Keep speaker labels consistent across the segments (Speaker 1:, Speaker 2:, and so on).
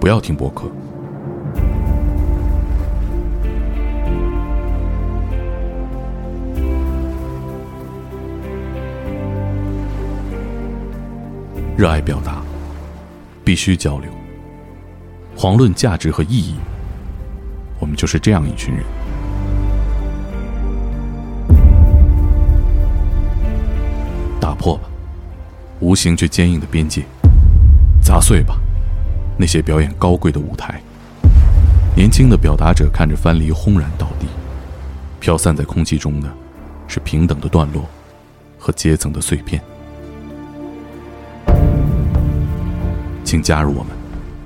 Speaker 1: 不要听播客。热爱表达，必须交流。遑论价值和意义，我们就是这样一群人。打破吧，无形却坚硬的边界；砸碎吧，那些表演高贵的舞台。年轻的表达者看着藩篱轰然倒地，飘散在空气中的是平等的段落和阶层的碎片。请加入我们，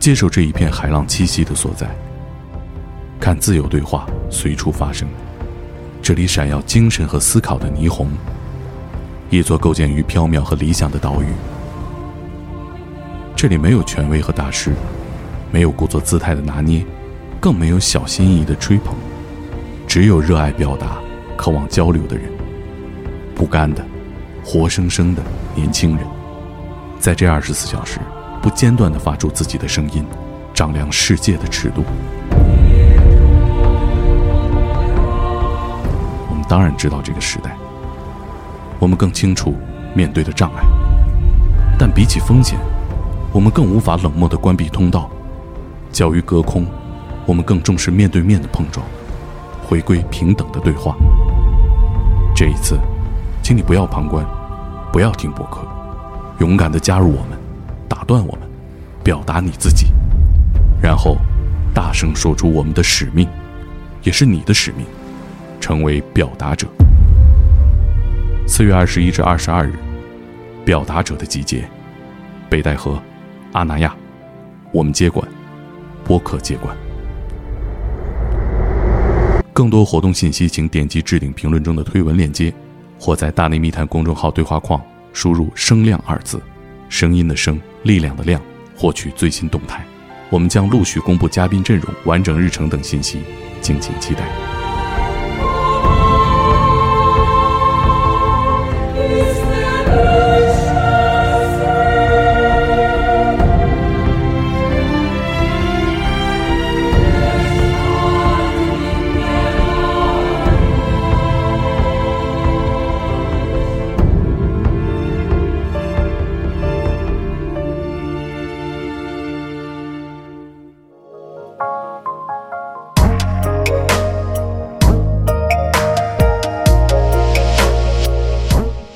Speaker 1: 接受这一片海浪栖息的所在。看自由对话随处发生，这里闪耀精神和思考的霓虹。一座构建于缥缈和理想的岛屿。这里没有权威和大师，没有故作姿态的拿捏，更没有小心翼翼的吹捧，只有热爱表达、渴望交流的人，不甘的、活生生的年轻人，在这二十四小时不间断地发出自己的声音，丈量世界的尺度。我们当然知道这个时代。我们更清楚面对的障碍，但比起风险，我们更无法冷漠地关闭通道。交于隔空，我们更重视面对面的碰撞，回归平等的对话。这一次，请你不要旁观，不要听博客，勇敢地加入我们，打断我们，表达你自己，然后大声说出我们的使命，也是你的使命，成为表达者。四月二十一至二十二日，表达者的集结，北戴河，阿那亚，我们接管，播客接管。更多活动信息，请点击置顶评论中的推文链接，或在大内密探公众号对话框输入“声量”二字，声音的声，力量的量，获取最新动态。我们将陆续公布嘉宾阵容、完整日程等信息，敬请期待。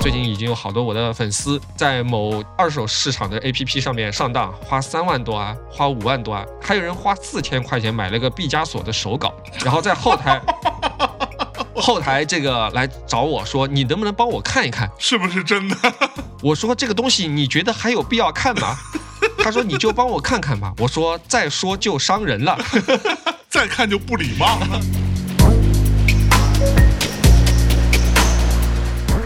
Speaker 2: 最近已经有好多我的粉丝在某二手市场的 APP 上面上当，花三万多啊，花五万多啊，还有人花四千块钱买了个毕加索的手稿，然后在后台 后台这个来找我说，你能不能帮我看一看？
Speaker 3: 是不是真的？
Speaker 2: 我说这个东西你觉得还有必要看吗？他说你就帮我看看吧。我说再说就伤人了。
Speaker 3: 再看就不礼貌了。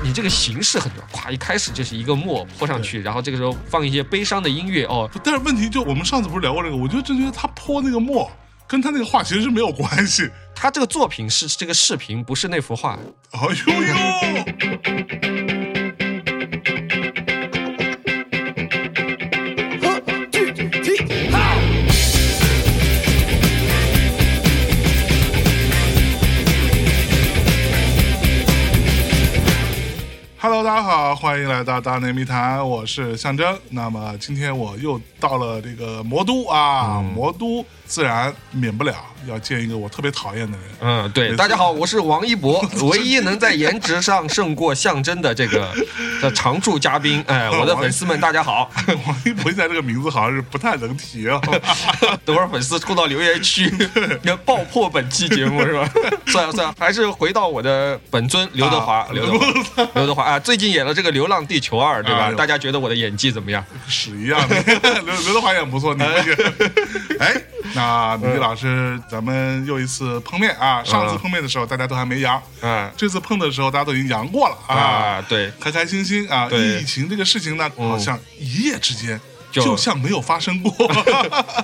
Speaker 2: 你这个形式很重要，咵，一开始就是一个木偶泼上去，然后这个时候放一些悲伤的音乐哦，
Speaker 3: 但是问题就我们上次不是聊过这个，我就真觉得他泼那个墨跟他那个画其实是没有关系。
Speaker 2: 他这个作品是这个视频，不是那幅画。
Speaker 3: 哎呦呦，Hello，大家好，欢迎来到大内密谈，我是象征。那么今天我又到了这个魔都啊，魔都自然免不了要见一个我特别讨厌的人。
Speaker 2: 嗯，对，
Speaker 3: 错
Speaker 2: 大家好，我是王一博， 唯一能在颜值上胜过象征的这个的常驻嘉宾。哎， 我的粉丝们，大家好，
Speaker 3: 王一博现在这个名字好像是不太能提啊。
Speaker 2: 等会儿粉丝冲到留言 区要爆破本期节目是吧？ 算了算了，还是回到我的本尊刘德华
Speaker 3: 啊，
Speaker 2: 刘德华，刘德华啊，最近演了这个《流浪地球二》，对
Speaker 3: 哎
Speaker 2: 吧？
Speaker 3: 呦
Speaker 2: 大家觉得我的演技怎么样？
Speaker 3: 屎一样的，刘刘德华演不错，你那个， 哎，那米粒老师，咱们又一次碰面啊！上次碰面的时候大家都还没阳，
Speaker 2: 嗯
Speaker 3: 这次碰的时候大家都已经阳过了啊，
Speaker 2: 啊，对，
Speaker 3: 开开心心啊！
Speaker 2: 对
Speaker 3: 疫情这个事情呢，
Speaker 2: 嗯
Speaker 3: 好像一夜之间
Speaker 2: 就
Speaker 3: 就像没有发 生过。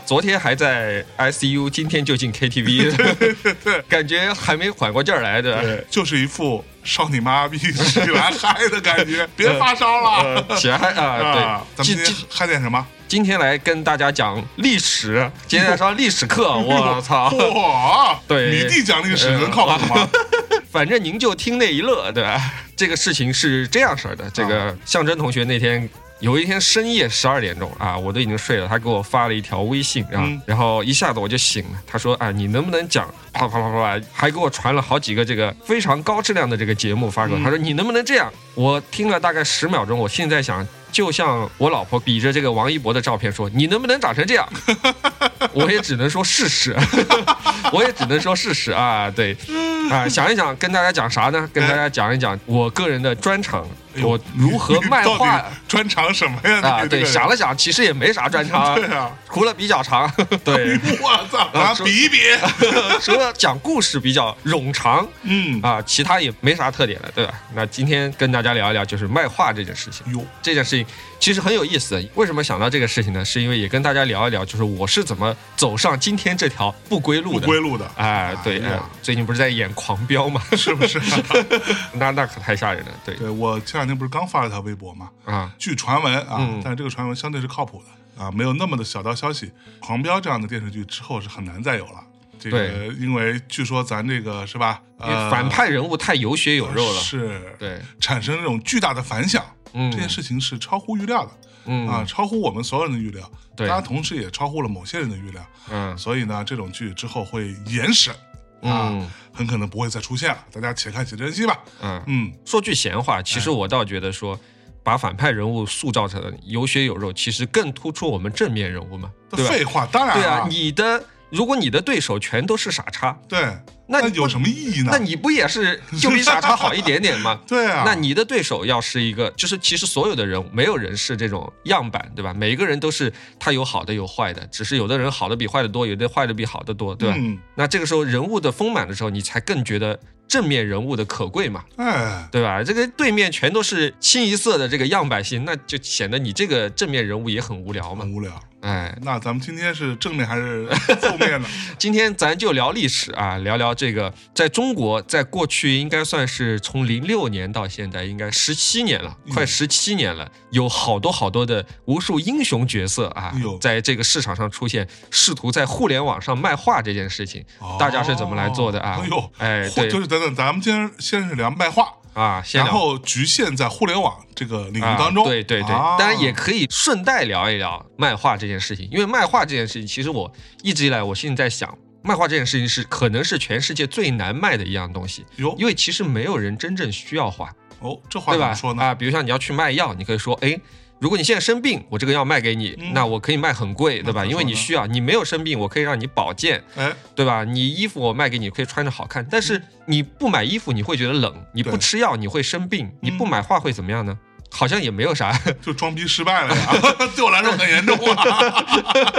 Speaker 2: 昨天还在 ICU，今天就进 KTV，感 觉还没缓过劲儿来的。
Speaker 3: 对， 就是一副少你妈逼起来嗨的感觉，别发烧了。
Speaker 2: 起来嗯啊，
Speaker 3: 啊，
Speaker 2: 对，
Speaker 3: 咱们
Speaker 2: 今
Speaker 3: 今
Speaker 2: 今
Speaker 3: 天嗨点什么？
Speaker 2: 今天来跟大家讲历史，今天来上历史 课，我操！
Speaker 3: 哇，
Speaker 2: 对呃
Speaker 3: 你弟讲历史能靠谱吗？
Speaker 2: 反正您就听那一乐，对吧？这个事情是这样式儿的，这
Speaker 3: 啊
Speaker 2: 个象征同学那天。有一天深夜十二点钟啊，我都已经睡了，他给我发了一条微信，然后、
Speaker 3: 嗯
Speaker 2: 然后一下子我就醒了。他说啊，你能不能讲？啪啪啪啪啪，还给我传了好几个这个非常高质量的这个节目发给我。
Speaker 3: 嗯
Speaker 2: 他说你能不能这样？我听了大概十秒钟，我现在想，就像我老婆比着这个王一博的照片说，你能不能长成这样？我也只能说试试， 我也只能说试试啊，对，啊，想一想跟大家讲啥呢？跟大家讲一讲我个人的专长，
Speaker 3: 哎呦
Speaker 2: 我如何卖
Speaker 3: 你
Speaker 2: 画
Speaker 3: 到底专长什么呀？
Speaker 2: 啊？
Speaker 3: 你
Speaker 2: 对，
Speaker 3: 这个人
Speaker 2: 想了想，其实也没啥专长
Speaker 3: 对，啊，
Speaker 2: 除了比较 长， 对，
Speaker 3: 我操，咱
Speaker 2: 啊说
Speaker 3: 比一 比，
Speaker 2: 除了讲故事比较冗长
Speaker 3: 嗯，
Speaker 2: 啊，其他也没啥特点了，对吧？那今天跟大家聊一聊就是卖画这件事情。
Speaker 3: 哟，
Speaker 2: 这件事情其实很有意思。为什么想到这个事情呢？是因为也跟大家聊一聊，就是我是怎么走上今天这条不归路
Speaker 3: 不
Speaker 2: 的。
Speaker 3: 归路的，
Speaker 2: 哎，对，
Speaker 3: 哎
Speaker 2: 哎
Speaker 3: 呀
Speaker 2: 最近不是在演《狂飙》吗？
Speaker 3: 是不是？
Speaker 2: 那那可太吓人了。对
Speaker 3: 对我前两天不是刚发了条微博吗？
Speaker 2: 啊，
Speaker 3: 据传闻啊，
Speaker 2: 嗯
Speaker 3: 但是这个传闻相对是靠谱的啊，没有那么的小道消息。《狂飙》这样的电视剧之后是很难再有了。这个，
Speaker 2: 对
Speaker 3: 因为据说咱这个是吧，
Speaker 2: 因为
Speaker 3: 呃，
Speaker 2: 反派人物太有血有肉了。
Speaker 3: 啊是
Speaker 2: 对，
Speaker 3: 产生这种巨大的反响，
Speaker 2: 嗯，
Speaker 3: 这件事情是超乎预料的
Speaker 2: 嗯
Speaker 3: 啊，超乎我们所有人的预料，
Speaker 2: 对
Speaker 3: 当然同时也超乎了某些人的预料，
Speaker 2: 嗯
Speaker 3: 所以呢，这种剧之后会严审啊
Speaker 2: 嗯，
Speaker 3: 很可能不会再出现了，大家且看且珍惜吧。
Speaker 2: 嗯。
Speaker 3: 嗯，
Speaker 2: 说句闲话，其
Speaker 3: 哎
Speaker 2: 实我倒觉得说，把反派人物塑造成有血有肉，其实更突出我们正面人物嘛，对吧？
Speaker 3: 废话，当然
Speaker 2: 对
Speaker 3: 啊
Speaker 2: 啊，，你的如果你的对手全都是傻叉，
Speaker 3: 对，
Speaker 2: 那你不
Speaker 3: 有什么意义呢？？
Speaker 2: 那你不也是就比傻叉好一点点吗
Speaker 3: 对啊，
Speaker 2: 那你的对手要是一个，就是其实所有的人没有人是这种样板，对吧？每一个人都是他有好的有坏的，只是有的人好的比坏的多，有的坏的比好的多，对吧？
Speaker 3: 嗯，
Speaker 2: 那这个时候人物的丰满的时候，你才更觉得正面人物的可贵嘛，
Speaker 3: 哎，
Speaker 2: 对吧？这个对面全都是清一色的这个样板型，那就显得你这个正面人物也很无聊嘛
Speaker 3: 很。无聊。
Speaker 2: 哎，
Speaker 3: 那咱们今天是正面还是负 面呢？
Speaker 2: 今天咱就聊历史啊，聊聊这个在中国，在过去应该算是从零六年到现在，应该十七年了，
Speaker 3: 嗯
Speaker 2: 快十七年了，有好多好多的无数英雄角色啊
Speaker 3: 哎呦，
Speaker 2: 在这个市场上出现，试图在互联网上卖画这件事情
Speaker 3: 哦，
Speaker 2: 大家是怎么来做的啊？
Speaker 3: 哎呦，
Speaker 2: 哎，
Speaker 3: 或就
Speaker 2: 对
Speaker 3: 是等等，咱们今天先是聊卖画，
Speaker 2: 啊，先
Speaker 3: 然
Speaker 2: 聊。
Speaker 3: 后局限在互联网这个领域
Speaker 2: 啊
Speaker 3: 当中。
Speaker 2: 对对对，
Speaker 3: 啊
Speaker 2: 当然也可以顺带聊一聊卖画这件事情，因为卖画这件事情，其实我一直以来我现在想，卖画这件事情是可能是全世界最难卖的一样东西，
Speaker 3: 哟
Speaker 2: 因为其实没有人真正需要画，
Speaker 3: 哦，这话
Speaker 2: 对
Speaker 3: 哦怎
Speaker 2: 吧
Speaker 3: 么说？呢？
Speaker 2: 啊，比如像你要去卖药，你可以说，哎。如果你现在生病，我这个药卖给你，
Speaker 3: 嗯
Speaker 2: 那我可以卖很贵，对吧？
Speaker 3: 那怎么说呢
Speaker 2: 因为你需要，你没有生病，我可以让你保健，
Speaker 3: 哎，
Speaker 2: 对吧？你衣服我卖给你，可以穿着好看，但是你不买衣服，你会觉得冷；你不
Speaker 3: 嗯对嗯
Speaker 2: 吃药，你会生病；你不买画会怎么样呢？好像也没有啥啊，
Speaker 3: 就装逼失败了呀， 对我来说很严重 啊。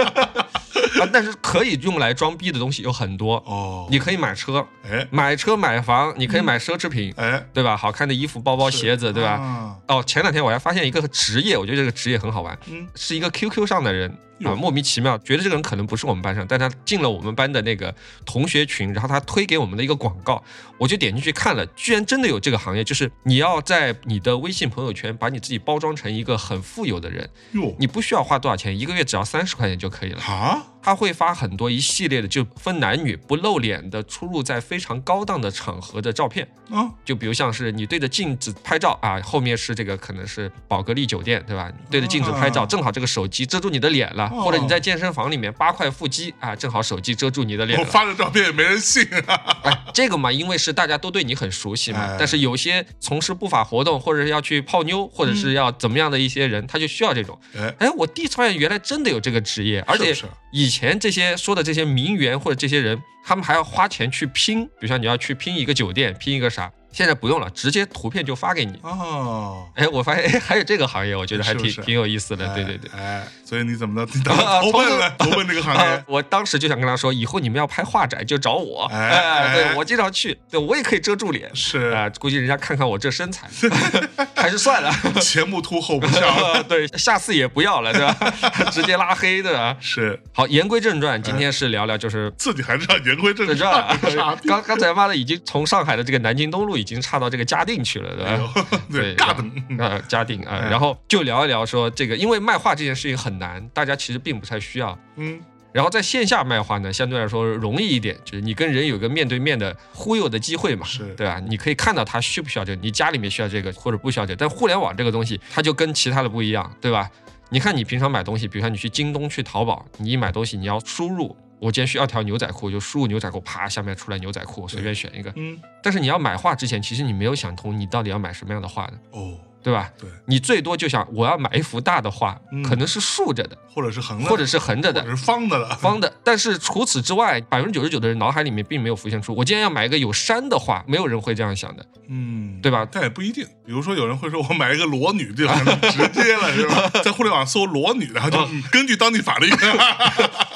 Speaker 2: 啊但是可以用来装逼的东西有很多。
Speaker 3: 哦，
Speaker 2: 你可以买车，
Speaker 3: 哎
Speaker 2: 买车买房，你可以买奢侈品，
Speaker 3: 哎，
Speaker 2: 对吧？好看的衣服、包包、
Speaker 3: 是
Speaker 2: 鞋子，对吧？
Speaker 3: 啊
Speaker 2: 哦，前两天我还发现一个职业，我觉得这个职业很好玩，
Speaker 3: 嗯，
Speaker 2: 是一个 QQ 上的人
Speaker 3: 哟
Speaker 2: 啊，莫名其妙觉得这个人可能不是我们班上，但他进了我们班的那个同学群，然后他推给我们的一个广告，我就点进去看了，居然真的有这个行业，就是你要在你的微信朋友圈把你自己包装成一个很富有的人，
Speaker 3: 哟
Speaker 2: 你不需要花多少钱，一个月只要三十块钱就可以了。
Speaker 3: 啊，
Speaker 2: 他会发很多一系列的就分男女不露脸的出入在非常高档的场合的照片。
Speaker 3: 啊，
Speaker 2: 就比如像是你对着镜子拍照啊，后面是这个可能是宝格丽酒店，对吧？你对着镜子拍照，
Speaker 3: 啊
Speaker 2: 正好这个手机遮住你的脸了，
Speaker 3: 哦
Speaker 2: 或者你在健身房里面八块腹肌啊，正好手机遮住你的脸
Speaker 3: 我
Speaker 2: 了。
Speaker 3: 发的照片也没人信 啊。
Speaker 2: 哎，这个嘛，因为是大家都对你很熟悉嘛
Speaker 3: 哎，
Speaker 2: 但是有些从事不法活动或者是要去泡妞或者是要怎么样的一些人，他就需要这种。
Speaker 3: 哎，
Speaker 2: 哎，我第一次发现原来真的有这个职业，而且
Speaker 3: 是
Speaker 2: 以前这些说的这些名媛或者这些人，他们还要花钱去拼，比如像你要去拼一个酒店，拼一个啥。现在不用了，直接图片就发给你。
Speaker 3: 哦，
Speaker 2: 哎，我发现哎还有这个行业，我觉得还挺
Speaker 3: 是不是
Speaker 2: 挺有意思的。
Speaker 3: 哎
Speaker 2: 对对对，
Speaker 3: 哎，所以你怎么的？你打
Speaker 2: 啊
Speaker 3: 算投 奔了
Speaker 2: 投
Speaker 3: 投奔这个行
Speaker 2: 啊
Speaker 3: 业？
Speaker 2: 我当时就想跟他说，以后你们要拍画展就找我，
Speaker 3: 哎
Speaker 2: 哎，
Speaker 3: 哎
Speaker 2: 对我经常去，对我也可以遮住脸。
Speaker 3: 是
Speaker 2: 啊，估计人家看看我这身材， 还是算了。
Speaker 3: 前不凸后不 翘，
Speaker 2: 呃对，下次也不要了，对吧？ 直接拉黑，对吧？
Speaker 3: 是
Speaker 2: 好，言归正传，今天是聊聊就是
Speaker 3: 自己还是要言归正
Speaker 2: 在这
Speaker 3: 传
Speaker 2: 儿，啊
Speaker 3: 你个傻逼！
Speaker 2: 刚刚才妈的已经从上海的这个南京东路已经差到这个嘉定去了，对
Speaker 3: 哎
Speaker 2: 吧？
Speaker 3: 呦 对，
Speaker 2: 然
Speaker 3: 尬
Speaker 2: 后
Speaker 3: 等，
Speaker 2: 呃，嘉定啊，
Speaker 3: 哎
Speaker 2: 然后就聊一聊说这个，因为卖画这件事情很难，大家其实并不太需要。
Speaker 3: 嗯，
Speaker 2: 然后在线下卖画呢，相对来说容易一点，就是你跟人有个面对面的忽悠的机会嘛，
Speaker 3: 是
Speaker 2: 对吧？你可以看到他需不需要这个，你家里面需要这个或者不需要这个。但互联网这个东西，它就跟其他的不一样，对吧？你看你平常买东西，比如说你去京东、去淘宝，你一买东西你要输入。我今天需要条牛仔裤，就输入牛仔裤，啪，下面出来牛仔裤，我随便选一个。
Speaker 3: 嗯，
Speaker 2: 但是你要买画之前，其实你没有想通，你到底要买什么样的画的，
Speaker 3: 哦，
Speaker 2: 对吧？
Speaker 3: 对，
Speaker 2: 你最多就想我要买一幅大的画，
Speaker 3: 嗯
Speaker 2: 可能是竖着的，
Speaker 3: 或者是横的，
Speaker 2: 或者是横着的
Speaker 3: 或，者是方的了，
Speaker 2: 方的。但是除此之外，百分之九十九的人脑海里面并没有浮现出我今天要买一个有山的画，没有人会这样想的，
Speaker 3: 嗯，
Speaker 2: 对吧？
Speaker 3: 但也不一定。比如说，有人会说我买一个裸女，这玩意儿 直接了，是 吧？在互联网搜裸女，然后就
Speaker 2: 嗯
Speaker 3: 嗯根据当地法律，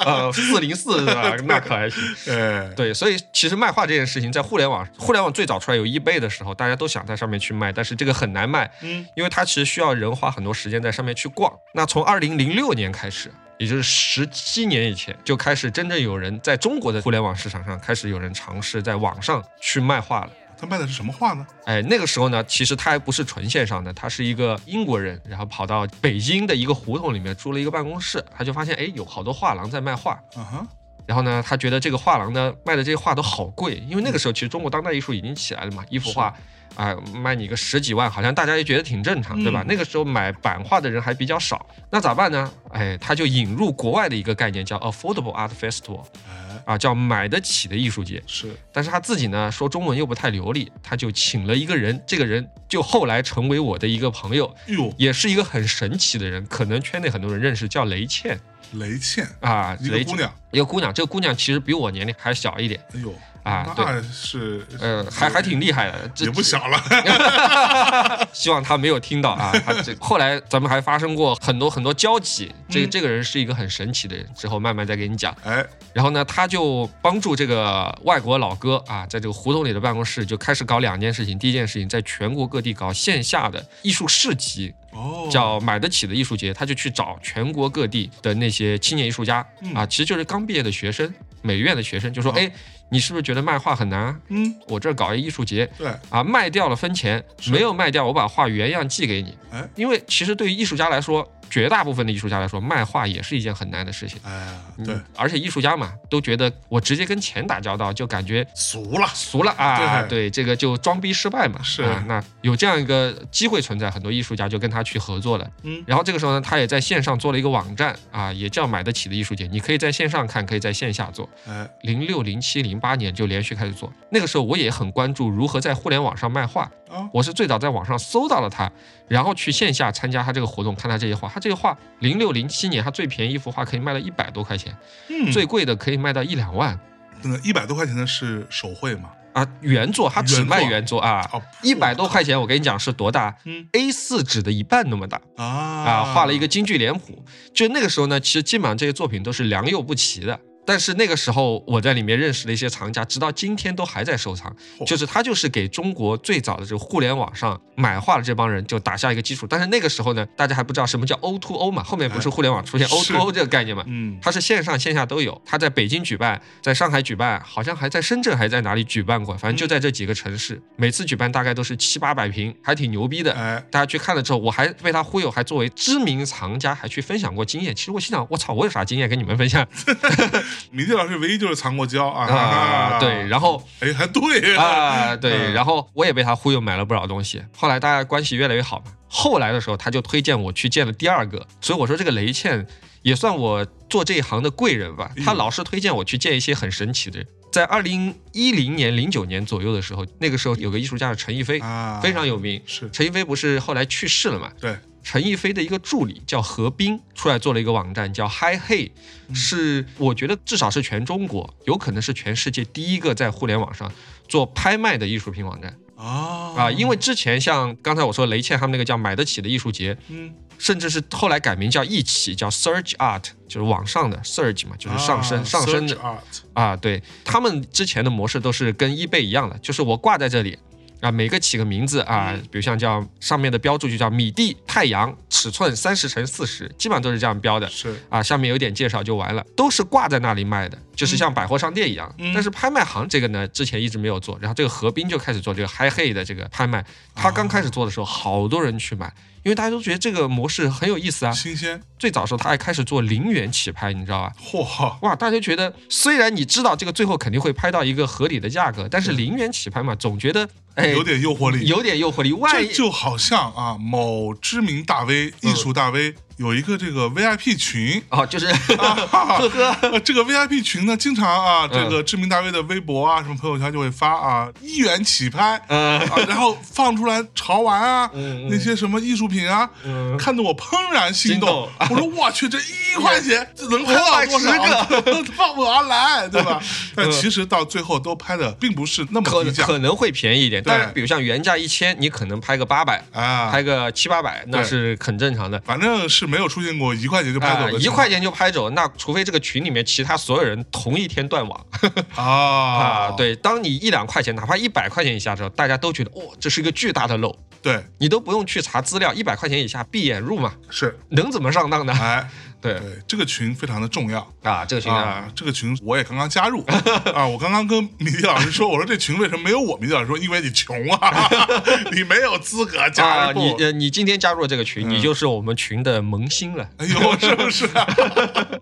Speaker 2: 呃，四零四是吧？那可还行。
Speaker 3: 哎，
Speaker 2: 对，所以其实卖画这件事情，在互联网，互联网最早出来有 eBay 的时候，大家都想在上面去卖，但是这个很难卖，
Speaker 3: 嗯，
Speaker 2: 因为它其实需要人花很多时间在上面去逛。那从二零零六年开始，也就是十七年以前，就开始真正有人在中国的互联网市场上开始有人尝试在网上去卖画了。
Speaker 3: 他卖的是什么画呢？
Speaker 2: 哎，那个时候呢，其实他还不是纯线上的，他是一个英国人，然后跑到北京的一个胡同里面租了一个办公室，他就发现哎有好多画廊在卖画，
Speaker 3: 啊哈，
Speaker 2: 然后呢，他觉得这个画廊呢卖的这些画都好贵，因为那个时候其实中国当代艺术已经起来了嘛，一幅画。啊、卖你个十几万，好像大家也觉得挺正常，对吧？
Speaker 3: 嗯
Speaker 2: 那个时候买版画的人还比较少，那咋办呢？哎，他就引入国外的一个概念叫 affordable art festival，
Speaker 3: 哎，
Speaker 2: 啊，叫买得起的艺术节。
Speaker 3: 是，
Speaker 2: 但是他自己呢说中文又不太流利，他就请了一个人，这个人就后来成为我的一个朋友，
Speaker 3: 哟，
Speaker 2: 也是一个很神奇的人，可能圈内很多人认识，叫雷倩
Speaker 3: 雷倩，
Speaker 2: 啊，
Speaker 3: 一个
Speaker 2: 雷
Speaker 3: 姑
Speaker 2: 倩，
Speaker 3: 娘，
Speaker 2: 一个姑娘，这个姑娘其实比我年龄还小一点，
Speaker 3: 哎呦，
Speaker 2: 啊对
Speaker 3: 那是，
Speaker 2: 呃，还还挺厉害的，这
Speaker 3: 也不小了，
Speaker 2: 希望他没有听到啊。他这后来咱们还发生过很多很多交集，这个
Speaker 3: 嗯
Speaker 2: 这个人是一个很神奇的人，之后慢慢再给你讲。
Speaker 3: 哎，
Speaker 2: 然后呢，他就帮助这个外国老哥啊，在这个胡同里的办公室就开始搞两件事情。第一件事情，在全国各地搞线下的艺术市集，
Speaker 3: 哦，
Speaker 2: 叫买得起的艺术节。他就去找全国各地的那些青年艺术家
Speaker 3: 嗯哦
Speaker 2: 啊，其实就是刚毕业的学生，美院的学生，就说：“
Speaker 3: 好
Speaker 2: 哎，你是不是觉得卖画很难啊？
Speaker 3: 嗯，
Speaker 2: 我这儿搞一艺术节，
Speaker 3: 对，
Speaker 2: 啊，卖掉了分钱，
Speaker 3: 是
Speaker 2: 没有卖掉，我把画原样寄给你
Speaker 3: 哎。
Speaker 2: 因为其实对于艺术家来说，绝大部分的艺术家来说，卖画也是一件很难的事情。
Speaker 3: 哎，
Speaker 2: 嗯
Speaker 3: 对，，
Speaker 2: 而且艺术家嘛，都觉得我直接跟钱打交道，就感觉
Speaker 3: 俗了，
Speaker 2: 俗了啊。
Speaker 3: 对
Speaker 2: 对，这个就装逼失败嘛。
Speaker 3: 是
Speaker 2: 啊，那有这样一个机会存在，很多艺术家就跟他去合作了。
Speaker 3: 嗯，
Speaker 2: 然后这个时候呢，他也在线上做了一个网站啊，也叫买得起的艺术节，你可以在线上看，可以在线下做。
Speaker 3: 哎，
Speaker 2: 零六、零七、零八年就连续开始做，那个时候我也很关注如何在互联网上卖画。
Speaker 3: 啊，
Speaker 2: 我是最早在网上搜到了他，然后去线下参加他这个活动，看他这些画。他这个画，零六零七年，他最便宜一幅画可以卖到一百多块钱，
Speaker 3: 嗯，
Speaker 2: 最贵的可以卖到一两万
Speaker 3: 那一百多块钱的是手绘嘛？
Speaker 2: 啊。原作他只卖原作啊
Speaker 3: 哦，
Speaker 2: 一百多块钱，我跟你讲是多大
Speaker 3: 嗯
Speaker 2: ？A 4纸的一半那么大
Speaker 3: 啊
Speaker 2: 啊，画了一个京剧脸谱。就那个时候呢，其实基本上这些作品都是良莠不齐的。但是那个时候，我在里面认识了一些藏家，直到今天都还在收藏。
Speaker 3: 嚯
Speaker 2: 就是他就是给中国最早的这个互联网上买画的这帮人就打下一个基础。但是那个时候呢，大家还不知道什么叫 O to O 嘛，后面不是互联网出现
Speaker 3: 哎
Speaker 2: O
Speaker 3: 是
Speaker 2: to O 这个概念嘛？
Speaker 3: 嗯，
Speaker 2: 它是线上线下都有，它在北京举办，在上海举办，好像还在深圳还在哪里举办过，反正就在这几个城市。每次举办大概都是七八百平，还挺牛逼的。
Speaker 3: 哎，
Speaker 2: 大家去看了之后，我还被他忽悠，还作为知名藏家还去分享过经验。其实我心想，我操，我有啥经验跟你们分享
Speaker 3: 米蒂老师唯一就是藏过胶啊
Speaker 2: 啊？ 对，然后
Speaker 3: 哎，还 对
Speaker 2: 啊，对，
Speaker 3: 嗯
Speaker 2: 然后我也被他忽悠买了不少东西。后来大家关系越来越好嘛，后来的时候他就推荐我去见了第二个，所以我说这个雷倩也算我做这一行的贵人吧。
Speaker 3: 嗯
Speaker 2: 他老是推荐我去见一些很神奇的人。在二零一零年、零九年左右的时候，那个时候有个艺术家叫陈逸飞，
Speaker 3: 啊，
Speaker 2: 哎非常有名。
Speaker 3: 是，
Speaker 2: 陈逸飞不是后来去世了嘛？
Speaker 3: 对，
Speaker 2: 陈逸飞的一个助理叫何冰，出来做了一个网站叫 Hi Hey，是
Speaker 3: 嗯
Speaker 2: 我觉得至少是全中国，有可能是全世界第一个在互联网上做拍卖的艺术品网站。
Speaker 3: 啊
Speaker 2: 啊，因为之前像刚才我说雷倩他们那个叫买得起的艺术节，
Speaker 3: 嗯
Speaker 2: 甚至是后来改名叫一起，叫 Surge Art，就是往上的 Surge 嘛，就是上升、
Speaker 3: 啊
Speaker 2: 上升的
Speaker 3: search art
Speaker 2: 啊。对他们之前的模式都是跟 eBay 一样的，就是我挂在这里啊，每个起个名字啊
Speaker 3: 嗯，
Speaker 2: 比如像叫上面的标注就叫米地太阳，尺寸三十乘四十，基本上都是这样标的。
Speaker 3: 是
Speaker 2: 啊，下面有点介绍就完了，都是挂在那里卖的，就是像百货商店一样。
Speaker 3: 嗯
Speaker 2: 但是拍卖行这个呢，之前一直没有做，然后这个何冰就开始做这个嗨嘿的这个拍卖。他刚
Speaker 3: 哦
Speaker 2: 开始做的时候，好多人去买，因为大家都觉得这个模式很有意思啊。
Speaker 3: 新鲜，
Speaker 2: 最早的时候，他还开始做零元起拍，你知道吧？
Speaker 3: 嚯，
Speaker 2: 哇，大家觉得虽然你知道这个最后肯定会拍到一个合理的价格，但是零元起拍嘛，总觉得哎
Speaker 3: 有点诱惑力，
Speaker 2: 有点诱惑力，万一
Speaker 3: 这就好像啊，某知名大 V、艺
Speaker 2: 嗯
Speaker 3: 术大 V 有一个这个 VIP 群。
Speaker 2: 哦，就是
Speaker 3: 呵呵，这个 VIP 群呢，经常
Speaker 2: 嗯
Speaker 3: 啊，这个知名大 V 的微博啊，什么朋友圈就会发啊，一元起拍，
Speaker 2: 嗯
Speaker 3: 啊，然后放出来潮玩啊，
Speaker 2: 嗯嗯
Speaker 3: 那些什么艺术品啊，
Speaker 2: 嗯
Speaker 3: 看得我怦然心动。
Speaker 2: 心
Speaker 3: 我说我去，这一块 钱这能拍到多
Speaker 2: 我
Speaker 3: 少？ 放我来，对吧？但其实到最后都拍的并不是那么
Speaker 2: 嗯可
Speaker 3: 低价
Speaker 2: 可能会便宜一点，但是
Speaker 3: 对
Speaker 2: 比如像原价一千，你可能拍个八百，
Speaker 3: 啊，
Speaker 2: 拍个七八百，那
Speaker 3: 对
Speaker 2: 是很正常的。
Speaker 3: 反正是没有出现过一块钱就拍走
Speaker 2: 啊，
Speaker 3: 的
Speaker 2: 一
Speaker 3: 情况、
Speaker 2: 块钱就拍走，那除非这个群里面其他所有人同一天断网
Speaker 3: 啊
Speaker 2: 啊。，对，当你一两块钱，哪怕一百块钱以下之后，大家都觉得哦，这是一个巨大的漏，
Speaker 3: 对
Speaker 2: 你都不用去查资料，一百块钱以下闭眼入嘛，
Speaker 3: 是，
Speaker 2: 能怎么上当呢？
Speaker 3: 哎，
Speaker 2: 对
Speaker 3: 对，这个群非常的重要。
Speaker 2: 啊，这个群啊，
Speaker 3: 啊，这个群我也刚刚加 入啊！我刚刚跟米迪老师说，我说这群为什么没有我？米迪老师说，因为你穷 啊，你没有资格加
Speaker 2: 啊，
Speaker 3: 入。嗯
Speaker 2: 你呃，你今天加入了这个群，你就是我们群的萌新了。
Speaker 3: 哎 呦，是不是、啊？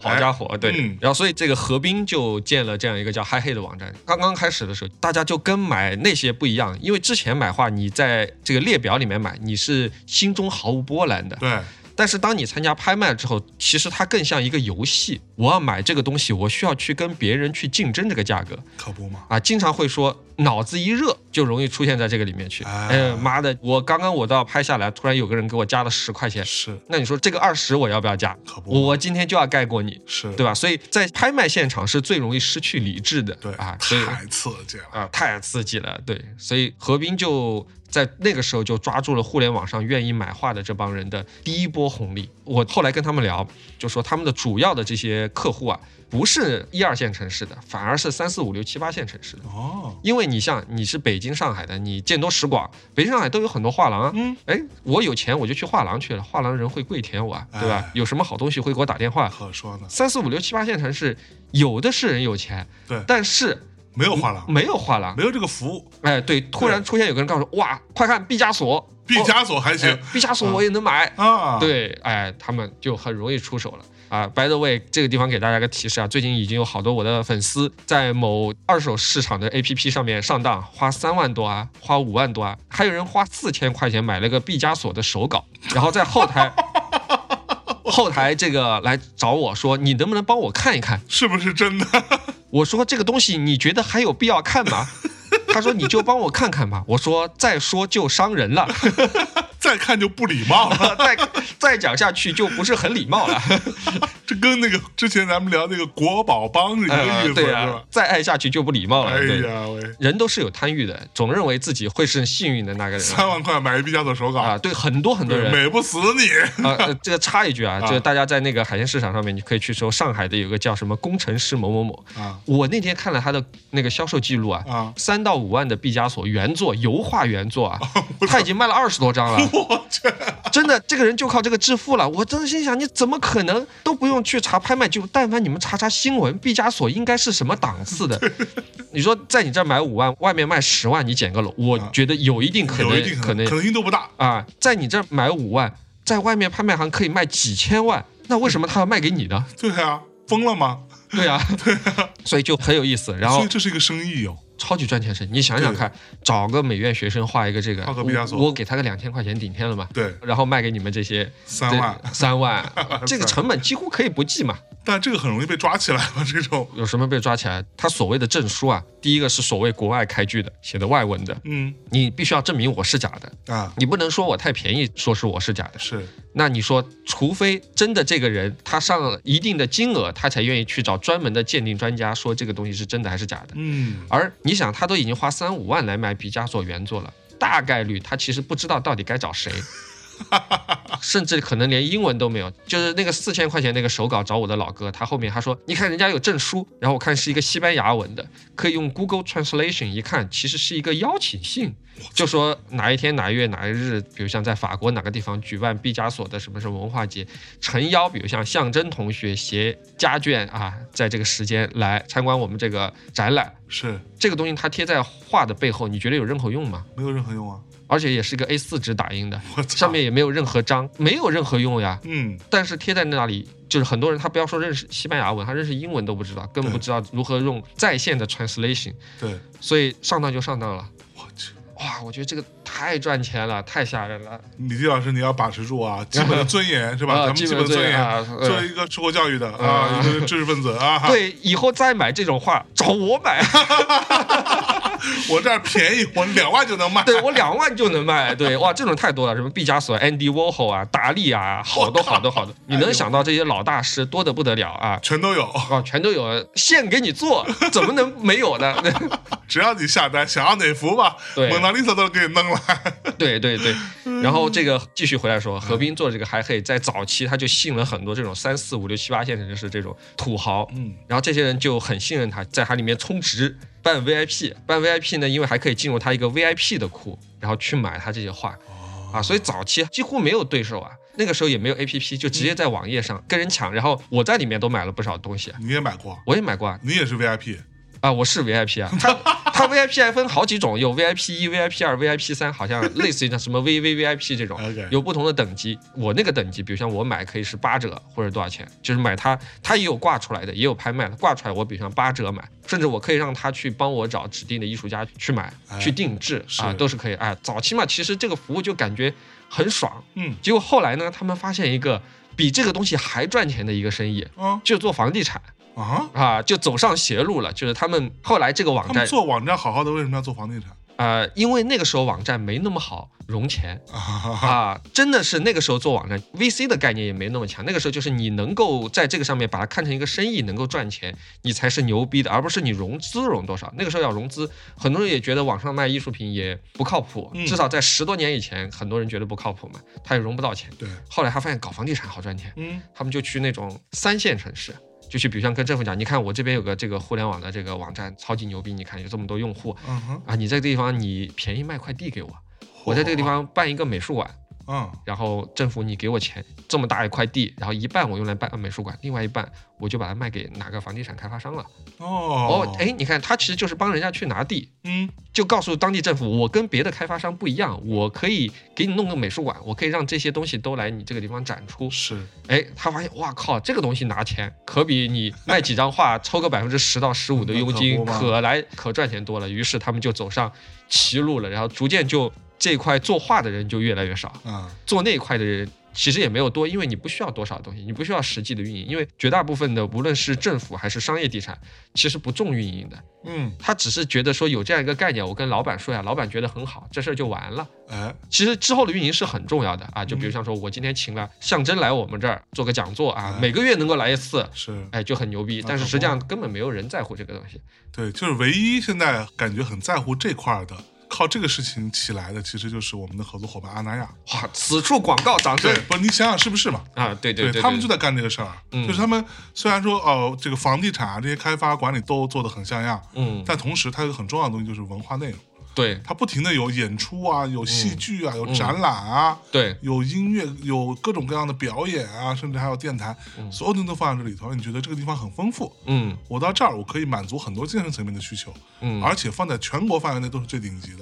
Speaker 2: 好家伙，对，
Speaker 3: 嗯
Speaker 2: 然后所以这个何冰就建了这样一个叫嗨嘿的网站。刚刚开始的时候，大家就跟买那些不一样，因为之前买画你在这个列表里面买，你是心中毫无波澜的。
Speaker 3: 对，
Speaker 2: 但是当你参加拍卖之后，其实它更像一个游戏。我要买这个东西，我需要去跟别人去竞争这个价格
Speaker 3: 可不嘛。
Speaker 2: 啊。经常会说脑子一热就容易出现在这个里面去。
Speaker 3: 哎
Speaker 2: 哎妈的，我刚刚我都要拍下来，突然有个人给我加了十块钱，
Speaker 3: 是
Speaker 2: 那你说这个二十我要不要加？
Speaker 3: 可不
Speaker 2: 我今天就要盖过你。
Speaker 3: 是，
Speaker 2: 对吧？所以在拍卖现场是最容易失去理智的，
Speaker 3: 对
Speaker 2: 啊，所以
Speaker 3: 太刺激了。
Speaker 2: 啊太刺激了，对，所以何冰就在那个时候就抓住了互联网上愿意买画的这帮人的第一波红利。我后来跟他们聊，就说他们的主要的这些客户啊，不是一二线城市的，反而是三四五六七八线城市的。
Speaker 3: 哦，
Speaker 2: 因为你像你是北京、上海的，你见多识广，北京、上海都有很多画廊啊。
Speaker 3: 嗯，
Speaker 2: 哎，我有钱我就去画廊去了，画廊人会跪舔我啊，对吧
Speaker 3: 哎？
Speaker 2: 有什么好东西会给我打电话，
Speaker 3: 可说呢。
Speaker 2: 三四五六七八线城市，有的是人有钱，
Speaker 3: 对，
Speaker 2: 但是
Speaker 3: 没有画廊，
Speaker 2: 没有画廊
Speaker 3: 没。有这个服务。
Speaker 2: 哎，对，突然出现有个人告诉我，哇，快看毕加索，
Speaker 3: 毕
Speaker 2: 哦
Speaker 3: 加索还
Speaker 2: 哎
Speaker 3: 行、
Speaker 2: 毕加索我也能买。
Speaker 3: 啊，，
Speaker 2: 对，哎，他们就很容易出手了。啊，by the way，这个地方给大家个提示啊，最近已经有好多我的粉丝在某二手市场的 APP 上面上当，花三万多啊，花五万多啊，还有人花四千块钱买了个毕加索的手稿，然后在后台后台这个来找我说，你能不能帮我看一看？
Speaker 3: 是不是真的？
Speaker 2: 我说这个东西你觉得还有必要看吗？他说你就帮我看看吧。我说再说就伤人了，
Speaker 3: 再看就不礼貌了。
Speaker 2: 再再讲下去就不是很礼貌了。
Speaker 3: 这跟那个之前咱们聊那个国宝帮 是一个意
Speaker 2: 呃
Speaker 3: 思，
Speaker 2: 对
Speaker 3: 是
Speaker 2: 啊
Speaker 3: 吧，？
Speaker 2: 再爱下去就不礼貌了。
Speaker 3: 哎
Speaker 2: 对，
Speaker 3: 呀喂，
Speaker 2: 人都是有贪欲的，总认为自己会是幸运的那个人
Speaker 3: 三万块买一毕加索手稿，
Speaker 2: 啊。对，很多很多
Speaker 3: 对
Speaker 2: 人。
Speaker 3: 美不死 你。
Speaker 2: 啊、呃，这个插一句啊，
Speaker 3: 啊
Speaker 2: 这个大家在那个海鲜市场上面，你可以去搜上海的有个叫什么工程师某某某。
Speaker 3: 啊
Speaker 2: 我那天看了他的那个销售记录啊，
Speaker 3: 啊！
Speaker 2: 三到五万的毕加索原作油画原作 啊，他已经卖了二十多张了。
Speaker 3: 我去，
Speaker 2: 真的，这个人就靠这个致富了。我真的心想，你怎么可能都不用去查拍卖记录？但凡你们查查新闻，毕加索应该是什么档次 的？你说在你这儿买五万，外面卖十万，你捡个漏，我觉得有一定可
Speaker 3: 啊有
Speaker 2: 能
Speaker 3: 一定，
Speaker 2: 可能
Speaker 3: 可能性都不大。
Speaker 2: 啊，在你这儿买五万，在外面拍卖行可以卖几千万，那为什么他要卖给你 呢？
Speaker 3: 对啊，疯了吗？
Speaker 2: 对啊，所以就很有意思。然
Speaker 3: 所
Speaker 2: 后
Speaker 3: 以这是一个生意哟、
Speaker 2: 超级赚钱生意。你想想看，找个美院学生画一个这个，
Speaker 3: 画个毕加索
Speaker 2: 我我给他个两千块钱顶天了嘛，
Speaker 3: 对，
Speaker 2: 然后卖给你们这些
Speaker 3: 三万
Speaker 2: 这三万，这个成本几乎可以不计嘛。
Speaker 3: 但这个很容易被抓起来吧？这种，
Speaker 2: 有什么被抓起来？他所谓的证书啊，第一个是所谓国外开具的，写的外文的，
Speaker 3: 嗯
Speaker 2: 你必须要证明我是假的，
Speaker 3: 啊，
Speaker 2: 你不能说我太便宜，说是我是假的。
Speaker 3: 是
Speaker 2: 那你说，除非真的这个人他上了一定的金额，他才愿意去找专门的鉴定专家说这个东西是真的还是假的。
Speaker 3: 嗯，
Speaker 2: 而你想，他都已经花三五万来买毕加索原作了，大概率他其实不知道到底该找谁，甚至可能连英文都没有。就是那个四千块钱那个手稿找我的老哥，他后面他说，你看人家有证书，然后我看是一个西班牙文的，可以用 Google Translation 一看，其实是一个邀请信，就说哪一天哪一月哪一日，比如像在法国哪个地方举办毕加索的什么什么文化节，诚邀比如像象征同学携家眷啊，在这个时间来参观我们这个展览。
Speaker 3: 是
Speaker 2: 这个东西它贴在画的背后，你觉得有任何用吗？
Speaker 3: 没有任何用啊！
Speaker 2: 而且也是一个 A4 纸打印的，
Speaker 3: 我操，
Speaker 2: 上面也没有任何章，没有任何用呀。
Speaker 3: 嗯，
Speaker 2: 但是贴在那里，就是很多人他不要说认识西班牙文，他认识英文都不知道，更不知道如何用在线的 translation，
Speaker 3: 对，
Speaker 2: 所以上当就上当了。
Speaker 3: 我去，
Speaker 2: 哇，我觉得这个太赚钱了，太吓人了，
Speaker 3: 李迪老师你要把持住 啊，基本的尊严是吧？咱
Speaker 2: 啊，
Speaker 3: 们
Speaker 2: 基
Speaker 3: 基
Speaker 2: 本
Speaker 3: 本尊
Speaker 2: 罪
Speaker 3: 严，
Speaker 2: 啊，
Speaker 3: 作
Speaker 2: 呃
Speaker 3: 为一个受过教育的
Speaker 2: 啊
Speaker 3: 啊，一个知识分子啊，
Speaker 2: 对，以后再买这种画找我买，
Speaker 3: 我这儿便宜，我两万就能卖，
Speaker 2: 对我两万就能卖，对，哇，这种太多了，什么毕加索、Andy Warhol 啊、达利啊，好多好多好多，你能想到这些老大师多得不得了啊！
Speaker 3: 全都有。
Speaker 2: 哦，全都有现给你做，怎么能没有呢？
Speaker 3: 只要你下单，想要哪幅吧，
Speaker 2: 对
Speaker 3: 蒙娜丽莎都给你弄 来。
Speaker 2: 对对对，然后这个继续回来说，何冰做这个还可以在早期他就吸引了很多这种三四五六七八线城市这种土豪，
Speaker 3: 嗯，
Speaker 2: 然后这些人就很信任他，在他里面充值办 VIP，办 VIP 呢，因为还可以进入他一个 VIP 的库，然后去买他这些画，啊，所以早期几乎没有对手啊，那个时候也没有 APP，就直接在网页上跟人抢，然后我在里面都买了不少东西，啊
Speaker 3: 你也买过，
Speaker 2: 我也买过啊，
Speaker 3: 你也是 VIP，
Speaker 2: 啊，我是 VIP 啊，它它 VIP 还分好几种，有 VIP 一、VIP 二、VIP 三，好像类似于那什么 VV VIP 这种
Speaker 3: OK，
Speaker 2: 有不同的等级。我那个等级，比如像我买可以是八折或者多少钱，就是买它，它也有挂出来的，也有拍卖的，挂出来我比如像八折买，甚至我可以让他去帮我找指定的艺术家去买、
Speaker 3: 哎
Speaker 2: 去定制啊，
Speaker 3: 是
Speaker 2: 都是可以。哎，早期嘛，其实这个服务就感觉很爽，
Speaker 3: 嗯
Speaker 2: 结果后来呢，他们发现一个比这个东西还赚钱的一个生意，
Speaker 3: 啊
Speaker 2: 就做房地产。
Speaker 3: 啊，
Speaker 2: 嗯啊，就走上邪路了。就是他们后来这个网
Speaker 3: 他
Speaker 2: 站
Speaker 3: 们，做网站好好的，为什么要做房地产
Speaker 2: 呃，因为那个时候网站没那么好融钱
Speaker 3: 啊？
Speaker 2: 啊，真的是那个时候做网站，VC 的概念也没那么强。那个时候就是你能够在这个上面把它看成一个生意，能够赚钱，你才是牛逼的，而不是你融资融多少。那个时候要融资，很多人也觉得网上卖艺术品也不靠谱，
Speaker 3: 嗯
Speaker 2: 至少在十多年以前，很多人觉得不靠谱嘛，他也融不到钱。
Speaker 3: 对，
Speaker 2: 后来他发现搞房地产好赚钱，
Speaker 3: 嗯
Speaker 2: 他们就去那种三线城市，就去，比如像跟政府讲，你看我这边有个这个互联网的这个网站超级牛逼，你看有这么多用户
Speaker 3: 嗯哼，
Speaker 2: 啊，你在这个地方你便宜卖块地给我，我在这个地方办一个美术馆，
Speaker 3: 嗯，
Speaker 2: 然后政府你给我钱，这么大一块地，然后一半我用来办美术馆，另外一半我就把它卖给哪个房地产开发商了。
Speaker 3: 哦
Speaker 2: 哦，，哎，你看他其实就是帮人家去拿地。
Speaker 3: 嗯，
Speaker 2: 就告诉当地政府，我跟别的开发商不一样，我可以给你弄个美术馆，我可以让这些东西都来你这个地方展出。
Speaker 3: 是，
Speaker 2: 哎，他发现，哇靠，这个东西拿钱可比你卖几张 画抽个百分之十到十五的佣金
Speaker 3: 那可不嘛
Speaker 2: 可来可赚钱多了。于是他们就走上歧路了，然后逐渐就这块做画的人就越来越少，
Speaker 3: 啊，
Speaker 2: 做那一块的人其实也没有多，因为你不需要多少东西，你不需要实际的运营，因为绝大部分的无论是政府还是商业地产，其实不重运营的，
Speaker 3: 嗯，
Speaker 2: 他只是觉得说有这样一个概念，我跟老板说呀，老板觉得很好，这事儿就完了。
Speaker 3: 哎，
Speaker 2: 其实之后的运营是很重要的啊，就比如
Speaker 3: 嗯
Speaker 2: 像说，我今天请了象征来我们这儿做个讲座啊，
Speaker 3: 哎
Speaker 2: 每个月能够来一次，
Speaker 3: 是
Speaker 2: 哎，就很牛逼。
Speaker 3: 那
Speaker 2: 但是
Speaker 3: 可
Speaker 2: 实际
Speaker 3: 不
Speaker 2: 上根本没有人在乎这个东西。
Speaker 3: 对，就是唯一现在感觉很在乎这块儿的，靠这个事情起来的，其实就是我们的合作伙伴阿那亚。
Speaker 2: 哇，此处广告掌声
Speaker 3: 对，不，你想想是不是嘛？
Speaker 2: 啊！对对对，
Speaker 3: 他们就在干这个事儿，啊
Speaker 2: 嗯
Speaker 3: 就是他们虽然说哦，这个房地产啊这些开发管理都做得很像样，
Speaker 2: 嗯，
Speaker 3: 但同时它有个很重要的东西就是文化内容，
Speaker 2: 对
Speaker 3: 它不停的有演出啊，
Speaker 2: 嗯
Speaker 3: 有戏剧啊，有展览啊，
Speaker 2: 对
Speaker 3: 有音乐，有各种各样的表演啊，甚至还有电台，所有东西都放在这里头，让你觉得这个地方很丰富。
Speaker 2: 嗯
Speaker 3: 我到这儿，我可以满足很多精神层面的需求，
Speaker 2: 嗯
Speaker 3: 而且放在全国范围内都是最顶级的，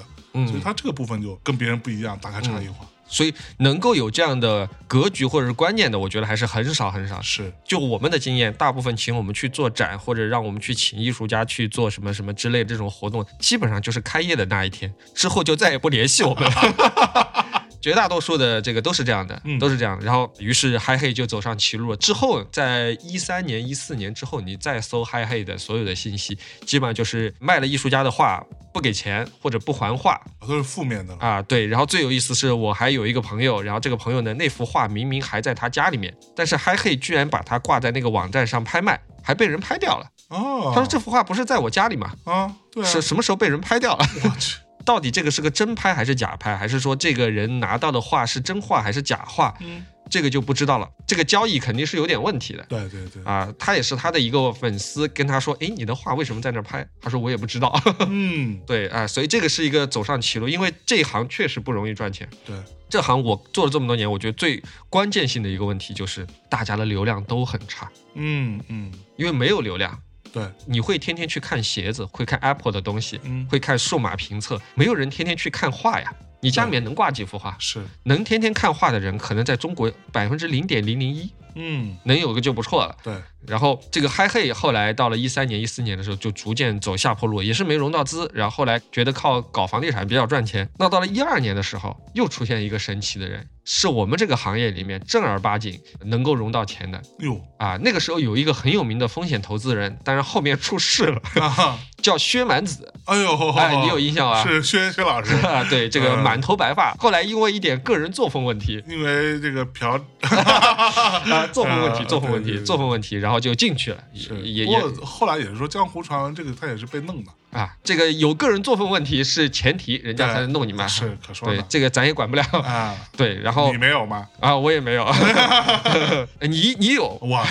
Speaker 3: 所以
Speaker 2: 嗯，
Speaker 3: 它这个部分就跟别人不一样，打开差异化。
Speaker 2: 所以能够有这样的格局或者是观念的，我觉得还是很少很少。
Speaker 3: 是，
Speaker 2: 就我们的经验，大部分请我们去做展，或者让我们去请艺术家去做什么什么之类这种活动，基本上就是开业的那一天之后就再也不联系我们了。 绝大多数的这个都是这样的，
Speaker 3: 嗯
Speaker 2: 都是这样的。然后，于是 Hi Hey 就走上歧路了。之后，在一三年、一四年之后，你再搜 Hi Hey 的所有的信息，基本上就是卖了艺术家的画不给钱或者不还画，
Speaker 3: 都是负面的了。
Speaker 2: 啊，对。然后最有意思是我还有一个朋友，然后这个朋友呢，那幅画明明还在他家里面，但是嗨嘿居然把它挂在那个网站上拍卖，还被人拍掉了。
Speaker 3: 哦，
Speaker 2: 他说这幅画不是在我家里吗？
Speaker 3: 啊，对啊，啊
Speaker 2: 是什么时候被人拍掉了？
Speaker 3: 我去，
Speaker 2: 到底这个是个真拍还是假拍，还是说这个人拿到的画是真画还是假画，
Speaker 3: 嗯，
Speaker 2: 这个就不知道了。这个交易肯定是有点问题的。
Speaker 3: 对对对，
Speaker 2: 啊，他也是他的一个粉丝跟他说：“诶，你的画为什么在那儿拍？”他说：“我也不知道。
Speaker 3: 嗯”，
Speaker 2: 对，啊，所以这个是一个走上歧路，因为这一行确实不容易赚钱。
Speaker 3: 对，
Speaker 2: 这行我做了这么多年，我觉得最关键性的一个问题就是大家的流量都很差，
Speaker 3: 嗯嗯，
Speaker 2: 因为没有流量，
Speaker 3: 对，
Speaker 2: 你会天天去看鞋子，会看 Apple 的东西，
Speaker 3: 嗯，
Speaker 2: 会看数码评测，没有人天天去看画呀。你家里面能挂几幅画？
Speaker 3: 是，
Speaker 2: 能天天看画的人，可能在中国百分之零点零零一，
Speaker 3: 嗯，
Speaker 2: 能有个就不错了。
Speaker 3: 对，
Speaker 2: 然后这个嗨嘿后来到了一三年、一四年的时候，就逐渐走下坡路，也是没融到资。然后后来觉得靠搞房地产比较赚钱。那到了一二年的时候，又出现一个神奇的人，是我们这个行业里面正儿八经能够融到钱的
Speaker 3: 哟，
Speaker 2: 啊。那个时候有一个很有名的风险投资人，当然后面出事了，
Speaker 3: 哈啊哈
Speaker 2: 叫薛蛮子。
Speaker 3: 哎呦，
Speaker 2: 哎，你有印象吧？
Speaker 3: 是薛薛老师，
Speaker 2: 啊，对，这个
Speaker 3: 嗯
Speaker 2: 满头白发，后来因为一点个人作风问题。
Speaker 3: 因为这个嫖，
Speaker 2: 啊，作风问题，
Speaker 3: 啊
Speaker 2: 作风问
Speaker 3: 对
Speaker 2: 题，
Speaker 3: 对对
Speaker 2: 作风问题，然后就进去了，
Speaker 3: 是，
Speaker 2: 也也
Speaker 3: 不
Speaker 2: 也
Speaker 3: 过后来也是说江湖传闻，这个他也是被弄的，
Speaker 2: 啊，这个有个人作风问题是前提，人家
Speaker 3: 对
Speaker 2: 才能弄你们。
Speaker 3: 是可说
Speaker 2: 对
Speaker 3: 呢，
Speaker 2: 这个咱也管不了。
Speaker 3: 啊，
Speaker 2: 对，然后
Speaker 3: 你没有吗？
Speaker 2: 啊，我也没有， 哎你你有，
Speaker 3: 我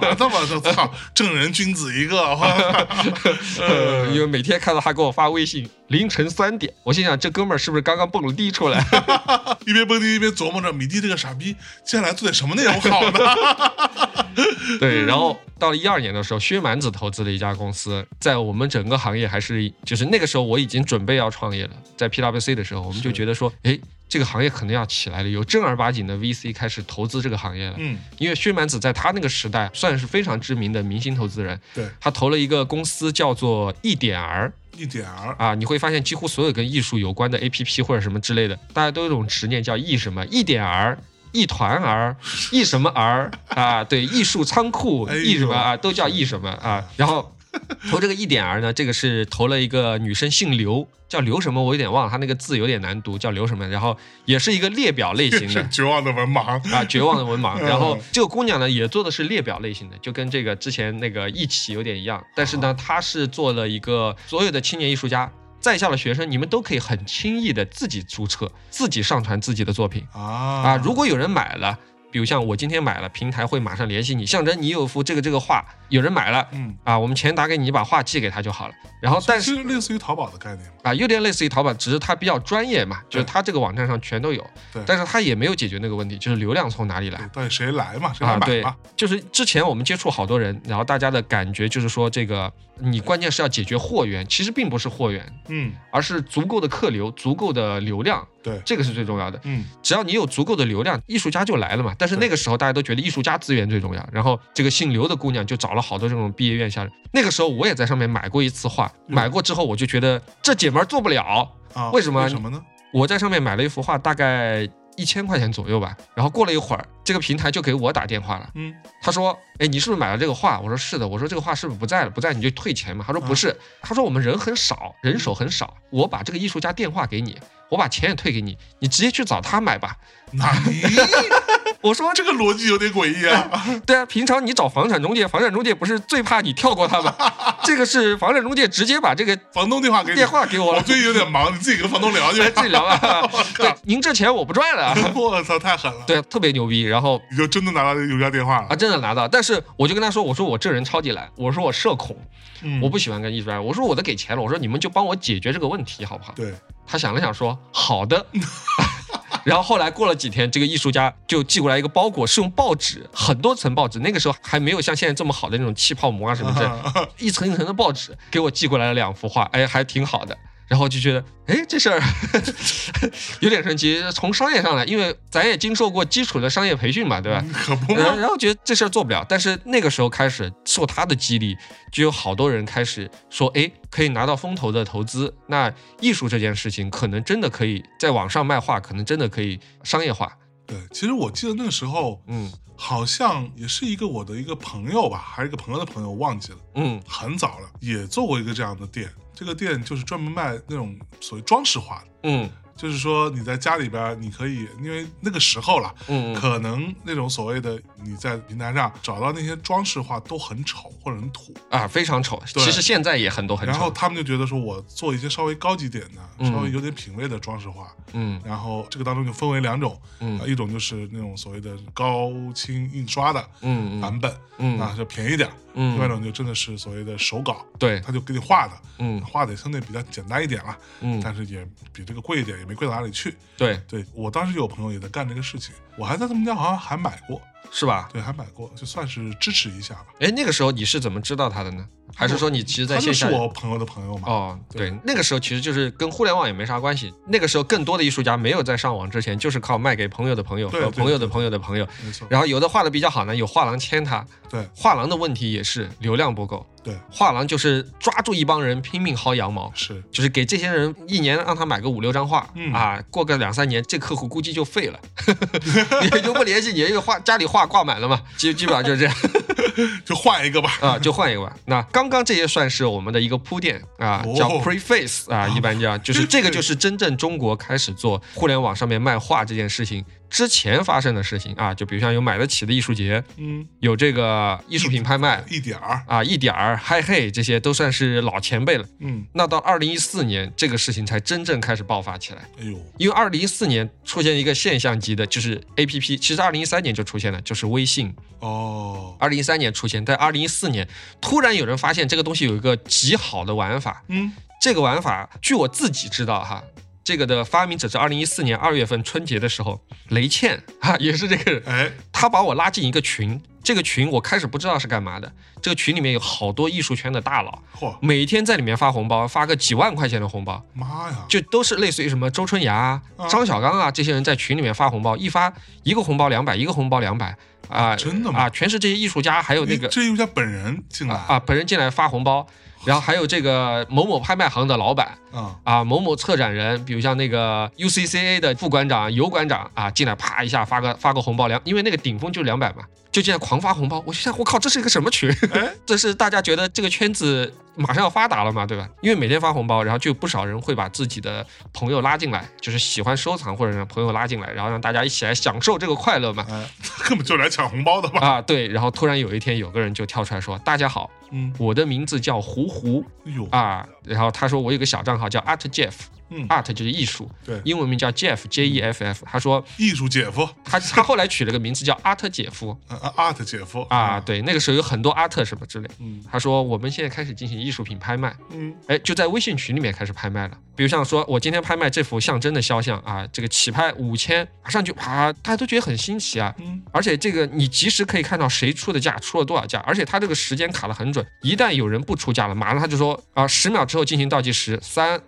Speaker 3: 我这么说，操，正人君子一个，
Speaker 2: 呃，因为每天看到他给我发微信，凌晨三点，我心想这哥们儿是不是刚刚蹦了地出来？
Speaker 3: 一边蹦迪一边琢磨着米蒂这个傻逼接下来做点什么内容好 呢？
Speaker 2: 对，然后到了一二年的时候，薛蛮子投资了一家公司，在我们整个行业还是就是那个时候我已经准备要创业了，在 PWC 的时候，我们就是觉得说，哎，这个行业可能要起来了，有正儿八经的 VC 开始投资这个行业了。
Speaker 3: 嗯，
Speaker 2: 因为薛蛮子在他那个时代算是非常知名的明星投资人，
Speaker 3: 对，
Speaker 2: 他投了一个公司叫做一点儿
Speaker 3: 一点儿，
Speaker 2: 啊，你会发现几乎所有跟艺术有关的 APP 或者什么之类的，大家都有一种执念叫艺什么一点儿。一团儿，艺什么儿啊？对，艺术仓库，
Speaker 3: 哎呦
Speaker 2: 艺什么啊？都叫艺什么啊？然后投这个一点儿呢，这个是投了一个女生姓刘，叫刘什么，我有点忘了，她那个字有点难读，叫刘什么。然后也是一个列表类型的
Speaker 3: 是，绝望的文盲，
Speaker 2: 啊，绝望的文盲。
Speaker 3: 嗯
Speaker 2: 然后这个姑娘呢，也做的是列表类型的，就跟这个之前那个一起有点一样。但是呢，她是做了一个所有的青年艺术家。在校的学生，你们都可以很轻易的自己注册、自己上传自己的作品
Speaker 3: 啊
Speaker 2: 啊。
Speaker 3: 啊
Speaker 2: 如果有人买了，比如像我今天买了，平台会马上联系你。象征你有幅这个这个画，有人买了
Speaker 3: 嗯，
Speaker 2: 啊，我们钱打给你，你把画寄给他就好了。然后，但是
Speaker 3: 是类似于淘宝的概念嘛，
Speaker 2: 啊，有点类似于淘宝，只是它比较专业嘛，就是
Speaker 3: 对
Speaker 2: 它这个网站上全都有
Speaker 3: 对。
Speaker 2: 但是它也没有解决那个问题，就是流量从哪里来
Speaker 3: 对，。到底谁来嘛，谁来
Speaker 2: 啊，
Speaker 3: 买
Speaker 2: 对
Speaker 3: 嘛？，
Speaker 2: 就是之前我们接触好多人，然后大家的感觉就是说，这个你关键是要解决货源，其实并不是货源，
Speaker 3: 嗯，
Speaker 2: 而是足够的客流、足够的流量，
Speaker 3: 对，
Speaker 2: 这个是最重要的。
Speaker 3: 嗯，
Speaker 2: 只要你有足够的流量，艺术家就来了嘛。但是那个时候大家都觉得艺术家资源最重要，然后这个姓刘的姑娘就找了好多这种毕业院校。那个时候我也在上面买过一次画，
Speaker 3: 嗯
Speaker 2: 买过之后我就觉得这姐们儿做不了，
Speaker 3: 啊，
Speaker 2: 嗯为什么
Speaker 3: 为什么呢？
Speaker 2: 我在上面买了一幅画，大概一千块钱左右吧。然后过了一会儿，这个平台就给我打电话了。
Speaker 3: 嗯，
Speaker 2: 他说：“哎，你是不是买了这个画？”我说：“是的。”我说：“这个画是不是不在了？不在你就退钱嘛？”他说：“不是。他说：“我们人很少，人手很少，我把这个艺术家电话给你，我把钱也退给你，你直接去找他买吧。
Speaker 3: 哪里？”
Speaker 2: 我说：“
Speaker 3: 这个逻辑有点诡 异啊！
Speaker 2: 对啊，平常你找房产中介，房产中介不是最怕你跳过他吗？ 这个是房产中介直接把这个
Speaker 3: 房东电话给你，
Speaker 2: 电话给我
Speaker 3: 我
Speaker 2: 了，
Speaker 3: 最近有点忙，你自己跟房东聊去
Speaker 2: 来
Speaker 3: 吧。
Speaker 2: 自己聊 吧。 对，您这钱我不赚了。
Speaker 3: 我操，太狠了！
Speaker 2: 对啊，特别牛逼。然后
Speaker 3: 你就真的拿到这个邮箱电话
Speaker 2: 啊，
Speaker 3: 了？
Speaker 2: 真的拿到，但是我就跟他说，我说我这人超级懒，我说我社恐，
Speaker 3: 嗯
Speaker 2: 我不喜欢跟艺术家，我说我都给钱了，我说你们就帮我解决这个问题好不好？
Speaker 3: 对，
Speaker 2: 他想了想说好的， 然后后来过了几天，这个艺术家就寄过来一个包裹，是用报纸，很多层报纸，那个时候还没有像现在这么好的那种气泡膜啊什么之类的，一层一层的报纸给我寄过来了两幅画，哎，还挺好的。然后就觉得，哎，这事儿 有点神奇。从商业上来，因为咱也经受过基础的商业培训嘛，对吧？
Speaker 3: 嗯可不
Speaker 2: 然后
Speaker 3: 嘛，
Speaker 2: 然后觉得这事儿做不了，但是那个时候开始受他的激励，就有好多人开始说，哎，可以拿到风投的投资，那艺术这件事情可能真的可以在网上卖画，可能真的可以商业化。
Speaker 3: 对，其实我记得那时候
Speaker 2: 嗯
Speaker 3: 好像也是一个我的一个朋友吧，还是一个朋友的朋友，我忘记了，
Speaker 2: 嗯
Speaker 3: 很早了，也做过一个这样的店。这个店就是专门卖那种所谓装饰画的，
Speaker 2: 嗯
Speaker 3: 就是说你在家里边儿你可以，因为那个时候了，
Speaker 2: 嗯嗯
Speaker 3: 可能那种所谓的你在平台上找到那些装饰画都很丑或者很土，
Speaker 2: 啊，非常丑。
Speaker 3: 对
Speaker 2: 其实现在也很多很
Speaker 3: 然后
Speaker 2: 丑。
Speaker 3: 他们就觉得说我做一些稍微高级点的、
Speaker 2: 嗯
Speaker 3: 稍微有点品位的装饰画，
Speaker 2: 嗯
Speaker 3: 然后这个当中就分为两种，
Speaker 2: 嗯
Speaker 3: 啊一种就是那种所谓的高清印刷的
Speaker 2: 嗯嗯
Speaker 3: 版本，
Speaker 2: 嗯
Speaker 3: 啊就便宜点儿，另外
Speaker 2: 嗯，
Speaker 3: 一种就真的是所谓的手稿，
Speaker 2: 对，
Speaker 3: 他就给你画的，
Speaker 2: 嗯
Speaker 3: 画的相对比较简单一点了，
Speaker 2: 嗯
Speaker 3: 但是也比这个贵一点，也没贵到哪里去。
Speaker 2: 对，
Speaker 3: 对我当时有朋友也在干这个事情，我还在他们家好像还买过，
Speaker 2: 是吧？
Speaker 3: 对，还买过，就算是支持一下吧。
Speaker 2: 哎，那个时候你是怎么知道他的呢？还是说你其实在
Speaker 3: 他
Speaker 2: 线
Speaker 3: 就
Speaker 2: 下
Speaker 3: 是？我朋友的朋友嘛，
Speaker 2: 哦，
Speaker 3: 对
Speaker 2: 对，那个时候其实就是跟互联网也没啥关系。那个时候更多的艺术家没有在上网之前，就是靠卖给朋友的朋友
Speaker 3: 对
Speaker 2: 和
Speaker 3: 对
Speaker 2: 朋友
Speaker 3: 对
Speaker 2: 的朋友的朋友。
Speaker 3: 没错，
Speaker 2: 然后有的画的比较好呢，有画廊签他。
Speaker 3: 对
Speaker 2: 画廊的问题也是流量不够，
Speaker 3: 对
Speaker 2: 画廊就是抓住一帮人拼命薅羊毛。
Speaker 3: 是，
Speaker 2: 就是给这些人一年让他买个五六张画、
Speaker 3: 嗯
Speaker 2: 啊，过个两三年，这客户估计就废了， 也就不联系你，因为画家里画挂满了嘛，基基本上就是这样
Speaker 3: 就换一个吧。
Speaker 2: 啊，就换一个吧。那刚刚这些算是我们的一个铺垫啊
Speaker 3: 哦，
Speaker 2: 叫 preface 啊，一般叫就是这个就是真正中国开始做互联网上面卖画这件事情之前发生的事情啊，就比如像有买得起的艺术节，
Speaker 3: 嗯，
Speaker 2: 有这个艺术品拍卖
Speaker 3: 一点儿，
Speaker 2: 啊，一点儿嗨嘿，这些都算是老前辈了。
Speaker 3: 嗯，
Speaker 2: 那到二零一四年，这个事情才真正开始爆发起来。
Speaker 3: 哎呦，
Speaker 2: 因为二零一四年出现一个现象级的，就是 A P P，其实二零一三年就出现了，就是微信。
Speaker 3: 哦，
Speaker 2: 二零一三年出现，在二零一四年突然有人发现这个东西有一个极好的玩法。
Speaker 3: 嗯，
Speaker 2: 这个玩法，据我自己知道哈，这个的发明者是二零一四年二月份春节的时候，雷倩哈也是这个人，
Speaker 3: 哎，
Speaker 2: 他把我拉进一个群，这个群我开始不知道是干嘛的，这个群里面有好多艺术圈的大佬，
Speaker 3: 嚯，
Speaker 2: 每天在里面发红包，发个几万块钱的红包。
Speaker 3: 妈呀，
Speaker 2: 就都是类似于什么周春芽、啊
Speaker 3: 啊、
Speaker 2: 张小刚啊这些人在群里面发红包，一发一个红包两百，一个红包两百啊，
Speaker 3: 真的吗
Speaker 2: 啊，全是这些艺术家，还有那
Speaker 3: 你
Speaker 2: 个
Speaker 3: 这艺术家本人进来
Speaker 2: 啊啊本人进来发红包，然后还有这个某某拍卖行的老板
Speaker 3: 啊，
Speaker 2: 啊，某某策展人，比如像那个 UCCA 的副馆长、尤馆长啊，进来啪一下发个发个红包两，因为那个顶峰就两百嘛，就进来狂发红包，我就想我靠，这是一个什么群？
Speaker 3: 哎，
Speaker 2: 这是大家觉得这个圈子马上要发达了嘛，对吧？因为每天发红包，然后就有不少人会把自己的朋友拉进来，就是喜欢收藏或者让朋友拉进来，然后让大家一起来享受这个快乐嘛。
Speaker 3: 哎， 根本就来抢红包的吧？
Speaker 2: 啊，对，然后突然有一天，有个人就跳出来说：“大家好，
Speaker 3: 嗯，
Speaker 2: 我的名字叫胡胡
Speaker 3: 哎呦，
Speaker 2: 啊。”然后他说：“我有个小账号叫 Art Jeff，Art
Speaker 3: 嗯，
Speaker 2: 就是艺术，
Speaker 3: 对
Speaker 2: 英文名叫 Jeff J E F F。”他说
Speaker 3: 艺术姐夫，
Speaker 2: 他他后来取了个名字叫阿特姐夫
Speaker 3: 啊啊，art 姐夫
Speaker 2: 啊，，对，那个时候有很多阿特什么之类。
Speaker 3: 嗯
Speaker 2: 他说：“我们现在开始进行艺术品拍卖。”
Speaker 3: 嗯，
Speaker 2: 哎，就在微信群里面开始拍卖了。比如像说，我今天拍卖这幅象征的肖像啊，这个起拍五千，马上就啊，大家都觉得很新奇啊。
Speaker 3: 嗯，
Speaker 2: 而且这个你及时可以看到谁出的价，出了多少价，而且它这个时间卡的很准，一旦有人不出价了，马上他就说啊，十秒之后进行倒计时，三、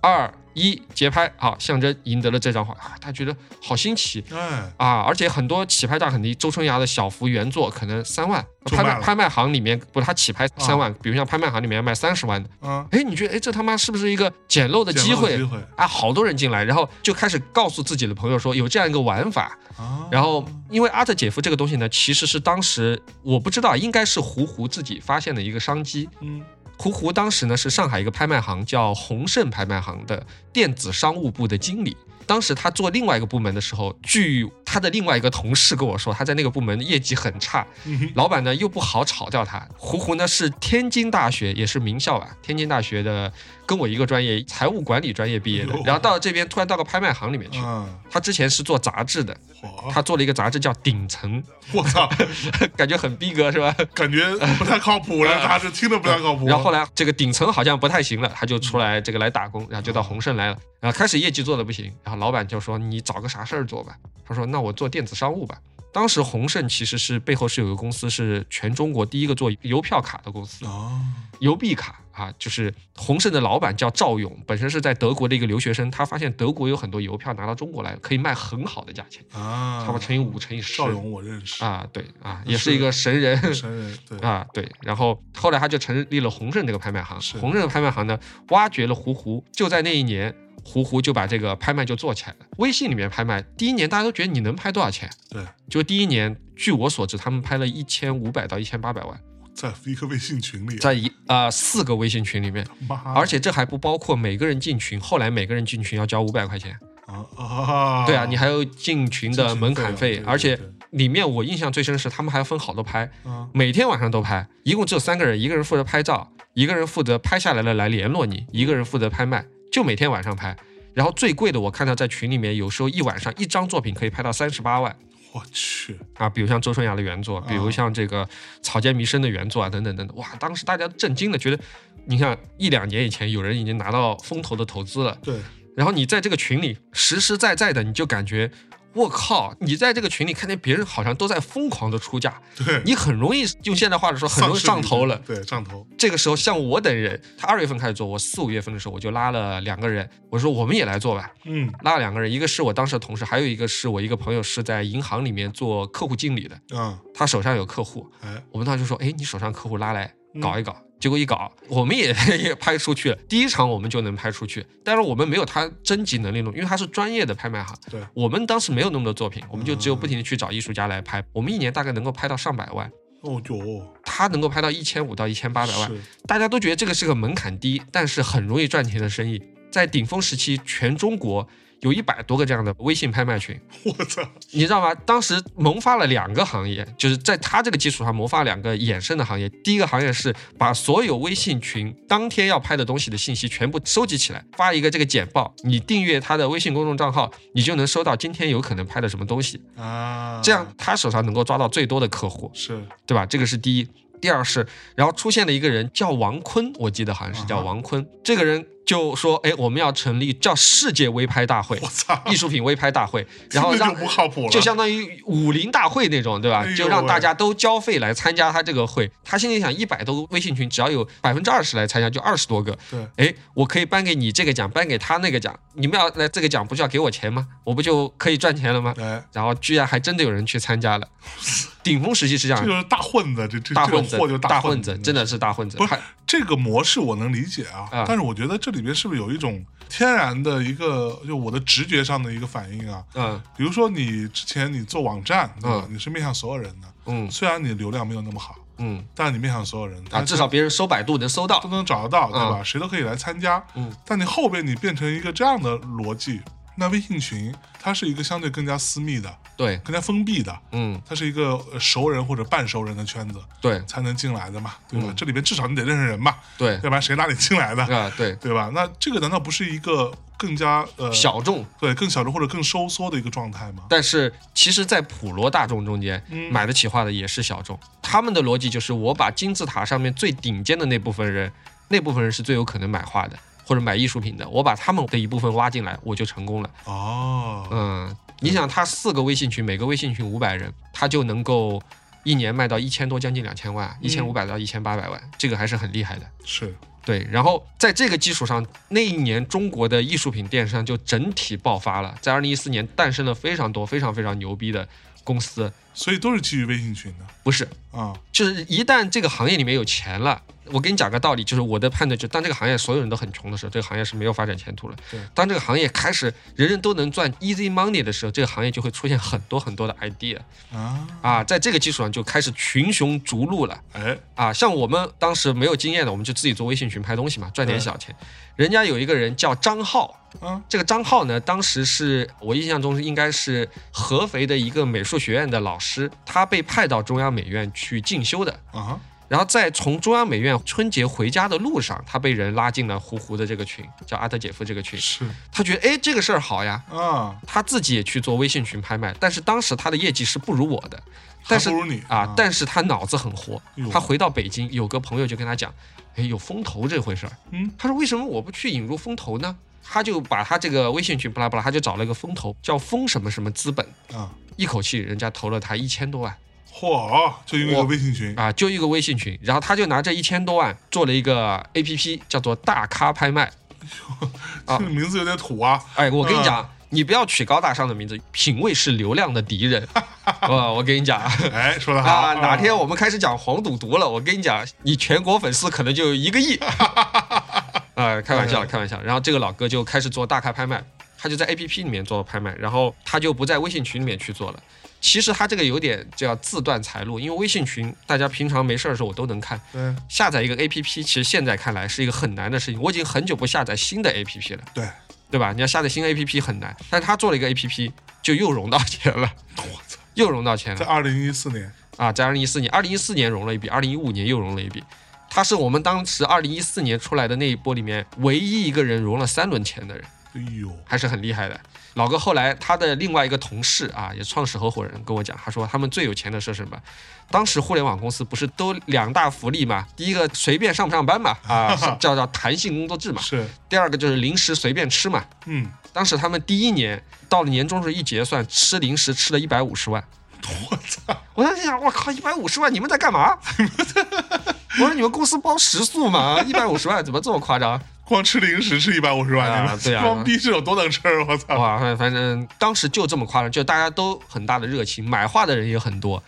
Speaker 2: 二、一，节拍，好，象征赢得了这张画啊，他觉得好新奇，
Speaker 3: 哎，
Speaker 2: 啊，而且很多起拍价很低，周春芽的小幅原作可能三万，
Speaker 3: 就
Speaker 2: 拍
Speaker 3: 卖
Speaker 2: 卖
Speaker 3: 了
Speaker 2: 拍卖行里面不是他起拍三万，比如像拍卖行里面卖三十万的，
Speaker 3: 啊，
Speaker 2: 哎，你觉得哎这他妈是不是一个捡漏的
Speaker 3: 捡
Speaker 2: 机
Speaker 3: 漏的
Speaker 2: 会
Speaker 3: 机会
Speaker 2: 啊？好多人进来，然后就开始告诉自己的朋友说有这样一个玩法，
Speaker 3: 啊，
Speaker 2: 然后因为阿特姐夫这个东西呢，其实是当时我不知道，应该是胡胡自己发现的一个商机。
Speaker 3: 嗯，
Speaker 2: 胡胡当时呢是上海一个拍卖行叫宏盛拍卖行的电子商务部的经理。当时他做另外一个部门的时候，据他的另外一个同事跟我说，他在那个部门业绩很差，
Speaker 3: 嗯哼
Speaker 2: 老板呢又不好炒掉他。胡胡呢是天津大学，也是名校吧，天津大学的，跟我一个专业，财务管理专业毕业的
Speaker 3: 哎呦，
Speaker 2: 然后到这边突然到个拍卖行里面去。
Speaker 3: 嗯，
Speaker 2: 他之前是做杂志的，
Speaker 3: 火，
Speaker 2: 他做了一个杂志叫《顶层
Speaker 3: 我操，》，
Speaker 2: 感觉很逼格是吧？
Speaker 3: 感觉不太靠 谱了，他这听着不太靠谱。
Speaker 2: 然后后来这个顶层好像不太行了，他就出来这个来打工，然后就到宏盛来了。然后开始业绩做的不行，然后老板就说你找个啥事儿做吧。他说那我做电子商务吧。当时宏盛其实是背后是有个公司是全中国第一个做邮票卡的公司，
Speaker 3: 啊，
Speaker 2: 邮币卡啊，就是宏盛的老板叫赵勇，本身是在德国的一个留学生，他发现德国有很多邮票拿到中国来可以卖很好的价钱，
Speaker 3: 啊，
Speaker 2: 差不多乘以五乘以十。
Speaker 3: 邵勇我认识，
Speaker 2: 啊，对啊，也是一个神人，
Speaker 3: 神人，对，
Speaker 2: 啊，对，然后后来他就成立了宏盛这个拍卖行
Speaker 3: 是。
Speaker 2: 宏盛的拍卖行呢，挖掘了胡胡，就在那一年，胡胡就把这个拍卖就做起来了。微信里面拍卖，第一年大家都觉得你能拍多少钱？
Speaker 3: 对，
Speaker 2: 就第一年，据我所知，他们拍了一千五百到一千八百万。
Speaker 3: 在一个微信群里，
Speaker 2: 在一啊、四个微信群里面，
Speaker 3: 妈呀，
Speaker 2: 而且这还不包括每个人进群，后来每个人进群要交五百块钱。
Speaker 3: 啊啊，
Speaker 2: 对啊，你还有进群的门槛
Speaker 3: 进群费
Speaker 2: 费
Speaker 3: 啊，
Speaker 2: 而且
Speaker 3: 对对
Speaker 2: 里面我印象最深是他们还分好多拍，
Speaker 3: 啊
Speaker 2: 每天晚上都拍，一共只有三个人，一个人负责拍照，一个人负责拍下来了来联络你，一个人负责拍卖，就每天晚上拍。然后最贵的，我看到在群里面有时候一晚上一张作品可以拍到三十八万
Speaker 3: 我去，
Speaker 2: 啊，比如像周春芽的原作，比如像这个草间弥生的原作啊，等等等等，哇，当时大家震惊的觉得，你想一两年以前有人已经拿到风投的投资了，
Speaker 3: 对，
Speaker 2: 然后你在这个群里实实在在的，你就感觉。我靠！你在这个群里看见别人好像都在疯狂的出价，
Speaker 3: 对，
Speaker 2: 你很容易用现在话来说，很容易
Speaker 3: 失
Speaker 2: 上
Speaker 3: 理智
Speaker 2: 头了。
Speaker 3: 对，上头，
Speaker 2: 这个时候，像我等人，他二月份开始做，我四五月份的时候我就拉了两个人，我说我们也来做吧。
Speaker 3: 嗯
Speaker 2: 拉了两个人，一个是我当时的同事，还有一个是我一个朋友是在银行里面做客户经理的，
Speaker 3: 啊，
Speaker 2: 他手上有客户，
Speaker 3: 哎，
Speaker 2: 我们当时就说，哎，你手上客户拉来搞一搞。结果一搞，我们也 也拍出去了。第一场我们就能拍出去，但是我们没有他征集能力弄，因为他是专业的拍卖行。
Speaker 3: 对
Speaker 2: 我们当时没有那么多作品，我们就只有不停的去找艺术家来拍。我们一年大概能够拍到上百万，
Speaker 3: 哦哟，
Speaker 2: 他能够拍到一千五到一千八百万，
Speaker 3: 是，
Speaker 2: 大家都觉得这个是个门槛低，但是很容易赚钱的生意。在顶峰时期，全中国有一百多个这样的微信拍卖群，
Speaker 3: 我操，
Speaker 2: 你知道吗？当时萌发了两个行业，就是在他这个基础上萌发两个衍生的行业。第一个行业是把所有微信群当天要拍的东西的信息全部收集起来，发一个这个简报。你订阅他的微信公众账号，你就能收到今天有可能拍的什么东西。
Speaker 3: 啊，
Speaker 2: 这样他手上能够抓到最多的客户。
Speaker 3: 是
Speaker 2: 对吧？这个是第一。第二是，然后出现了一个人叫王坤，我记得好像是
Speaker 3: 啊
Speaker 2: 叫王坤。这个人就说：“哎，我们要成立叫世界微拍大会
Speaker 3: 我，操，
Speaker 2: 艺术品微拍大会， 然后
Speaker 3: 听着
Speaker 2: 让
Speaker 3: 就不靠谱了，
Speaker 2: 就相当于武林大会那种，对吧
Speaker 3: 哎？呦
Speaker 2: 就让大家都交费来参加他这个会。他心里想，一百多个微信群，只要有百分之二十来参加，就二十多个。
Speaker 3: 对，
Speaker 2: 哎，我可以颁给你这个奖，颁给他那个奖。你们要来这个奖，不就要给我钱吗？我不就可以赚钱了吗？
Speaker 3: 哎，
Speaker 2: 然后居然还真的有人去参加了。顶峰时期是这样
Speaker 3: 这，就是大混子，这这
Speaker 2: 大
Speaker 3: 这种
Speaker 2: 混子
Speaker 3: 货就是，大
Speaker 2: 混
Speaker 3: 子，
Speaker 2: 子，真的是大混子。
Speaker 3: 不是
Speaker 2: 还
Speaker 3: 这个模式我能理解啊，
Speaker 2: 啊
Speaker 3: 但是我觉得这里边是不是有一种天然的一个，就我的直觉上的一个反应啊？
Speaker 2: 嗯
Speaker 3: 比如说你之前你做网站，对吧？
Speaker 2: 嗯
Speaker 3: 你是面向所有人的，
Speaker 2: 嗯
Speaker 3: 虽然你流量没有那么好，
Speaker 2: 嗯
Speaker 3: 但你面向所有人，
Speaker 2: 啊，
Speaker 3: 他
Speaker 2: 至少别人搜百度能搜
Speaker 3: 都
Speaker 2: 到。
Speaker 3: 能找得到，对吧？谁都可以来参加。
Speaker 2: 嗯，
Speaker 3: 但你后边你变成一个这样的逻辑，那微信群它是一个相对更加私密的、
Speaker 2: 对，
Speaker 3: 更加封闭的，
Speaker 2: 嗯
Speaker 3: 它是一个呃熟人或者半熟人的圈子
Speaker 2: 对
Speaker 3: 才能进来的嘛，对吧？
Speaker 2: 嗯
Speaker 3: 这里边至少你得认识人吧，
Speaker 2: 对
Speaker 3: 要不然谁拉你进来的？
Speaker 2: 啊对，
Speaker 3: 对吧？那这个难道不是一个更加呃
Speaker 2: 小众。
Speaker 3: 对更小众或者更收缩的一个状态吗？
Speaker 2: 但是其实，在普罗大众中间，
Speaker 3: 嗯
Speaker 2: 买得起画的也是小众。他们的逻辑就是，我把金字塔上面最顶尖的那部分人，那部分人是最有可能买画的或者买艺术品的，我把他们的一部分挖进来，我就成功了。
Speaker 3: 哦，
Speaker 2: 嗯，你想，他四个微信群，每个微信群五百人，他就能够一年卖到一千多，将近两千万，一千五百到一千八百万，这个还是很厉害的。
Speaker 3: 是
Speaker 2: 对，然后在这个基础上，那一年中国的艺术品电商就整体爆发了，在二零一四年诞生了非常多非常非常牛逼的公司，
Speaker 3: 所以都是基于微信群的
Speaker 2: 不是，
Speaker 3: 啊、
Speaker 2: 就是一旦这个行业里面有钱了，我跟你讲个道理，就是我的判断，就当这个行业所有人都很穷的时候，这个行业是没有发展前途了
Speaker 3: 对。
Speaker 2: 当这个行业开始人人都能赚 easy money 的时候，这个行业就会出现很多很多的 idea
Speaker 3: 啊，
Speaker 2: 啊，在这个基础上就开始群雄逐鹿了。
Speaker 3: 哎，
Speaker 2: 啊，像我们当时没有经验的，我们就自己做微信群拍东西嘛，赚点
Speaker 3: 对
Speaker 2: 小钱。人家有一个人叫张浩，
Speaker 3: 嗯，
Speaker 2: 这个张浩呢，当时是我印象中是应该是合肥的一个美术学院的老师，他被派到中央美院去进修的。
Speaker 3: 啊哈，
Speaker 2: 然后在从中央美院春节回家的路上，他被人拉进了胡胡的这个群，叫阿特姐夫这个群。
Speaker 3: 是
Speaker 2: 他觉得哎这个事儿好呀，
Speaker 3: 啊，
Speaker 2: 他自己也去做微信群拍卖，但是当时他的业绩是不如我的，但是
Speaker 3: 还不如你
Speaker 2: 啊，但是他脑子很活
Speaker 3: 哎呦，
Speaker 2: 他回到北京，有个朋友就跟他讲，哎，有风投这回事儿，
Speaker 3: 嗯，
Speaker 2: 他说为什么我不去引入风投呢？他就把他这个微信群巴拉巴拉，他就找了一个风投，叫风什么什么资本，
Speaker 3: 啊，
Speaker 2: 一口气人家投了他一千多万
Speaker 3: 嚯，就因为一个
Speaker 2: 我
Speaker 3: 微信群，
Speaker 2: 啊，就一个微信群，然后他就拿这一千多万做了一个 A P P，叫做大咖拍卖。啊
Speaker 3: 这个 名字有点土啊，
Speaker 2: 哎，我跟你
Speaker 3: 嗯
Speaker 2: 讲，你不要取高大上的名字，品味是流量的敌 人。啊，我跟你讲。
Speaker 3: 哎，说的好
Speaker 2: 啊，哪天我们开始讲黄赌毒了，我跟你讲，你全国粉丝可能哎 就一个亿。啊、开玩笑，开玩笑。然后这个老哥就开始做大咖拍卖，他就在 APP 里面做拍卖，然后他就不在微信群里面去做了。其实他这个有点叫自断财路，因为微信群大家平常没事儿的时候我都能看，
Speaker 3: 对
Speaker 2: 下载一个 APP，其实现在看来是一个很难的事情。我已经很久不下载新的 APP 了，
Speaker 3: 对，
Speaker 2: 对吧？你要下载新 APP 很难，但是他做了一个 APP，就又融到钱了，
Speaker 3: 我操，
Speaker 2: 又融到钱了
Speaker 3: 在。二零一四年，
Speaker 2: 啊，在二零一四年，二零一四年融了一笔，二零一五年又融了一笔。他是我们当时二零一四年出来的那一波里面唯一一个人融了三轮钱的人，
Speaker 3: 哎呦，
Speaker 2: 还是很厉害的。老哥后来他的另外一个同事啊，也创始合伙人跟我讲，他说他们最有钱的是什么？当时互联网公司不是都两大福利嘛，第一个随便上不上班嘛，啊，叫叫弹性工作制嘛，
Speaker 3: 是，
Speaker 2: 第二个就是零食随便吃嘛。
Speaker 3: 嗯，
Speaker 2: 当时他们第一年到了年终时一结算，吃零食吃了一百五十万，
Speaker 3: 我操，
Speaker 2: 我当时想，我靠，一百五十万，你们在干 嘛？我说你们公司包食宿吗？一百五十万怎么这么夸张？
Speaker 3: 光吃零食吃一百五十万，
Speaker 2: 啊
Speaker 3: 你们
Speaker 2: 对啊啊
Speaker 3: 装逼这种都能吃，我操，
Speaker 2: 哇，反反正当时就这么夸张，就大家都很大的热情，买画的人也很多，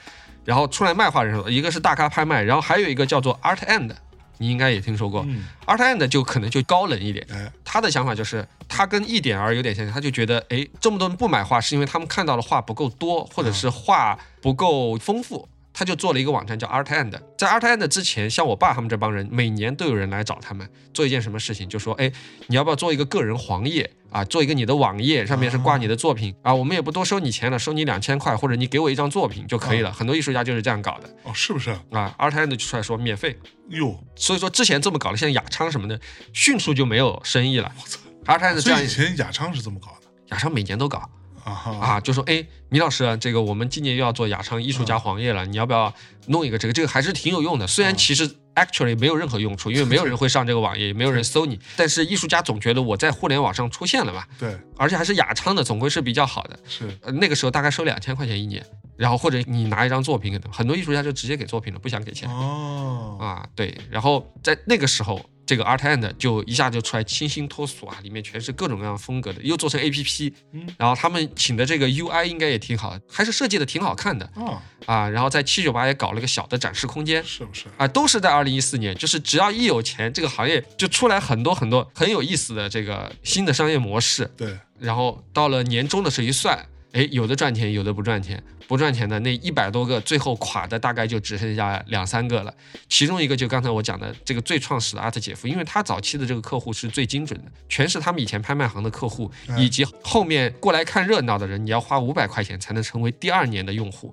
Speaker 2: 然后出来卖画的人，一个是大咖拍卖，然后还有一个叫做 Art End，你应该也听说过。
Speaker 3: 嗯，
Speaker 2: Art End 就可能就高冷一点，
Speaker 3: 哎，
Speaker 2: 他的想法就是，他跟一点儿有点像，他就觉得，哎，这么多人不买画，是因为他们看到的画不够多，或
Speaker 3: 嗯
Speaker 2: 者是画不够丰富。他就做了一个网站叫 Art End，在 Art End 之前，像我爸他们这帮人，每年都有人来找他们做一件什么事情，就说，哎，你要不要做一个个人黄页啊？做一个你的网页，上面是挂你的作
Speaker 3: 嗯
Speaker 2: 品啊，我们也不多收你钱了，收你两千块，或者你给我一张作品就可以
Speaker 3: 嗯
Speaker 2: 了。很多艺术家就是这样搞的
Speaker 3: 哦，是不是？
Speaker 2: 啊。Art End 就出来说免费，
Speaker 3: 哟，
Speaker 2: 所以说之前这么搞的，像雅昌什么的，迅速就没有生意了。
Speaker 3: 我操，啊
Speaker 2: Art End 这
Speaker 3: 所
Speaker 2: 样
Speaker 3: 以以前雅昌是这么搞的
Speaker 2: 雅昌每年都搞
Speaker 3: 啊哈，
Speaker 2: 啊，就说哎，米老师啊，这个我们今年又要做雅昌艺术家黄页了，你要不要弄一个这个？这个还是挺有用的，虽然其实 actually 没有任何用处，因为没有人会上这个网页，也没有人搜你，但是艺术家总觉得我在互联网上出现了嘛，
Speaker 3: 对，
Speaker 2: 而且还是雅昌的，总归是比较好的。
Speaker 3: 是，
Speaker 2: 呃，那个时候大概收两千块钱一年，然后或者你拿一张作品给他们，很多艺术家就直接给作品了，不想给钱。
Speaker 3: 哦，
Speaker 2: 啊，对，然后在那个时候，这个 Art End 就一下就出来清新脱俗啊，里面全是各种各样风格的，又做成 APP，
Speaker 3: 嗯
Speaker 2: 然后他们请的这个 UI 应该也挺好，还是设计的挺好看的
Speaker 3: 啊，
Speaker 2: 啊，然后在七九八也搞了个小的展示空间。
Speaker 3: 是不是？
Speaker 2: 啊，都是在二零一四年，就是只要一有钱，这个行业就出来很多很多很有意思的这个新的商业模式。
Speaker 3: 对，
Speaker 2: 然后到了年终的时候一算，哎，有的赚钱，有的不赚钱。不赚钱的那一百多个，最后垮的大概就只剩下两三个了。其中一个就刚才我讲的这个最创始的阿特姐夫，因为他早期的这个客户是最精准的，全是他们以前拍卖行的客户，
Speaker 3: 嗯
Speaker 2: 以及后面过来看热闹的人。你要花五百块钱才能成为第二年的用户。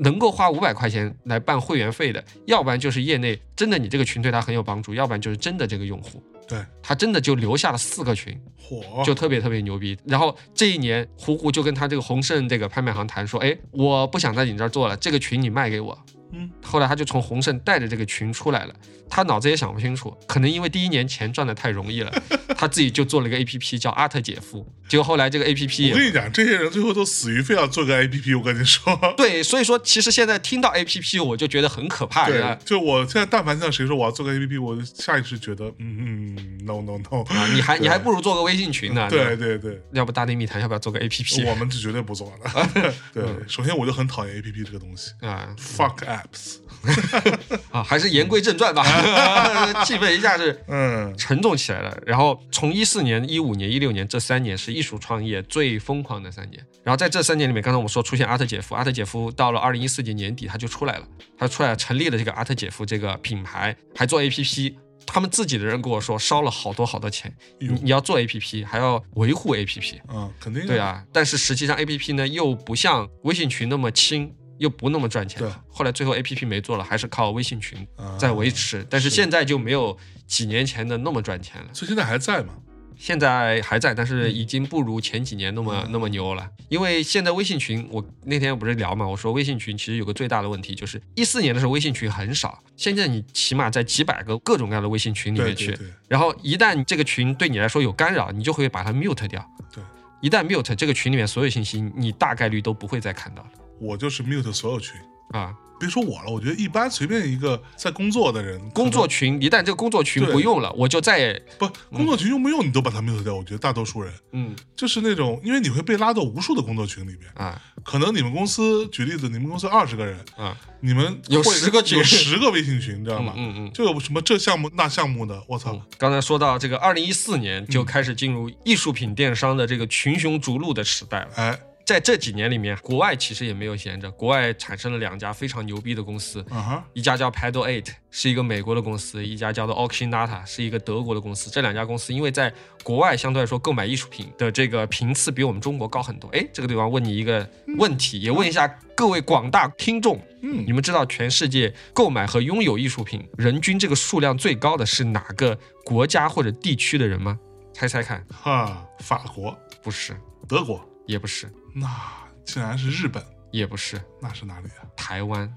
Speaker 2: 能够花五百块钱来办会员费的，要不然就是业内真的你这个群对他很有帮助，要不然就是真的这个用户，
Speaker 3: 对，
Speaker 2: 他真的就留下了四个群，
Speaker 3: 火，
Speaker 2: 就特别特别牛逼。然后这一年，胡胡就跟他这个宏盛这个拍卖行谈说，哎，我不想在你这儿做了，这个群你卖给我。
Speaker 3: 嗯，
Speaker 2: 后来他就从宏盛带着这个群出来了，他脑子也想不清楚，可能因为第一年钱赚的太容易 了，他自己就做了个 A P P 叫阿特姐夫，结果后来这个 A P P
Speaker 3: 我跟你讲，这些人最后都死于非要做个 APP，我跟你 说。
Speaker 2: 对，所以说其实现在听到 A P P 我就觉得很可怕，
Speaker 3: 对
Speaker 2: 然后，
Speaker 3: 就我现在但凡向谁说我要做个 APP，我就下意识觉得，嗯嗯，no no no，
Speaker 2: 啊，你 还你还
Speaker 3: 对
Speaker 2: 不如做个微信群呢，
Speaker 3: 对，对对，
Speaker 2: 要不大内密谈要不要做个 A P P
Speaker 3: 我们是绝对不做 的。
Speaker 2: 嗯
Speaker 3: 对，首先我就很讨厌 APP 这个东西
Speaker 2: 啊？
Speaker 3: ，fuck apps。
Speaker 2: 啊，还是言归正 传吧， 气氛一下是
Speaker 3: 嗯，
Speaker 2: 沉重起来了。然后从一四年、一五年、一六年这三年是艺术创业最疯狂的三年。然后在这三年里面，刚才我们说出现阿特姐夫，阿特姐夫到了二零一四年年底他就出来了，他出来成立了这个阿特姐夫这个品牌，还做 APP。他们自己的人跟我说，烧了好多好多钱。你你要做 APP，还要维护 APP，
Speaker 3: 啊，肯定
Speaker 2: 对，啊。但是实际上 APP 呢，又不像微信群那么轻，又不那么赚钱
Speaker 3: 对。
Speaker 2: 后来最后 APP 没做了，还是靠微信群
Speaker 3: 啊
Speaker 2: 在维持。但是现在就没有几年前的那么赚钱了。
Speaker 3: 所以现在还在嘛？
Speaker 2: 现在还在，但是已经不如前几年那
Speaker 3: 嗯
Speaker 2: 么、那么牛了。因为现在微信群，我那天不是聊嘛，我说微信群其实有个最大的问题，就是一四年的时候微信群很少，现在你起码在几百个各种各样的微信群里
Speaker 3: 对
Speaker 2: 面去，
Speaker 3: 对对，
Speaker 2: 然后一旦这个群对你来说有干扰，你就会把它 mute 掉。
Speaker 3: 对，
Speaker 2: 一旦 mute 这个群里面所有信息，你大概率都不会再看到了。
Speaker 3: 我就是 mute 所有群，
Speaker 2: 啊。
Speaker 3: 别说我了，我觉得一般随便一个在工作的人，
Speaker 2: 工作嗯群一旦这个工作群
Speaker 3: 对
Speaker 2: 不用了，我就再也
Speaker 3: 不工作群用不用你都把它 mute 掉。我觉得大多数人
Speaker 2: 嗯
Speaker 3: 就是那种，因为你会被拉到无数的工作群里面，
Speaker 2: 啊
Speaker 3: 可能你们公司举例子，你们公司二十个人，
Speaker 2: 啊
Speaker 3: 你们
Speaker 2: 有
Speaker 3: 会
Speaker 2: 10个群
Speaker 3: 有十个微信群，你知道
Speaker 2: 嗯
Speaker 3: 吗？
Speaker 2: 嗯嗯。
Speaker 3: 就有什么这项目那项目的，我操，
Speaker 2: 刚才说到这个，二零一四年就开始进入艺术品电商的这个群雄逐鹿的时代了。
Speaker 3: 哎，
Speaker 2: 在这几年里面，国外其实也没有闲着，国外产生了两家非常牛逼的公司，
Speaker 3: 啊哈，
Speaker 2: 一家叫 Paddle Eight，是一个美国的公司；一家叫做 Auctionata，是一个德国的公司。这两家公司因为在国外相对来说购买艺术品的这个频次比我们中国高很多。哎，这个地方问你一个问题，也问一下各位广大听众，
Speaker 3: 嗯
Speaker 2: 你们知道全世界购买和拥有艺术品人均这个数量最高的是哪个国家或者地区的人吗？猜猜看，
Speaker 3: 哈，法国、
Speaker 2: 不是，
Speaker 3: 德国，
Speaker 2: 也不是，
Speaker 3: 那竟然是日本，
Speaker 2: 也不是，
Speaker 3: 那是哪里啊？
Speaker 2: 台湾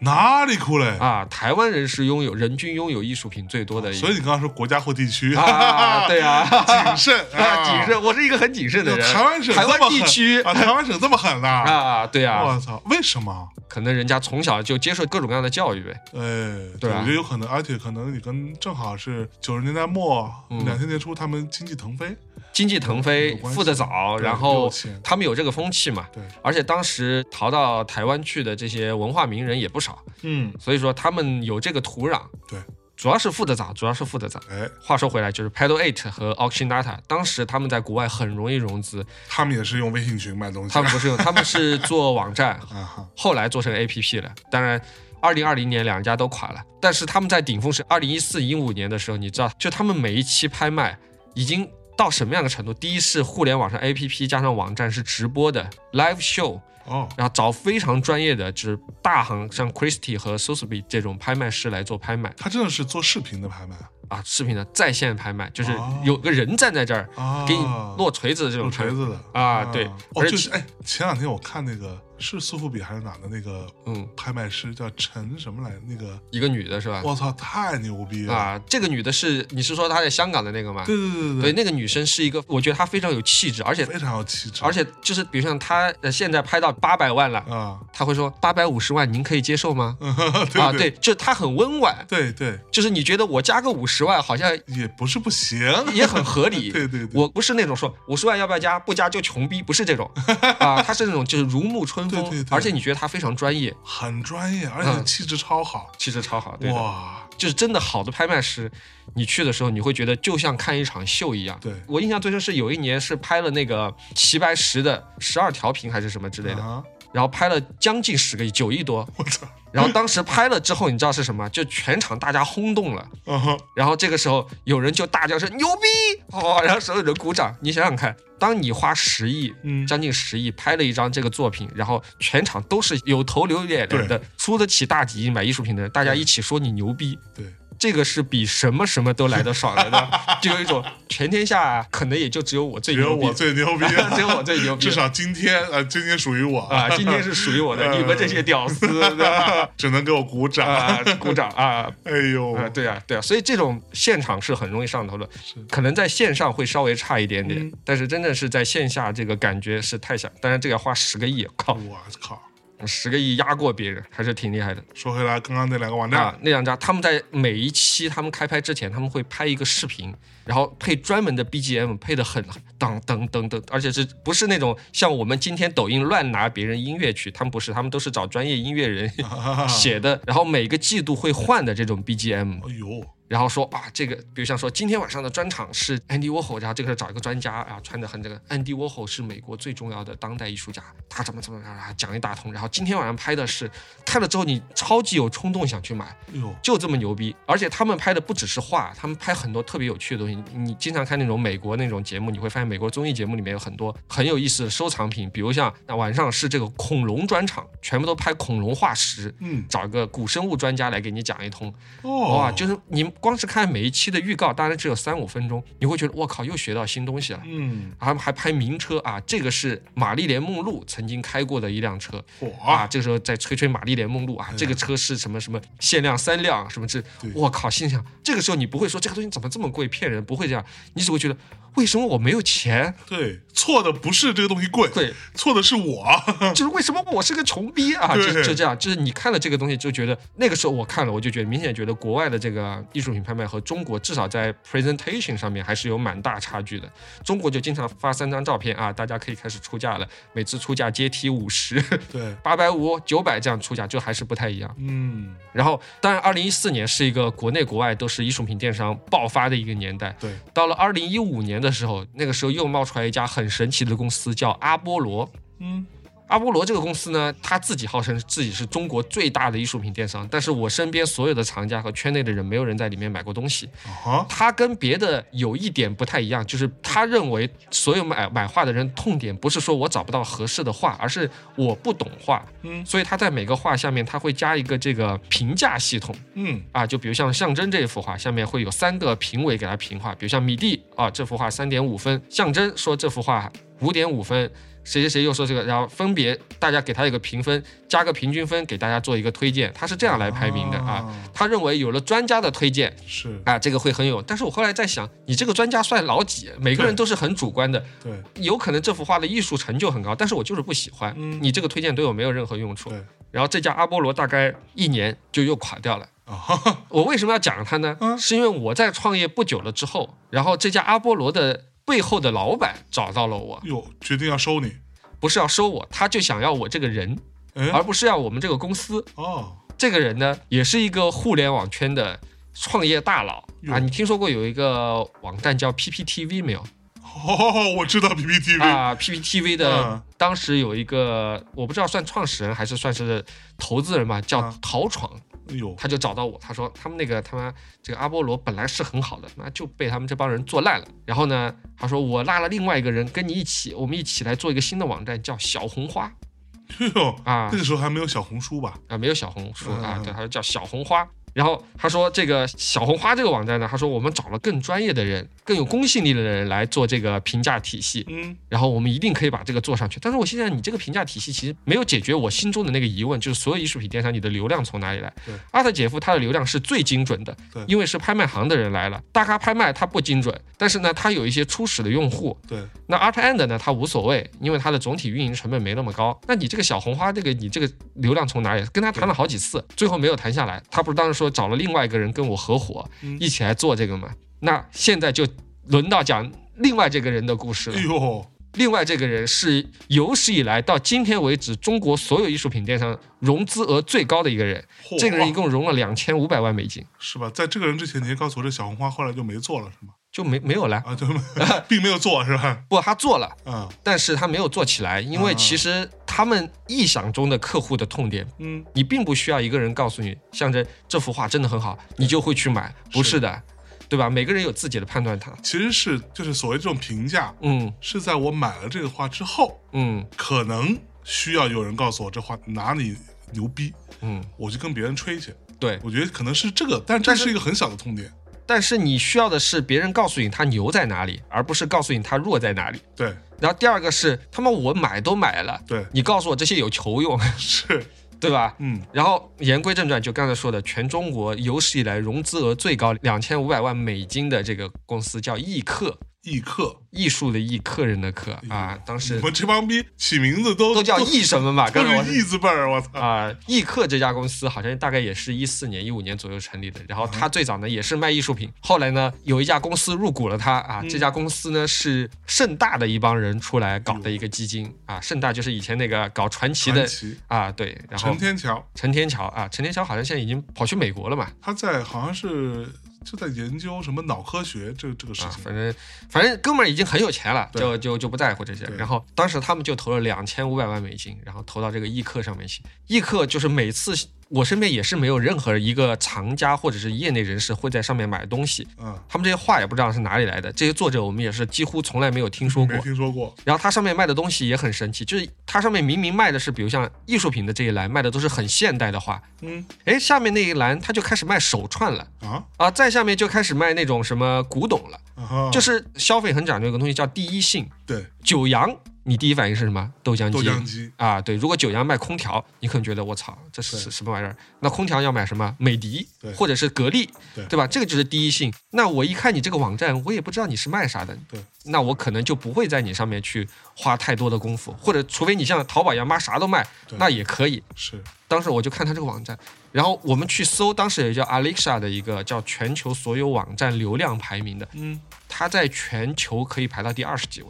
Speaker 3: 哪里酷嘞？
Speaker 2: 啊，台湾人是拥有人均拥有艺术品最多的一个，
Speaker 3: 所以你刚刚说国家或地区，
Speaker 2: 哎啊，对啊，
Speaker 3: 谨慎
Speaker 2: 啊，谨。慎，我是一个很谨慎的人。
Speaker 3: 台湾省
Speaker 2: 台湾
Speaker 3: 这么
Speaker 2: 地
Speaker 3: 狠
Speaker 2: 区
Speaker 3: 啊，台湾省这么狠呐！
Speaker 2: 啊，对啊，
Speaker 3: 我操，为什么？
Speaker 2: 可能人家从小就接受各种各样的教育呗。
Speaker 3: 哎，
Speaker 2: 对啊
Speaker 3: 我觉得有可能，而且可能你跟正好是九十年代末、
Speaker 2: 嗯
Speaker 3: 两千年初，他们经济腾飞，
Speaker 2: 经济腾飞
Speaker 3: 有，关系
Speaker 2: 富得早，
Speaker 3: 对
Speaker 2: 然后
Speaker 3: 有钱
Speaker 2: 他们有这个风气嘛。
Speaker 3: 对，
Speaker 2: 而且当时逃到台湾去的这些文化名人也不少，
Speaker 3: 嗯，
Speaker 2: 所以说他们有这个土壤。
Speaker 3: 对，
Speaker 2: 主要是富得早，主要是富得早。
Speaker 3: 哎，
Speaker 2: 话说回来，就是 Paddle Eight 和 Auctionata，当时他们在国外很容易融资，
Speaker 3: 他们也是用微信群买东西
Speaker 2: 他，们不是用，他们是做网站，
Speaker 3: 啊哈，
Speaker 2: 后来做成 APP 了。当然，二零二零年两家都垮了，但是他们在顶峰是二零一四一五年的时候，你知道，就他们每一期拍卖已经到什么样的程度？第一是互联网上 APP 加上网站是直播的 live show，
Speaker 3: 哦，
Speaker 2: 然后找非常专业的，就是大行像 Christie 和 Sotheby 这种拍卖师来做拍卖
Speaker 3: 他真的是做视频的拍卖
Speaker 2: 啊，视频的在线拍卖，就是
Speaker 3: 哦
Speaker 2: 有个人站在这儿
Speaker 3: 啊，
Speaker 2: 给你落锤子的这种
Speaker 3: 落
Speaker 2: 拍卖。
Speaker 3: 锤子的
Speaker 2: 啊对
Speaker 3: 哦，
Speaker 2: 而且
Speaker 3: 就是哎，前两天我看那个是苏富比还是哪的那个
Speaker 2: 嗯，
Speaker 3: 拍卖师叫陈什么来着，那个
Speaker 2: 一个女的是吧？
Speaker 3: 我操，太牛逼了！
Speaker 2: 啊，这个女的是你是说她在香港的那个吗？
Speaker 3: 对对对
Speaker 2: 对，，那个女生是一个，我觉得她非常有气质，而且
Speaker 3: 非常有气质，
Speaker 2: 而且就是，比如像她呃现在拍到八百万了，
Speaker 3: 啊，
Speaker 2: 她会说八百五十万，您可以接受吗？啊，
Speaker 3: 嗯
Speaker 2: 对，
Speaker 3: 对
Speaker 2: 就她很温婉，
Speaker 3: 对对，
Speaker 2: 就是你觉得我加个五十万好像
Speaker 3: 也不是不行，
Speaker 2: 也很合理。
Speaker 3: 对对对，
Speaker 2: 我不是那种说五十万要不要加，不加就穷逼，不是这种 啊，她是那种就是如沐春风，
Speaker 3: 对对对
Speaker 2: 而且你觉得她非常专业，
Speaker 3: 很专业，而且
Speaker 2: 嗯
Speaker 3: 气质超好，
Speaker 2: 气质超好，对的。
Speaker 3: 哇，
Speaker 2: 就是真的好的拍卖师，你去的时候你会觉得就像看一场秀一样。
Speaker 3: 对
Speaker 2: 我印象最深是有一年是拍了那个齐白石的十二调频还是什么之类的，
Speaker 3: 啊，
Speaker 2: 然后拍了将近十个亿，九亿多。
Speaker 3: 我操，
Speaker 2: 然后当时拍了之后，你知道是什么？就全场大家轰动了。
Speaker 3: 啊哈，
Speaker 2: 然后这个时候有人就大叫声牛逼哦，然后所有人鼓掌。你想想看，当你花十亿。
Speaker 3: 嗯，
Speaker 2: 将近十亿拍了一张这个作品，然后全场都是有头有脸的，出得起大几亿买艺术品的人，大家一起说你牛逼，
Speaker 3: 对，
Speaker 2: 这个是比什么什么都来得爽的呢， 就有一种全天下可能也就只有我最
Speaker 3: 只有
Speaker 2: 牛逼，
Speaker 3: 我最牛逼
Speaker 2: ，只有我最牛逼，
Speaker 3: 至少今天呃，今天属于我
Speaker 2: 啊， 今天是属于我的，
Speaker 3: 呃
Speaker 2: 你们这些屌丝，对 吧？
Speaker 3: 只能给我鼓掌，
Speaker 2: 啊，鼓掌啊！
Speaker 3: 哎呦，
Speaker 2: 啊，对啊，对啊，所以这种现场是很容易上头的，可能在线上会稍微差一点点，
Speaker 3: 嗯
Speaker 2: 但是真的是在线下这个感觉是太想，当然这个要花十个亿，靠，
Speaker 3: 我靠！
Speaker 2: 十个亿压过别人还是挺厉害的。
Speaker 3: 说回来，刚刚那两个网站
Speaker 2: 啊，那两家他们在每一期他们开拍之前，他们会拍一个视频，然后配专门的 BGM，配的很当当当当，而且是不是那种像我们今天抖音乱拿别人音乐去，他们不是，他们都是找专业音乐人
Speaker 3: 啊，
Speaker 2: 写的，然后每个季度会换的这种 BGM，
Speaker 3: 哎呦，
Speaker 2: 然后说啊，这个比如像说今天晚上的专场是 Andy Warhol，然后这个时候找一个专家啊，穿的很这个 Andy Warhol 是美国最重要的当代艺术家，他怎么怎么样啊，讲一大通，然后今天晚上拍的是看了之后你超级有冲动想去买。
Speaker 3: 哎呦，
Speaker 2: 就这么牛逼。而且他们拍的不只是画，他们拍很多特别有趣的东西。你你经常看那种美国那种节目，你会发现美国综艺节目里面有很多很有意思的收藏品，比如像那晚上是这个恐龙专场，全部都拍恐龙化石。
Speaker 3: 嗯，
Speaker 2: 找一个古生物专家来给你讲一通，
Speaker 3: 哦，
Speaker 2: 哇！就是你光是看每一期的预告，当然只有三五分钟，你会觉得我靠，又学到新东西了。
Speaker 3: 嗯，
Speaker 2: 他们还拍名车啊，这个是玛丽莲梦露曾经开过的一辆车，啊，
Speaker 3: 火，
Speaker 2: 这个时候再吹吹玛丽莲梦露啊，这个车是什么什么限量三辆什么这
Speaker 3: 对，
Speaker 2: 我靠，心想这个时候你不会说这个东西怎么这么贵骗人，不会这样，你只会觉得为什么我没有钱？
Speaker 3: 对，错的不是这个东西贵，
Speaker 2: 对，
Speaker 3: 错的是我。
Speaker 2: 就是为什么我是个穷逼啊？
Speaker 3: 对
Speaker 2: 就就这样，就是你看了这个东西就觉得，那个时候我看了，我就觉得明显觉得国外的这个艺术品拍卖和中国至少在 presentation 上面还是有蛮大差距的。中国就经常发三张照片啊，大家可以开始出价了，每次出价阶梯五十、
Speaker 3: 对，
Speaker 2: 八百五、九百这样出价，就还是不太一样。
Speaker 3: 嗯，
Speaker 2: 然后，当然，二零一四年是一个国内国外都是艺术品电商爆发的一个年代。
Speaker 3: 对，
Speaker 2: 到了二零一五年的时候，那个时候又冒出来一家很神奇的公司，叫阿波罗。
Speaker 3: 嗯，
Speaker 2: 阿波罗这个公司呢，它自己号称自己是中国最大的艺术品电商，但是我身边所有的藏家和圈内的人，没有人在里面买过东西。
Speaker 3: 啊哈，
Speaker 2: 它跟别的有一点不太一样，就是他认为所有买买画的人痛点不是说我找不到合适的画，而是我不懂画。
Speaker 3: 嗯
Speaker 2: 所以他在每个画下面，他会加一个这个评价系统。
Speaker 3: 嗯，
Speaker 2: 啊，就比如像象征这一幅画，下面会有三个评委给他评画，比如像米蒂啊，这幅画三点五分，象征说这幅画五点五分，谁谁谁又说这个，然后分别大家给他一个评分，加个平均分给大家做一个推荐，他是这样来排名的啊。
Speaker 3: 啊
Speaker 2: 他认为有了专家的推荐
Speaker 3: 是
Speaker 2: 啊，这个会很有。但是我后来在想，你这个专家算老几？每个人
Speaker 3: 对
Speaker 2: 都是很主观的，
Speaker 3: 对，
Speaker 2: 有可能这幅画的艺术成就很高，但是我就是不喜欢。
Speaker 3: 嗯
Speaker 2: 你这个推荐对我没有任何用处
Speaker 3: 对。
Speaker 2: 然后这家阿波罗大概一年就又垮掉了。
Speaker 3: 啊哈 哈，
Speaker 2: 我为什么要讲它呢？
Speaker 3: 嗯
Speaker 2: 是因为我在创业不久了之后，然后这家阿波罗的背后的老板找到了我，
Speaker 3: 哟，决定要收你，
Speaker 2: 不是要收我，他就想要我这个人，而
Speaker 3: 哎，
Speaker 2: 不是要我们这个公司。
Speaker 3: 哦，
Speaker 2: 这个人呢，也是一个互联网圈的创业大佬
Speaker 3: 哟
Speaker 2: 啊。你听说过有一个网站叫 PPTV 没有？
Speaker 3: 哦，我知道 PPTV，
Speaker 2: 啊，PPTV 的
Speaker 3: 嗯
Speaker 2: 当时有一个，我不知道算创始人还是算是投资人吧，叫
Speaker 3: 嗯
Speaker 2: 陶闯。
Speaker 3: 哎呦，
Speaker 2: 他就找到我，他说他们那个他妈这个阿波罗本来是很好的，妈就被他们这帮人做烂了。然后呢，他说我拉了另外一个人跟你一起，我们一起来做一个新的网站，叫小红花
Speaker 3: 哎呦，
Speaker 2: 啊
Speaker 3: 那个时候还没有小红书吧？
Speaker 2: 啊，没有小红书啊，
Speaker 3: 嗯
Speaker 2: 对，他说叫小红花。然后他说这个小红花这个网站呢，他说我们找了更专业的人、更有公信力的人来做这个评价体系，
Speaker 3: 嗯，
Speaker 2: 然后我们一定可以把这个做上去。但是我现在你这个评价体系其实没有解决我心中的那个疑问，就是所有艺术品电商你的流量从哪里来
Speaker 3: 对？
Speaker 2: 阿特姐夫他的流量是最精准的
Speaker 3: 对，
Speaker 2: 因为是拍卖行的人来了，大咖拍卖他不精准，但是呢，他有一些初始的用户。
Speaker 3: 对，
Speaker 2: 那 Art End 呢，它无所谓，因为它的总体运营成本没那么高。那你这个小红花，这个你这个流量从哪里？跟他谈了好几次，最后没有谈下来。他不是当时说找了另外一个人跟我合伙，
Speaker 3: 嗯
Speaker 2: 一起来做这个吗？那现在就轮到讲另外这个人的故事了
Speaker 3: 哎。呦，
Speaker 2: 另外，这个人是有史以来到今天为止中国所有艺术品电商融资额最高的一个人。
Speaker 3: 嚯
Speaker 2: 这个人一共融了两千五百万美金，
Speaker 3: 是吧？在这个人之前，你先告诉我，这小红花后来就没做了是吗？
Speaker 2: 就没没有了。
Speaker 3: 啊，就 并没有做是吧？
Speaker 2: 不，他做了，
Speaker 3: 啊，
Speaker 2: 但是他没有做起来，因为其实他们臆想中的客户的痛点。
Speaker 3: 嗯，
Speaker 2: 你并不需要一个人告诉你，象征这幅画真的很好，你就会去买，不是的，对吧？每个人有自己的判断，他，
Speaker 3: 其实是就是所谓这种评价，
Speaker 2: 嗯
Speaker 3: 是在我买了这个花之后，
Speaker 2: 嗯
Speaker 3: 可能需要有人告诉我这花哪里牛逼，
Speaker 2: 嗯，
Speaker 3: 我就跟别人吹去。
Speaker 2: 对。
Speaker 3: 我觉得可能是这个，但这是一个很小的痛点。
Speaker 2: 但是你需要的是别人告诉你他牛在哪里，而不是告诉你他弱在哪里。
Speaker 3: 对
Speaker 2: 然后第二个是，他妈我买都买了，
Speaker 3: 对，
Speaker 2: 你告诉我这些有球用，
Speaker 3: 是，
Speaker 2: 对吧？
Speaker 3: 嗯，
Speaker 2: 然后言归正传，就刚才说的，全中国有史以来融资额最高两千五百万美金的这个公司叫易客，
Speaker 3: 易客
Speaker 2: 艺术的艺，客人的客啊，当时
Speaker 3: 我们这帮逼起名字都
Speaker 2: 都叫易什么嘛，
Speaker 3: 都
Speaker 2: 跟我
Speaker 3: 是易字辈儿，我操！
Speaker 2: 啊，易客这家公司好像大概也是一四年、一五年左右成立的。
Speaker 3: 嗯
Speaker 2: 然后它最早呢也是卖艺术品，后来呢有一家公司入股了它啊。这
Speaker 3: 嗯
Speaker 2: 家公司呢是盛大的一帮人出来搞的一个基金啊。盛大就是以前那个搞传奇的
Speaker 3: 传奇
Speaker 2: 啊，对。然后
Speaker 3: 陈天桥，
Speaker 2: 陈天桥啊，陈天桥好像现在已经跑去美国了嘛
Speaker 3: 他在好像是就在研究什么脑科学这这个事
Speaker 2: 啊，
Speaker 3: 情。
Speaker 2: 反正反正哥们儿已经很有钱了，
Speaker 3: 对
Speaker 2: 就就就不在乎这些。
Speaker 3: 对
Speaker 2: 然后当时他们就投了两千五百万美金，然后投到这个易客上面去。易客就是每次我身边也是没有任何一个藏家或者是业内人士会在上面买东西，
Speaker 3: 嗯，
Speaker 2: 他们这些画也不知道是哪里来的，这些作者我们也是几乎从来没有听说过
Speaker 3: 没。听说过。
Speaker 2: 然后它上面卖的东西也很神奇，就是它上面明明卖的是，比如像艺术品的这一栏卖的都是很现代的画，
Speaker 3: 嗯
Speaker 2: 哎，下面那一栏它就开始卖手串了。
Speaker 3: 啊
Speaker 2: 啊，再下面就开始卖那种什么古董了，
Speaker 3: 啊哈，
Speaker 2: 就是消费很讲究一个东西叫第一性。
Speaker 3: 对
Speaker 2: 九阳你第一反应是什么？豆浆机。
Speaker 3: 豆浆机
Speaker 2: 啊，对。如果九阳卖空调，你可能觉得我操，这是
Speaker 3: 对
Speaker 2: 什么玩意儿？那空调要买什么？美的
Speaker 3: 对
Speaker 2: 或者是格力，
Speaker 3: 对
Speaker 2: 吧？这个就是第一性。那我一看你这个网站，我也不知道你是卖啥的，
Speaker 3: 对，
Speaker 2: 那我可能就不会在你上面去花太多的功夫，或者除非你像淘宝一样，妈啥都卖，
Speaker 3: 对
Speaker 2: 那也可以。
Speaker 3: 是
Speaker 2: 当时我就看他这个网站，然后我们去搜，当时有一个叫 Alexa 的一个叫全球所有网站流量排名的，
Speaker 3: 嗯，
Speaker 2: 它在全球可以排到第二十几位，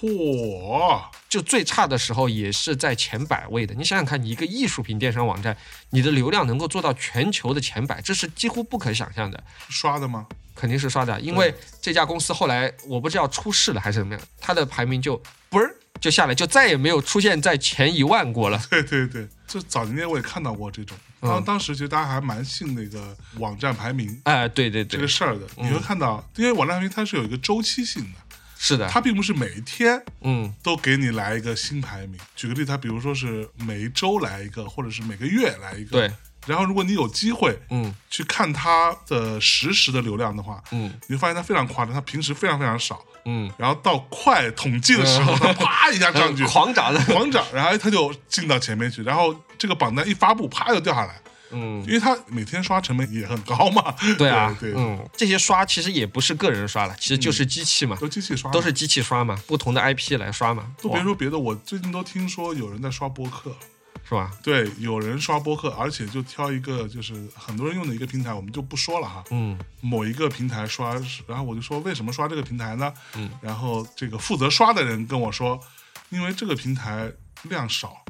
Speaker 3: 嚯，
Speaker 2: 就最差的时候也是在前百位的。你想想看，你一个艺术品电商网站，你的流量能够做到全球的前百，这是几乎不可想象的。
Speaker 3: 刷 的吗？
Speaker 2: 肯定是刷的，因为这家公司后来我不知道出事了还是怎么样，它的排名就嘣儿就下来，就再也没有出现在前一万过了。
Speaker 3: 对对对，就早年间我也看到过这种，当、
Speaker 2: 嗯
Speaker 3: 当时其实大家还蛮信那个网站排名
Speaker 2: 哎、对对
Speaker 3: 这
Speaker 2: 对嗯
Speaker 3: 个，事儿的，你会看到，因为网站排名它是有一个周期性的，
Speaker 2: 是的，
Speaker 3: 它并不是每一天
Speaker 2: 嗯
Speaker 3: 都给你来一个新排名。举个例，它比如说是每一周来一个，或者是每个月来一个。
Speaker 2: 对。
Speaker 3: 然后，如果你有机会
Speaker 2: 嗯
Speaker 3: 去看它的实时的流量的话，
Speaker 2: 嗯
Speaker 3: 你会发现它非常夸张，它平时非常非常少，
Speaker 2: 嗯，
Speaker 3: 然后到快统计的 时候，它啪一下上去，
Speaker 2: 狂涨的，
Speaker 3: 狂涨，然后它就进到前面去，然后这个榜单一发布，啪就掉下来，
Speaker 2: 嗯。
Speaker 3: 因为它每天刷成本也很高嘛。
Speaker 2: 对啊，
Speaker 3: 对，对
Speaker 2: 嗯，这些刷其实也不是个人刷了，其实就是机器嘛，
Speaker 3: 都机器刷的，
Speaker 2: 都是机器刷嘛，不同的 IP 来刷嘛，
Speaker 3: 都别
Speaker 2: 哇
Speaker 3: 说别的，我最近都听说有人在刷播客。
Speaker 2: 是吧？
Speaker 3: 对，有人刷播客，而且就挑一个就是很多人用的一个平台，我们就不说了哈。
Speaker 2: 嗯
Speaker 3: 某一个平台刷，然后我就说为什么刷这个平台呢？
Speaker 2: 嗯，
Speaker 3: 然后这个负责刷的人跟我说，因为这个平台量少，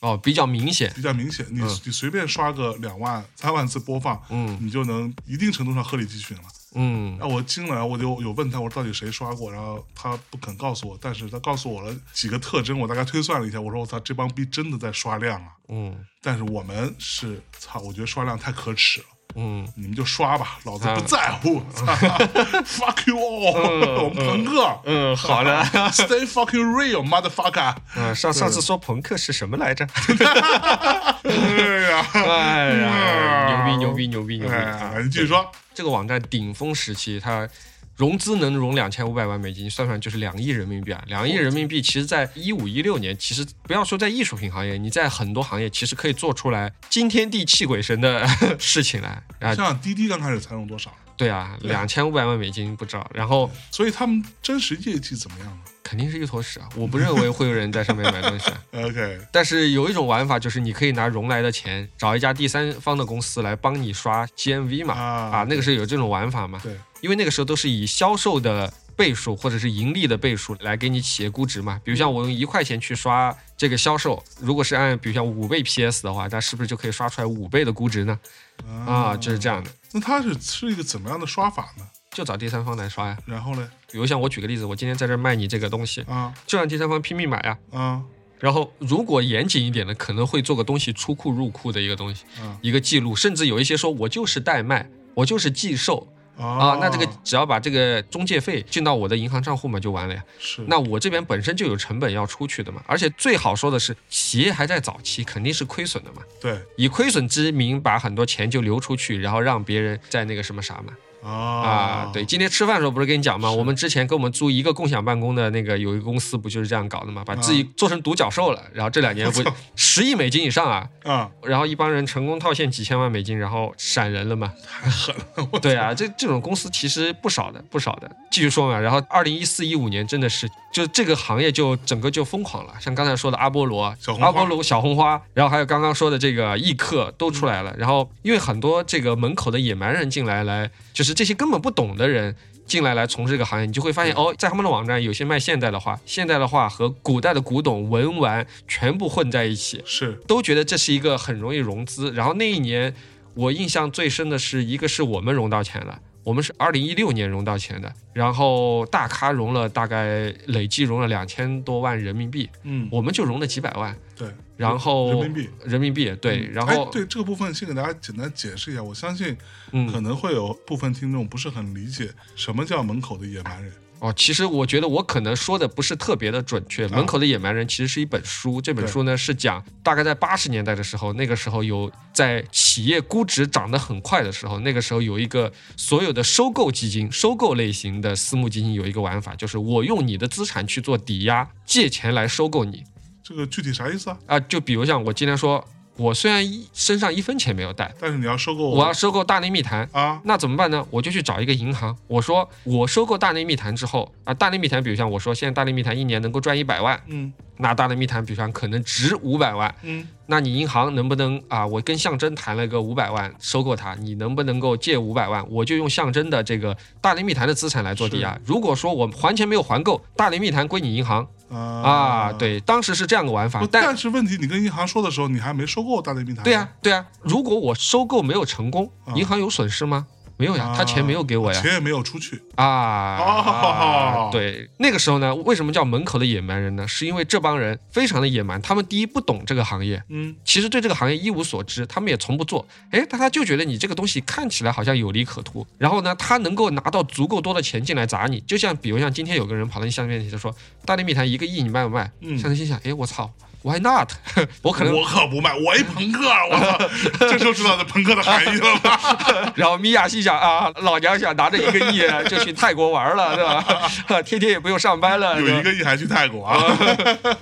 Speaker 2: 哦，比较明显，
Speaker 3: 比较明显，你、
Speaker 2: 嗯
Speaker 3: 你随便刷个两万、三万次播放，
Speaker 2: 嗯
Speaker 3: 你就能一定程度上鹤立鸡群了。
Speaker 2: 嗯
Speaker 3: 然后我惊了，然后我就有问他，我说到底谁刷过，然后他不肯告诉我，但是他告诉我了几个特征，我大概推算了一下，我说我操，这帮逼真的在刷量啊。
Speaker 2: 嗯
Speaker 3: 但是我们是操，我觉得刷量太可耻了，
Speaker 2: 嗯，
Speaker 3: 你们就刷吧，老子不在乎。操 fuck you all，我们朋克。
Speaker 2: 嗯，好的。
Speaker 3: Stay fucking real, motherfucker！
Speaker 2: 嗯，上上次说朋克是什么 来着？
Speaker 3: 哎呀，
Speaker 2: 哎呀，
Speaker 3: 嗯
Speaker 2: 牛逼牛逼牛逼牛逼！啊
Speaker 3: 哎，你继续说。
Speaker 2: 这个网站顶峰时期，它融资能融两千五百万美金，你算算就是两亿人民币啊！两亿人民币，其实在一五一六年，其实不要说在艺术品行业，你在很多行业其实可以做出来惊天地泣鬼神的 事情来啊！
Speaker 3: 像滴滴刚开始才用多少？
Speaker 2: 对啊，
Speaker 3: 对
Speaker 2: 两千五百万美金不知道，然后
Speaker 3: 所以他们真实业绩怎么样呢
Speaker 2: 肯定是一坨屎啊！我不认为会有人在上面买东西、 啊。
Speaker 3: ？OK，
Speaker 2: 但是有一种玩法就是，你可以拿融来的钱找一家第三方的公司来帮你刷 GMV 嘛，
Speaker 3: 啊
Speaker 2: 啊，那个时候有这种玩法嘛，
Speaker 3: 对，
Speaker 2: 因为那个时候都是以销售的倍数或者是盈利的倍数来给你企业估值嘛，比如像我用一块钱去刷这个销售，如果是按比如像五倍 PS 的话，那是不是就可以刷出来五倍的估值呢？啊，就是这样的，
Speaker 3: 那它是是一个怎么样的刷法呢？
Speaker 2: 就找第三方来刷呀。
Speaker 3: 然后嘞，
Speaker 2: 比如像我举个例子，我今天在这儿卖你这个东西，
Speaker 3: 啊
Speaker 2: 就让第三方拼命买啊。
Speaker 3: 啊
Speaker 2: 然后，如果严谨一点的，可能会做个东西出库入库的一个东西，
Speaker 3: 啊
Speaker 2: 一个记录，甚至有一些说我就是代卖，我就是寄售啊，
Speaker 3: 哦
Speaker 2: 那这个只要把这个中介费进到我的银行账户嘛，就完了呀。
Speaker 3: 是
Speaker 2: 那我这边本身就有成本要出去的嘛，而且最好说的是，企业还在早期，肯定是亏损的嘛，
Speaker 3: 对
Speaker 2: 以亏损之名把很多钱就流出去，然后让别人在那个什么啥嘛。啊，对，今天吃饭的时候不是跟你讲吗？我们之前跟我们租一个共享办公的那个有一个公司不就是这样搞的吗？把自己做成独角兽了，然后这两 年不十亿美金以上啊，
Speaker 3: 啊，
Speaker 2: 然后一帮人成功套现几千万美金，然后闪人了嘛？
Speaker 3: 太狠了，我
Speaker 2: 对啊，这这种公司其实不少的，不少的。继续说嘛，然后二零一四一五年真的是，就这个行业就整个就疯狂了，像刚才说的阿波罗啊
Speaker 3: 小、红花
Speaker 2: 阿波罗小红花，然后还有刚刚说的这个易客都出来了。
Speaker 3: 嗯
Speaker 2: 然后因为很多这个门口的野蛮人进来，来就是这些根本不懂的人。进来来从事这个行业，你就会发
Speaker 3: 嗯
Speaker 2: 现哦，在他们的网站有些卖现代的画，现代的画和古代的古董文玩全部混在一起，
Speaker 3: 是
Speaker 2: 都觉得这是一个很容易融资。然后那一年我印象最深的是，一个是我们融到钱了，我们是二零一六年融到钱的，然后大咖融了大概累计融了两千多万人民币，
Speaker 3: 嗯，
Speaker 2: 我们就融了几百万，
Speaker 3: 对。
Speaker 2: 然后
Speaker 3: 人民币
Speaker 2: 人民币对，
Speaker 3: 嗯
Speaker 2: 然
Speaker 3: 哎
Speaker 2: 后
Speaker 3: 对这个部分先给大家简单解释一下，我相信可
Speaker 2: 嗯
Speaker 3: 能会有部分听众不是很理解什么叫门口的野蛮人。
Speaker 2: 哦，其实我觉得我可能说的不是特别的准确。门口的野蛮人其实是一本书，这本
Speaker 3: 对
Speaker 2: 书呢是讲大概在八十年代的时候，那个时候有在企业估值涨得很快的时候，那个时候有一个所有的收购基金、收购类型的私募基金有一个玩法，就是我用你的资产去做抵押，借钱来收购你
Speaker 3: 这个具体啥意思啊？
Speaker 2: 啊。就比如像我今天说，我虽然一身上一分钱没有带，
Speaker 3: 但是你要收购
Speaker 2: 我要收购大内密谈，
Speaker 3: 啊，
Speaker 2: 那怎么办呢？我就去找一个银行，我说我收购大内密谈之后啊，大内密谈，比如像我说现在大内密谈一年能够赚一百万，
Speaker 3: 嗯
Speaker 2: 那大内密谈比如像可能值五百万，
Speaker 3: 嗯，
Speaker 2: 那你银行能不能啊？我跟象征谈了个五百万收购它，你能不能够借五百万？我就用象征的这个大内密谈的资产来做抵押。如果说我还钱没有还够，大内密谈归你银行
Speaker 3: 啊
Speaker 2: 啊。。对，当时是这样个玩法
Speaker 3: 不，，
Speaker 2: 但
Speaker 3: 但是问题，你跟银行说的时候，你还没收购大内密谈。
Speaker 2: 对啊呀、对呀、如果我收购没有成功，
Speaker 3: 啊
Speaker 2: 银行有损失吗？没有呀，他钱没有给我呀。
Speaker 3: 钱也没有出去。
Speaker 2: 啊
Speaker 3: 哦
Speaker 2: 对，那个时候呢，为什么叫门口的野蛮人呢？是因为这帮人非常的野蛮，他们第一不懂这个行业，
Speaker 3: 嗯，
Speaker 2: 其实对这个行业一无所知，他们也从不做。哎，但他就觉得你这个东西看起来好像有利可图，然后呢，他能够拿到足够多的钱进来砸你。就像比如像今天有个人跑到你下面去就说：“大内密谈一个亿，你卖不卖？”
Speaker 3: 嗯
Speaker 2: 向他心想：“哎，我操，Why not？我 可能
Speaker 3: 我可不卖，我一朋克，我 操，这时候知道这朋克的含义了吧？
Speaker 2: 然后米娅心想啊，老娘想拿着一个亿啊就去泰国玩了，对吧？ 天天也不用上班了，
Speaker 3: 有
Speaker 2: 对吧
Speaker 3: 一个亿还去泰国啊？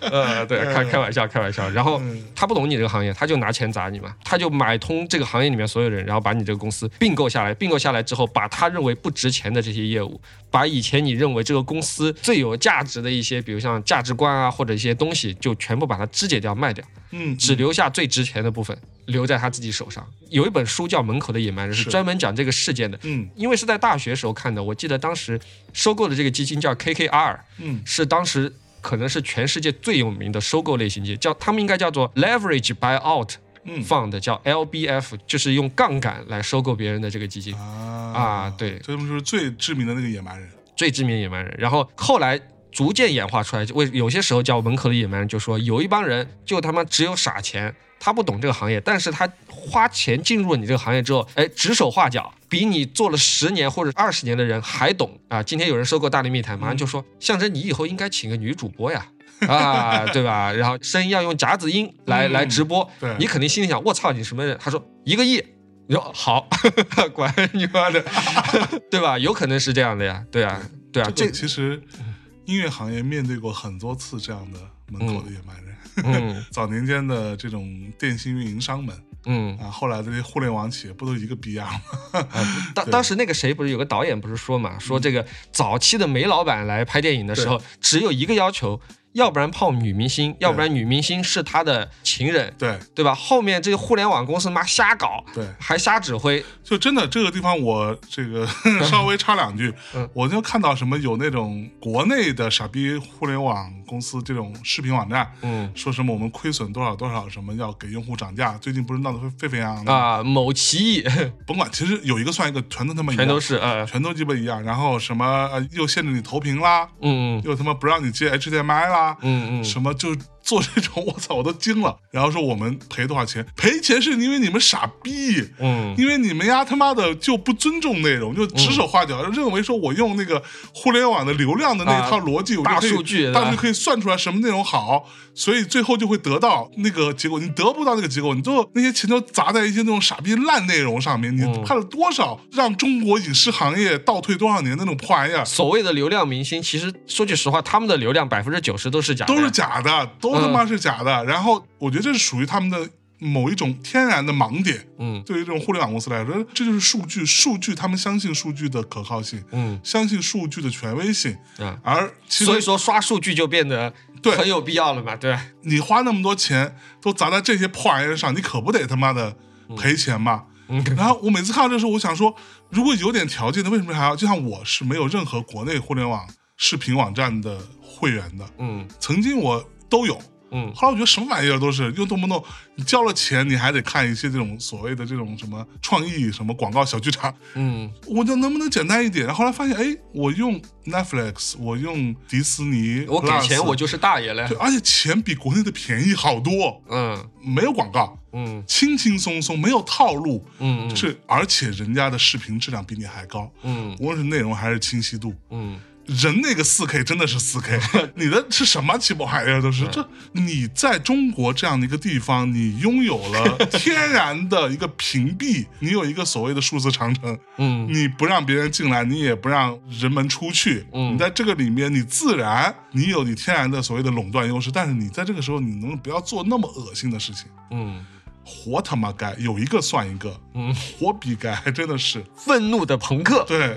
Speaker 2: 呃，对，开开玩笑，开玩笑。然后
Speaker 3: 嗯
Speaker 2: 他不懂你这个行业，他就拿钱砸你嘛，他就买通这个行业里面所有人，然后把你这个公司并购下来，并购下来之后，把他认为不值钱的这些业务，把以前你认为这个公司最有价值的一些，比如像价值观啊或者一些东西，就全部把它肢解掉卖掉，
Speaker 3: 嗯，
Speaker 2: 只留下最值钱的部分留在他自己手上。有一本书叫《门口的野蛮人》，是
Speaker 3: 是
Speaker 2: 专门讲这个事件的。
Speaker 3: 嗯
Speaker 2: 因为是在大学时候看的，我记得当时收购的这个基金叫 KKR，
Speaker 3: 嗯
Speaker 2: 是当时可能是全世界最有名的收购类型基金，叫他们应该叫做 leverage buyout
Speaker 3: 嗯
Speaker 2: fund，叫 LBF，就是用杠杆来收购别人的这个基金，
Speaker 3: 啊
Speaker 2: 啊对
Speaker 3: 这就是最致命的那个野蛮人。
Speaker 2: 最知名野蛮人。然后后来。逐渐演化出来，为有些时候叫门口的野蛮人，就说有一帮人就他妈只有傻钱，他不懂这个行业，但是他花钱进入了你这个行业之后，哎，指手画脚，比你做了十年或者二十年的人还懂啊！今天有人收购大内密谈，
Speaker 3: 嗯
Speaker 2: 马上就说，象征你以后应该请个女主播呀。 啊，对吧？然后声音要用夹子音来、
Speaker 3: 嗯
Speaker 2: 来直播
Speaker 3: 对，
Speaker 2: 你肯定心里想，我操，你什么人？他说一个亿，你说好， 管你妈的，对吧？有可能是这样的呀，对啊，对啊，
Speaker 3: 这个其实音乐行业面对过很多次这样的门口的野蛮人。
Speaker 2: 嗯
Speaker 3: 早年间的这种电信运营商们
Speaker 2: 嗯，
Speaker 3: 啊，后来这些互联网企业不都一个逼样吗？
Speaker 2: 啊当
Speaker 3: 对嗯
Speaker 2: 当时那个谁不是有个导演不是说嘛，说这个早期的煤老板来拍电影的时候，只有一个要求，要不然泡女明星，要不然女明星是他的情人，
Speaker 3: 对
Speaker 2: 对吧？后面这个互联网公司妈瞎搞，
Speaker 3: 对，
Speaker 2: 还瞎指挥，
Speaker 3: 就真的这个地方，我这 个稍微插两句
Speaker 2: 嗯，
Speaker 3: 我就看到什么有那种国内的傻逼互联网公司这种视频网站，
Speaker 2: 嗯
Speaker 3: 说什么我们亏损多少多少，什么要给用户涨价，最近不是闹得沸沸扬扬的吗，
Speaker 2: 啊，某奇 异
Speaker 3: 甭管，其实有一个算一个，全都他妈一
Speaker 2: 全都
Speaker 3: 样，
Speaker 2: 是呃，
Speaker 3: 全都鸡巴一样。然后什么呃又限制你投屏啦，
Speaker 2: 嗯
Speaker 3: 又他妈不让你接 HDMI 啦，
Speaker 2: 嗯嗯嗯，
Speaker 3: 什么就做这种， 我操，我都惊了。然后说我们赔多少钱？赔钱是因为你们傻逼。
Speaker 2: 嗯
Speaker 3: 因为你们丫他妈的就不尊重内容，就指手画脚，认为说我用那个互联网的流量的
Speaker 2: 嗯
Speaker 3: 那
Speaker 2: 啊
Speaker 3: 一套逻辑，我
Speaker 2: 大
Speaker 3: 就可以
Speaker 2: 数据对吧
Speaker 3: 大数据可以算出来什么内容好，所以最后就会得到那个结果。你得不到那个结果，你最后那些钱都砸在一些那种傻逼烂内容上面，你
Speaker 2: 嗯
Speaker 3: 看了多少让中国影视行业倒退多少年那种破玩意儿，
Speaker 2: 所谓的流量明星，其实说句实话，他们的流量百分之九十都是假的，
Speaker 3: 都是假的，都他妈是假
Speaker 2: 嗯
Speaker 3: 的。然后我觉得这是属于他们的某一种天然的盲点。
Speaker 2: 嗯
Speaker 3: 对于这种互联网公司来说，这就是数据，数据他们相信数据的可靠性，
Speaker 2: 嗯
Speaker 3: 相信数据的权威性，
Speaker 2: 啊，
Speaker 3: 而其
Speaker 2: 所以
Speaker 3: 实
Speaker 2: 说刷数据就变得
Speaker 3: 对
Speaker 2: 很有必要了嘛，对吧？
Speaker 3: 你花那么多钱都砸在这些破玩意儿上，你可不得他妈的赔钱吗？
Speaker 2: 嗯
Speaker 3: 然后我每次看到这时候，我想说，如果有点条件的，为什么还要？就像我是没有任何国内互联网视频网站的会员的，
Speaker 2: 嗯
Speaker 3: 曾经我都有。
Speaker 2: 嗯
Speaker 3: 后来我觉得什么玩意儿都是，又动不动你交了钱，你还得看一些这种所谓的这种什么创意什么广告小剧场，
Speaker 2: 嗯
Speaker 3: 我就能不能简单一点？后来发现，哎，我用 Netflix，我用迪士尼，
Speaker 2: 我给
Speaker 3: Plus，
Speaker 2: 钱我就是大爷了
Speaker 3: 对，，而且钱比国内的便宜好多，
Speaker 2: 嗯
Speaker 3: 没有广告，
Speaker 2: 嗯
Speaker 3: 轻轻松松，没有套路，
Speaker 2: 嗯
Speaker 3: 就是而且人家的视频质量比你还高，
Speaker 2: 嗯
Speaker 3: 无论是内容还是清晰度，
Speaker 2: 嗯
Speaker 3: 人那个四 K 真的是四 K，你 的是什么鸡巴玩意儿？都
Speaker 2: 嗯
Speaker 3: 是这，你在中国这样的一个地方，你拥有了天然的一个屏蔽，你有一个所谓的数字长城，
Speaker 2: 嗯，
Speaker 3: 你不让别人进来，你也不让人们出去，
Speaker 2: 嗯
Speaker 3: 你在这个里面，你自然你有你天然的所谓的垄断优势，但是你在这个时候，你能不能不要做那么恶心的事情？
Speaker 2: 嗯
Speaker 3: 活他妈该有一个算一个，
Speaker 2: 嗯，
Speaker 3: 活比该真的是
Speaker 2: 愤怒的朋克，
Speaker 3: 对，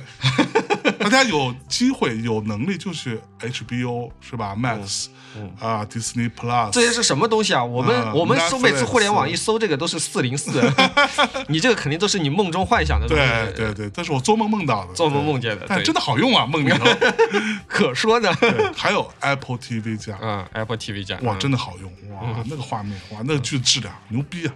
Speaker 3: 大家有机会有能力就去 HBO 是吧？Max
Speaker 2: 嗯
Speaker 3: 啊，Disney Plus
Speaker 2: 这些是什么东西啊？我们、
Speaker 3: 啊
Speaker 2: 我们搜每
Speaker 3: Netflix
Speaker 2: 次互联网一搜这个都是四零四， 你这个肯定都是你梦中幻想的东西，
Speaker 3: 对对对，这是我做梦梦到的，
Speaker 2: 做梦
Speaker 3: 对
Speaker 2: 梦见的，
Speaker 3: 但
Speaker 2: 对，
Speaker 3: 真的好用啊，梦里 头。
Speaker 2: 可说呢。
Speaker 3: 对，还有 Apple TV 加，
Speaker 2: 嗯，Apple 嗯 TV 加
Speaker 3: 哇，真
Speaker 2: 的
Speaker 3: 的好用，哇，那个画面，哇，那个剧质量牛逼 啊！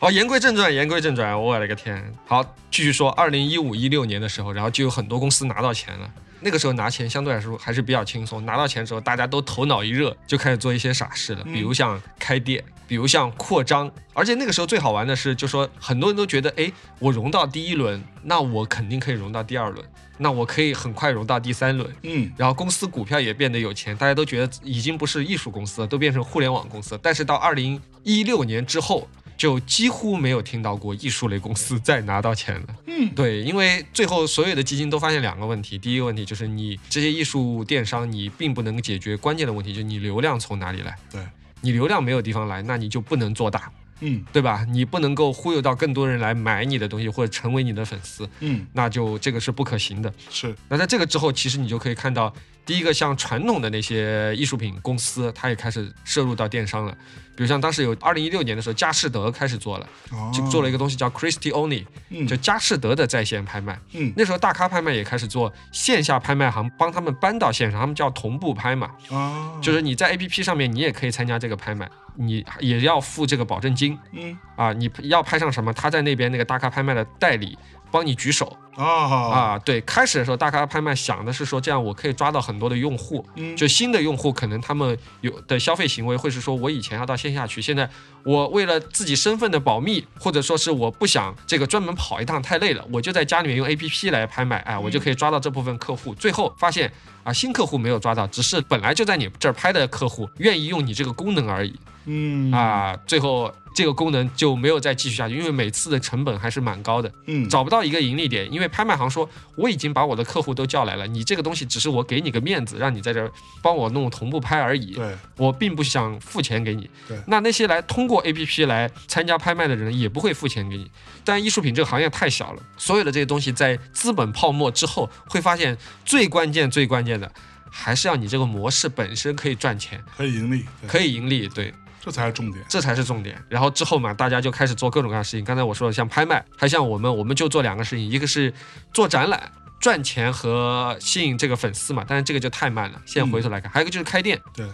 Speaker 2: 哦。言归正传，言归正传，我勒个天！好，继续说，二零一五一六年的时候，然后就有很多公司拿到钱了。那个时候拿钱相对来说还是比较轻松，拿到钱之后，大家都头脑一热，就开始做一些傻事了，比如像开店，比如像扩张。而且那个时候最好玩的是，就说很多人都觉得，哎，我融到第一轮，那我肯定可以融到第二轮，那我可以很快融到第三轮，
Speaker 3: 嗯，
Speaker 2: 然后公司股票也变得有钱，大家都觉得已经不是艺术公司了，都变成互联网公司了。但是到二零一六年之后，就几乎没有听到过艺术类公司再拿到钱了。
Speaker 3: 嗯
Speaker 2: 对，因为最后所有的基金都发现两个问题，第一个问题就是你这些艺术电商，你并不能解决关键的问题，就是你流量从哪里来。
Speaker 3: 对，
Speaker 2: 你流量没有地方来，那你就不能做大，
Speaker 3: 嗯
Speaker 2: 对吧？你不能够忽悠到更多人来买你的东西或者成为你的粉丝，
Speaker 3: 嗯，
Speaker 2: 那就这个是不可行的。
Speaker 3: 是，
Speaker 2: 那在这个之后，其实你就可以看到，第一个像传统的那些艺术品公司，它也开始涉入到电商了。比如像当时有二零一六年的时候，佳士得开始做了，
Speaker 3: 哦
Speaker 2: 就做了一个东西叫 Christie Only，
Speaker 3: 嗯
Speaker 2: 就佳士得的在线拍卖。
Speaker 3: 嗯
Speaker 2: 那时候大咖拍卖也开始做线下拍卖行，帮他们搬到线上，他们叫同步拍嘛，
Speaker 3: 啊，
Speaker 2: 就是你在 APP 上面你也可以参加这个拍卖，你也要付这个保证金
Speaker 3: 嗯
Speaker 2: 啊，你要拍上什么，他在那边那个大咖拍卖的代理帮你举手。
Speaker 3: 啊
Speaker 2: 啊，对，开始的时候大咖拍卖想的是说，这样我可以抓到很多的用户，
Speaker 3: 嗯
Speaker 2: 就新的用户可能他们有的消费行为会是说，我以前要到线下去，现在我为了自己身份的保密，或者说是我不想这个专门跑一趟太累了，我就在家里面用 APP 来拍卖，哎，我就可以抓到这部分客户。最后发现啊，新客户没有抓到，只是本来就在你这儿拍的客户愿意用你这个功能而已。
Speaker 3: 嗯
Speaker 2: 啊，最后这个功能就没有再继续下去，因为每次的成本还是蛮高的，
Speaker 3: 嗯
Speaker 2: 找不到一个盈利点，因为拍卖行说我已经把我的客户都叫来了，你这个东西只是我给你个面子，让你在这儿帮我弄同步拍而已，
Speaker 3: 对
Speaker 2: 我并不想付钱给你
Speaker 3: 对。
Speaker 2: 那那些来通过 APP 来参加拍卖的人也不会付钱给你。但艺术品这个行业太小了，所有的这些东西在资本泡沫之后，会发现最关键最关键的还是要你这个模式本身可以赚钱，
Speaker 3: 可以盈利，对
Speaker 2: 可以盈利，对。
Speaker 3: 这才是重点。
Speaker 2: 这才是重点。然后之后嘛，大家就开始做各种各样的事情。刚才我说的，像拍卖，还像我们，我们就做两个事情，一个是做展览。赚钱和吸引这个粉丝嘛，但是这个就太慢了。现在回头来看，还有一个就是开店。
Speaker 3: 对，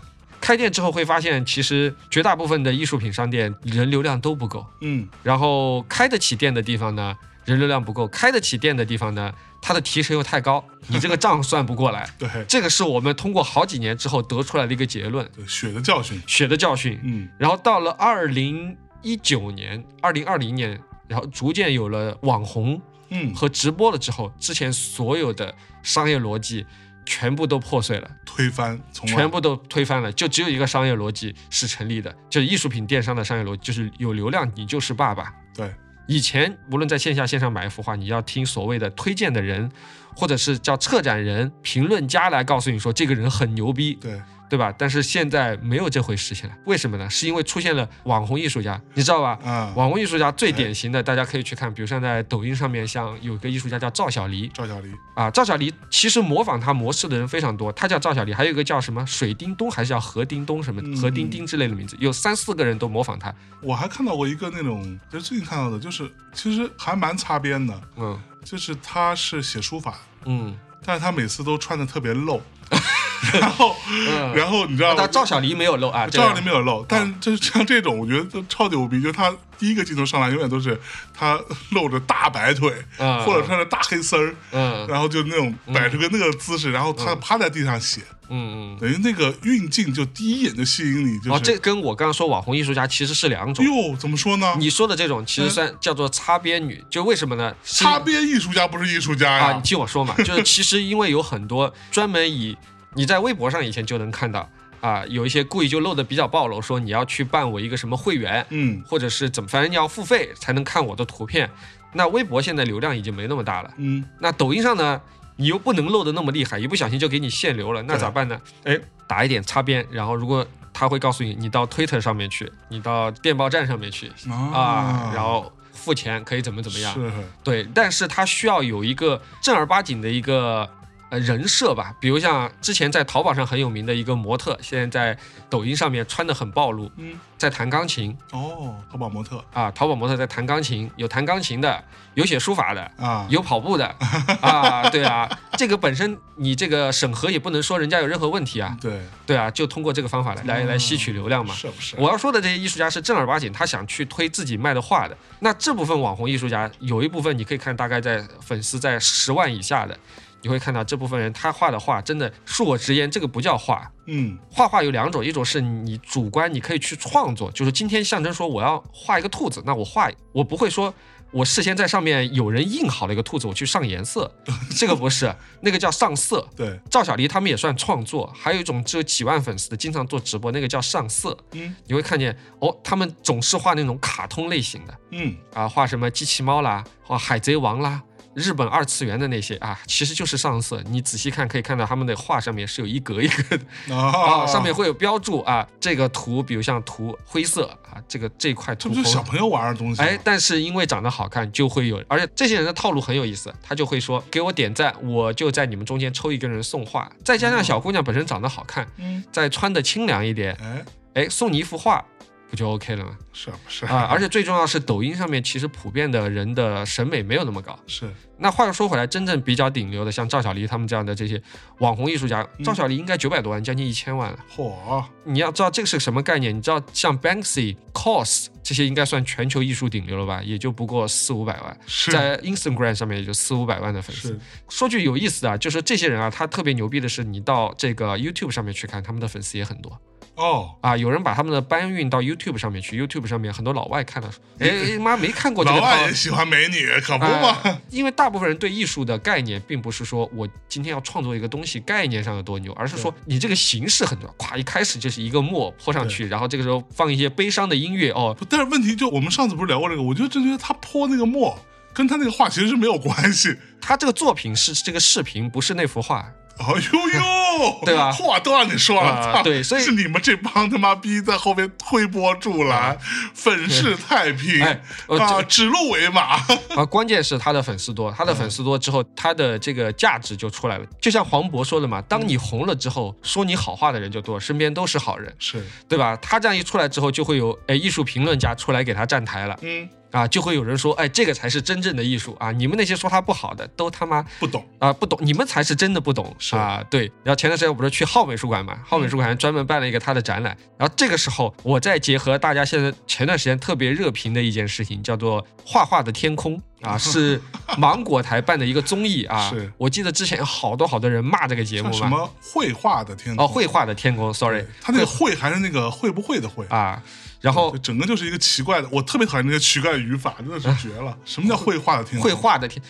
Speaker 2: 开店之后会发现，其实绝大部分的艺术品商店人流量都不够，
Speaker 3: 嗯
Speaker 2: 然后开得起店的地方呢，人流量不够；开得起店的地方呢，它的提成又太高，你这个账算不过来。
Speaker 3: 对
Speaker 2: 这个是我们通过好几年之后得出来的一个结论，
Speaker 3: 对，血的教训。
Speaker 2: 血的教训。
Speaker 3: 嗯
Speaker 2: 然后到了二零一九年、二零二零年，然后逐渐有了网红
Speaker 3: 嗯，
Speaker 2: 和直播了之后，之前所有的商业逻辑全部都破碎了，
Speaker 3: 推翻，从来
Speaker 2: 全部都推翻了，就只有一个商业逻辑是成立的，就是艺术品电商的商业逻辑，就是有流量你就是爸爸。
Speaker 3: 对，
Speaker 2: 以前无论在线下线上买一幅画，你要听所谓的推荐的人，或者是叫策展人、评论家来告诉你说这个人很牛逼，
Speaker 3: 对，
Speaker 2: 对吧？但是现在没有这回事情了，为什么呢？是因为出现了网红艺术家，你知道吧？
Speaker 3: 啊，
Speaker 2: 网红艺术家最典型的，大家可以去看，比如像在抖音上面，像有个艺术家叫赵小黎
Speaker 3: 赵小黎，
Speaker 2: 啊，赵小黎其实模仿他模式的人非常多，他叫赵小黎，还有一个叫什么水叮咚，还是叫何叮咚什么
Speaker 3: 嗯
Speaker 2: 何叮叮之类的名字，有三四个人都模仿他，
Speaker 3: 我还看到过一个那种，就是最近看到的，就是其实还蛮擦边的，
Speaker 2: 嗯
Speaker 3: 就是他是写书法，
Speaker 2: 嗯，
Speaker 3: 但是他每次都穿的特别露，然后
Speaker 2: 嗯
Speaker 3: 然后你知道
Speaker 2: 但赵小黎没有漏啊，这
Speaker 3: 照
Speaker 2: 样
Speaker 3: 样里没有漏，但就是像这种，我觉得都超级无敌，就是他第一个镜头上来永远都是他露着大白腿，
Speaker 2: 嗯
Speaker 3: 或者穿着大黑丝儿，
Speaker 2: 嗯
Speaker 3: 然后就那种摆出个那个姿势，然后他趴在地上写，
Speaker 2: 嗯
Speaker 3: 等于那个运镜就第一眼就吸引你，
Speaker 2: 嗯，
Speaker 3: 就
Speaker 2: 哦，
Speaker 3: 是哎
Speaker 2: 这跟我刚刚说网红艺术家其实是两种。
Speaker 3: 哟，怎么说呢？
Speaker 2: 你说的这种其实算叫做擦边女，就为什么呢？是
Speaker 3: 嗯擦边艺术家不是艺术家
Speaker 2: 啊，你
Speaker 3: 呀，
Speaker 2: 听我说 嘛，就是其实因为有很多专门以你在微博上以前就能看到啊，有一些故意就露的比较暴露，说你要去办我一个什么会员，
Speaker 3: 嗯
Speaker 2: 或者是怎么，反正你要付费才能看我的图片。那微博现在流量已经没那么大了，
Speaker 3: 嗯，
Speaker 2: 那抖音上呢，你又不能露的那么厉害，一不小心就给你限流了，那
Speaker 3: 对
Speaker 2: 咋办呢？哎，打一点擦边，然后如果他会告诉你，你到 Twitter 上面去，你到电报站上面去啊，然后付钱可以怎么怎么样？
Speaker 3: 是
Speaker 2: 对，但是他需要有一个正儿八经的一个呃人设吧，比如像之前在淘宝上很有名的一个模特，现在在抖音上面穿的很暴露，
Speaker 3: 嗯
Speaker 2: 在弹钢琴
Speaker 3: 哦，淘宝模特
Speaker 2: 啊，淘宝模特在弹钢琴，有弹钢琴的，有写书法的。
Speaker 3: 啊，
Speaker 2: 有跑步的 啊，对啊，这个本身你这个审核也不能说人家有任何问题啊，
Speaker 3: 对，
Speaker 2: 对啊，就通过这个方法来来来吸取流量嘛。
Speaker 3: 嗯是不是？
Speaker 2: 我要说的这些艺术家是正儿八经，他想去推自己卖的画的。那这部分网红艺术家，有一部分你可以看，大概在粉丝在十万以下的，你会看到这部分人他画的画，真的恕我直言，这个不叫画。
Speaker 3: 嗯
Speaker 2: 画画有两种，一种是你主观，你可以去创作，就是今天象征说我要画一个兔子，那我画，我不会说我事先在上面有人印好了一个兔子，我去上颜色，这个不是，那个叫上色。
Speaker 3: 对，
Speaker 2: 赵小黎他们也算创作，还有一种只有几万粉丝的，经常做直播，那个叫上色。
Speaker 3: 嗯
Speaker 2: 你会看见哦，他们总是画那种卡通类型的
Speaker 3: 嗯
Speaker 2: 啊，画什么机器猫啦，画海贼王啦，日本二次元的那些啊，其实就是上色。你仔细看可以看到他们的画上面是有一格一格的啊，
Speaker 3: 啊
Speaker 2: 上面会有标注啊，这个图比如像图灰色啊，这个这块涂
Speaker 3: 这不就是小
Speaker 2: 红。
Speaker 3: 朋友玩的东西吗？
Speaker 2: 哎，但是因为长得好看，就会有，而且这些人的套路很有意思，他就会说给我点赞，我就在你们中间抽一个人送画，再加上小姑娘本身长得好看，
Speaker 3: 嗯，
Speaker 2: 再穿的清凉一点，
Speaker 3: 哎，
Speaker 2: 哎，送你一幅画，不就 OK 了吗？
Speaker 3: 是不是
Speaker 2: 啊，而且最重要是，抖音上面其实普遍的人的审美没有那么高。
Speaker 3: 是
Speaker 2: 那话又说回来，真正比较顶流的，像赵小黎他们这样的这些网红艺术家，
Speaker 3: 嗯
Speaker 2: 赵小黎应该九百多万，将近一千万了。
Speaker 3: 嚯，
Speaker 2: 你要知道这个是什么概念？你知道像 Banksy、Cos 这些应该算全球艺术顶流了吧？也就不过四五百万，
Speaker 3: 是
Speaker 2: 在嗯 Instagram 上面也就四五百万的粉丝
Speaker 3: 是。，
Speaker 2: 说句有意思的啊，就是这些人啊，他特别牛逼的是，你到这个 YouTube 上面去看，他们的粉丝也很多。
Speaker 3: 哦，
Speaker 2: 啊，有人把他们的搬运到 YouTube 上面去，YouTube 上面很多老外看了说，哎妈没看过这
Speaker 3: 老
Speaker 2: 个套
Speaker 3: 外也喜欢美女，可不嘛，
Speaker 2: 哎因为大部分人对艺术的概念，并不是说我今天要创作一个东西概念上有多牛，而是说你这个形式很重要。咵，一开始就是一个墨泼上去，然后这个时候放一些悲伤的音乐，哦，
Speaker 3: 不但是问题就我们上次不是聊过这个，我就真觉得他泼那个墨跟他那个画其实是没有关系。
Speaker 2: 他这个作品是这个视频，不是那幅画。
Speaker 3: 哎呦呦，
Speaker 2: 对吧
Speaker 3: 话都让你说了，
Speaker 2: 啊
Speaker 3: 操
Speaker 2: 对所以
Speaker 3: 是你们这帮他妈逼在后面推波助澜，粉饰太平
Speaker 2: 啊哎呃
Speaker 3: 啊，
Speaker 2: 这
Speaker 3: 指鹿为马。
Speaker 2: 啊，关键是他的粉丝多，他的粉丝多之后，他的这个价值就出来了。就像黄渤说的嘛，当你红了之后，说你好话的人就多，身边都 是好人。
Speaker 3: 是，
Speaker 2: 对吧？他这样一出来之后，就会有哎艺术评论家出来给他站台了
Speaker 3: 嗯，
Speaker 2: 啊，就会有人说哎这个才是真正的艺术啊！你们那些说他不好的都他妈
Speaker 3: 不懂，
Speaker 2: 啊不懂，你们才是真的不懂
Speaker 3: 是嗯
Speaker 2: 啊！对。然后前段时间我不是去浩美术馆嘛，浩美术馆还专门办了一个他的展览。然后这个时候，我再结合大家现在前段时间特别热评的一件事情，叫做《画画的天空》 啊，是芒果台办的一个综艺啊
Speaker 3: 是。
Speaker 2: 我记得之前有好多好多人骂这个节目
Speaker 3: 像什
Speaker 2: 嘛，
Speaker 3: 么绘画的天
Speaker 2: 哦，
Speaker 3: 空
Speaker 2: 绘画的天空，sorry
Speaker 3: 对他那个绘还是那个会不会的会。
Speaker 2: 啊。然后
Speaker 3: 就整个就是一个奇怪的，我特别讨厌那些奇怪的语法，真的是绝 了。什么叫绘画的天空？
Speaker 2: 会画的天，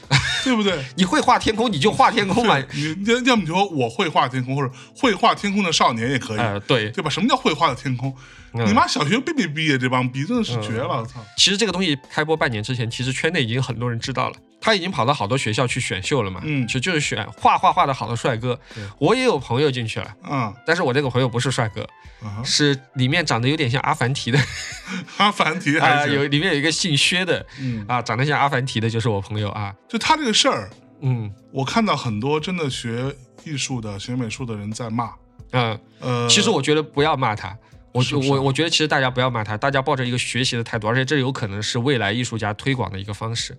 Speaker 3: 对 不对？
Speaker 2: 你会画天空，你就画天空嘛。
Speaker 3: 你你要要么你说我绘画天空，或者绘画天空的少年也可以，
Speaker 2: 呃，对，
Speaker 3: 对吧？什么叫绘画的天空？
Speaker 2: 嗯
Speaker 3: 你妈小学毕没毕业？这帮逼真的是绝了！操、
Speaker 2: 其实这个东西开播半年之前，其实圈内已经很多人知道了。他已经跑到好多学校去选秀了嘛，
Speaker 3: 嗯
Speaker 2: 其实就是选画画画的好的帅哥
Speaker 3: 对。
Speaker 2: 我也有朋友进去了，
Speaker 3: 嗯！
Speaker 2: 但是我这个朋友不是帅哥，
Speaker 3: 啊
Speaker 2: 是里面长得有点像阿凡提的，
Speaker 3: 哈，凡提
Speaker 2: 啊、
Speaker 3: 还是、
Speaker 2: 有里面有一个姓薛的，
Speaker 3: 嗯，
Speaker 2: 啊，长得像阿凡提的就是我朋友啊，
Speaker 3: 就他这个事儿，
Speaker 2: 嗯
Speaker 3: 我看到很多真的学艺术的、学美术的人在骂。
Speaker 2: 嗯，
Speaker 3: 呃，
Speaker 2: 其实我觉得不要骂他。我
Speaker 3: 是不是啊
Speaker 2: 我我觉得其实大家不要骂他，大家抱着一个学习的态度，而且这有可能是未来艺术家推广的一个方式。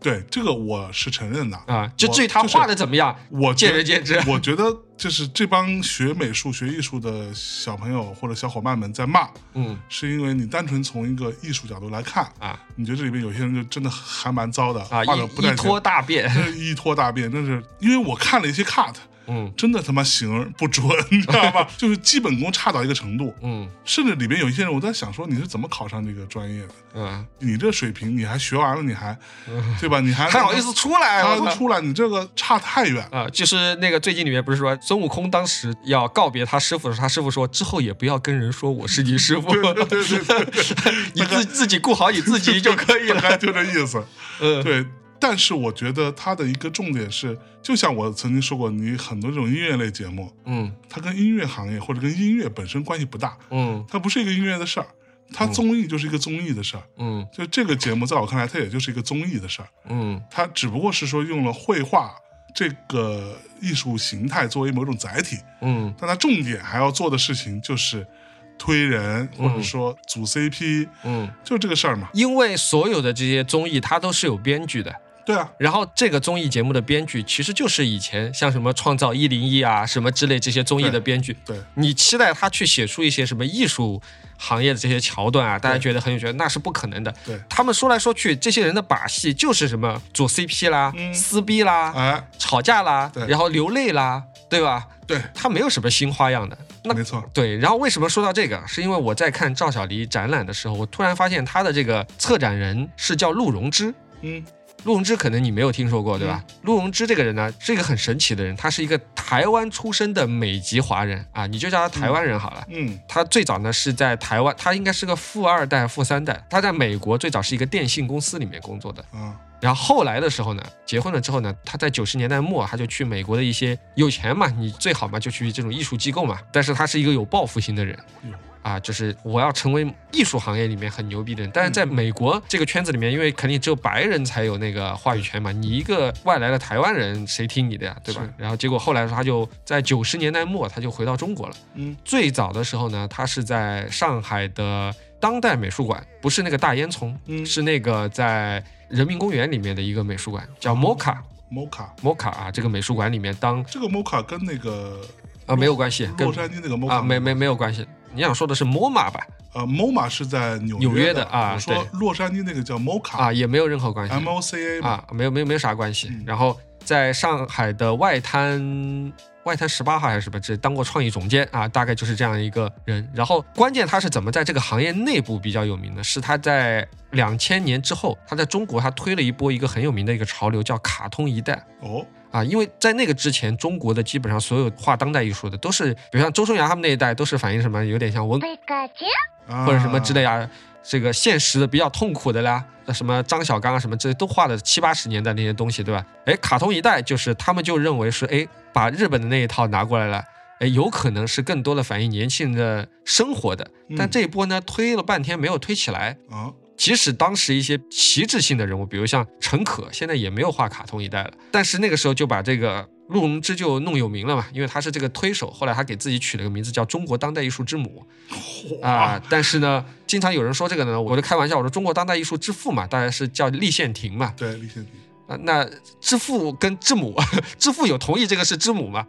Speaker 3: 对这个我是承认的
Speaker 2: 啊。就至于他画的怎么样，
Speaker 3: 我
Speaker 2: 见仁见智。
Speaker 3: 我觉得就是这帮学美术、学艺术的小朋友或者小伙伴们在骂，
Speaker 2: 嗯
Speaker 3: 是因为你单纯从一个艺术角度来看，
Speaker 2: 啊
Speaker 3: 你觉得这里面有些人就真的还蛮糟的，
Speaker 2: 啊，
Speaker 3: 画的不
Speaker 2: 一
Speaker 3: 太
Speaker 2: 一
Speaker 3: 行
Speaker 2: 拖，大便，
Speaker 3: 真是一拖大便，真是因为我看了一些 cut，
Speaker 2: 嗯
Speaker 3: 真的他妈形儿不准，你知道吧？ 就是基本功差到一个程度，
Speaker 2: 嗯
Speaker 3: 甚至里边有一些人，我在想说你是怎么考上这个专业的？
Speaker 2: 嗯，
Speaker 3: 你这水平，你还学完了，你还 对吧？你还
Speaker 2: 还好意思出来？
Speaker 3: 还
Speaker 2: 我
Speaker 3: 不
Speaker 2: 操！
Speaker 3: 出来？你这个差太远。
Speaker 2: 啊、就是那个最近里面不是说孙悟空当时要告别他师傅的时候，他师傅说之后也不要跟人说我是你师 傅，
Speaker 3: 对对对，
Speaker 2: 你自自己顾好你自己就可以
Speaker 3: 大概
Speaker 2: 了。
Speaker 3: 就这意思。
Speaker 2: 嗯，
Speaker 3: 对，但是我觉得它的一个重点是，就像我曾经说过，你很多这种音乐类节目，
Speaker 2: 嗯
Speaker 3: 它跟音乐行业或者跟音乐本身关系不大，
Speaker 2: 嗯
Speaker 3: 它不是一个音乐的事儿，它综艺就是一个综艺的事儿。
Speaker 2: 嗯
Speaker 3: 就这个节目，在我看来，它也就是一个综艺的事儿，
Speaker 2: 嗯
Speaker 3: 它只不过是说用了绘画这个艺术形态作为某种载体，
Speaker 2: 嗯
Speaker 3: 但它重点还要做的事情就是推人，或者说组 CP，、
Speaker 2: 嗯，
Speaker 3: 就这个事儿嘛。
Speaker 2: 因为所有的这些综艺它都是有编剧的，
Speaker 3: 对啊，
Speaker 2: 然后这个综艺节目的编剧其实就是以前像什么《创造一零一》啊什么之类这些综艺的编剧。
Speaker 3: 对
Speaker 2: 你期待他去写出一些什么艺术行业的这些桥段啊，大家觉得很有趣，那是不可能的。
Speaker 3: 对，
Speaker 2: 他们说来说去，这些人的把戏就是什么组 CP 啦、
Speaker 3: 嗯
Speaker 2: 撕逼啦、
Speaker 3: 哎，
Speaker 2: 吵架啦
Speaker 3: 对，
Speaker 2: 然后流泪啦，对吧？
Speaker 3: 对，
Speaker 2: 他没有什么新花样的。那
Speaker 3: 没错，
Speaker 2: 对，然后为什么说到这个？是因为我在看赵小黎展览的时候，我突然发现他的这个策展人是叫陆荣之。
Speaker 3: 嗯
Speaker 2: 陆荣之可能你没有听说过，对吧？陆荣之这个人呢，是一个很神奇的人，他是一个台湾出生的美籍华人啊，你就叫他台湾人好了。
Speaker 3: 嗯
Speaker 2: 他最早呢是在台湾，他应该是个富二代、富三代。他在美国最早是一个电信公司里面工作的，
Speaker 3: 啊，
Speaker 2: 然后后来的时候呢，结婚了之后呢，他在九十年代末他就去美国的一些有钱嘛，你最好嘛就去这种艺术机构嘛。但是他是一个有抱负心的人
Speaker 3: 嗯。
Speaker 2: 啊，就是我要成为艺术行业里面很牛逼的人，但是在美国这个圈子里面，因为肯定只有白人才有那个话语权嘛，你一个外来的台湾人，谁听你的呀，对吧
Speaker 3: 是？
Speaker 2: 然后结果后来他就在九十年代末，他就回到中国了。
Speaker 3: 嗯
Speaker 2: 最早的时候呢，他是在上海的当代美术馆，不是那个大烟囱，
Speaker 3: 嗯
Speaker 2: 是那个在人民公园里面的一个美术馆，叫 Mocha
Speaker 3: ，Mocha。
Speaker 2: Mocha 啊，这个美术馆里面当
Speaker 3: 这个 Mocha 跟那个
Speaker 2: 啊没有关系，跟
Speaker 3: 洛杉矶那个 Mocha
Speaker 2: 啊没没没有关系。你想说的是 MoMA 吧？
Speaker 3: 呃 MoMA 是在纽
Speaker 2: 纽约
Speaker 3: 的
Speaker 2: 的啊
Speaker 3: 我说洛杉矶那个叫 Mocha
Speaker 2: 啊，也没有任何关系
Speaker 3: M O C A 嘛，
Speaker 2: 啊，没有没有没有啥关系
Speaker 3: 嗯。
Speaker 2: 然后在上海的外滩。外滩十八号还是什么，这当过创意总监啊，大概就是这样一个人。然后关键他是怎么在这个行业内部比较有名的？是他在两千年之后，他在中国他推了一波一个很有名的一个潮流，叫卡通一代。
Speaker 3: 哦，
Speaker 2: 啊，因为在那个之前，中国的基本上所有画当代艺术的都是，比如像周春芽他们那一代，都是反映什么，有点像文
Speaker 3: 啊
Speaker 2: 或者什么之类啊，这个现实的比较痛苦的啦，那什么张小刚啊什么这些都画的七八十年代那些东西，对吧？哎，卡通一代就是他们就认为是哎，把日本的那一套拿过来了。哎，有可能是更多的反映年轻人的生活的，但
Speaker 3: 嗯
Speaker 2: 这一波呢，推了半天没有推起来，
Speaker 3: 啊，
Speaker 2: 即使当时一些旗帜性的人物，比如像陈可，现在也没有画卡通一代了，但是那个时候就把这个陆荣之就弄有名了嘛，因为他是这个推手，后来他给自己取了个名字叫中国当代艺术之母啊、但是呢，经常有人说这个呢，我就开玩笑，我说中国当代艺术之父嘛，当然是叫立宪亭嘛，
Speaker 3: 对，李现迪，
Speaker 2: 啊、那之父跟之母， 之父有同意这个是之母吗？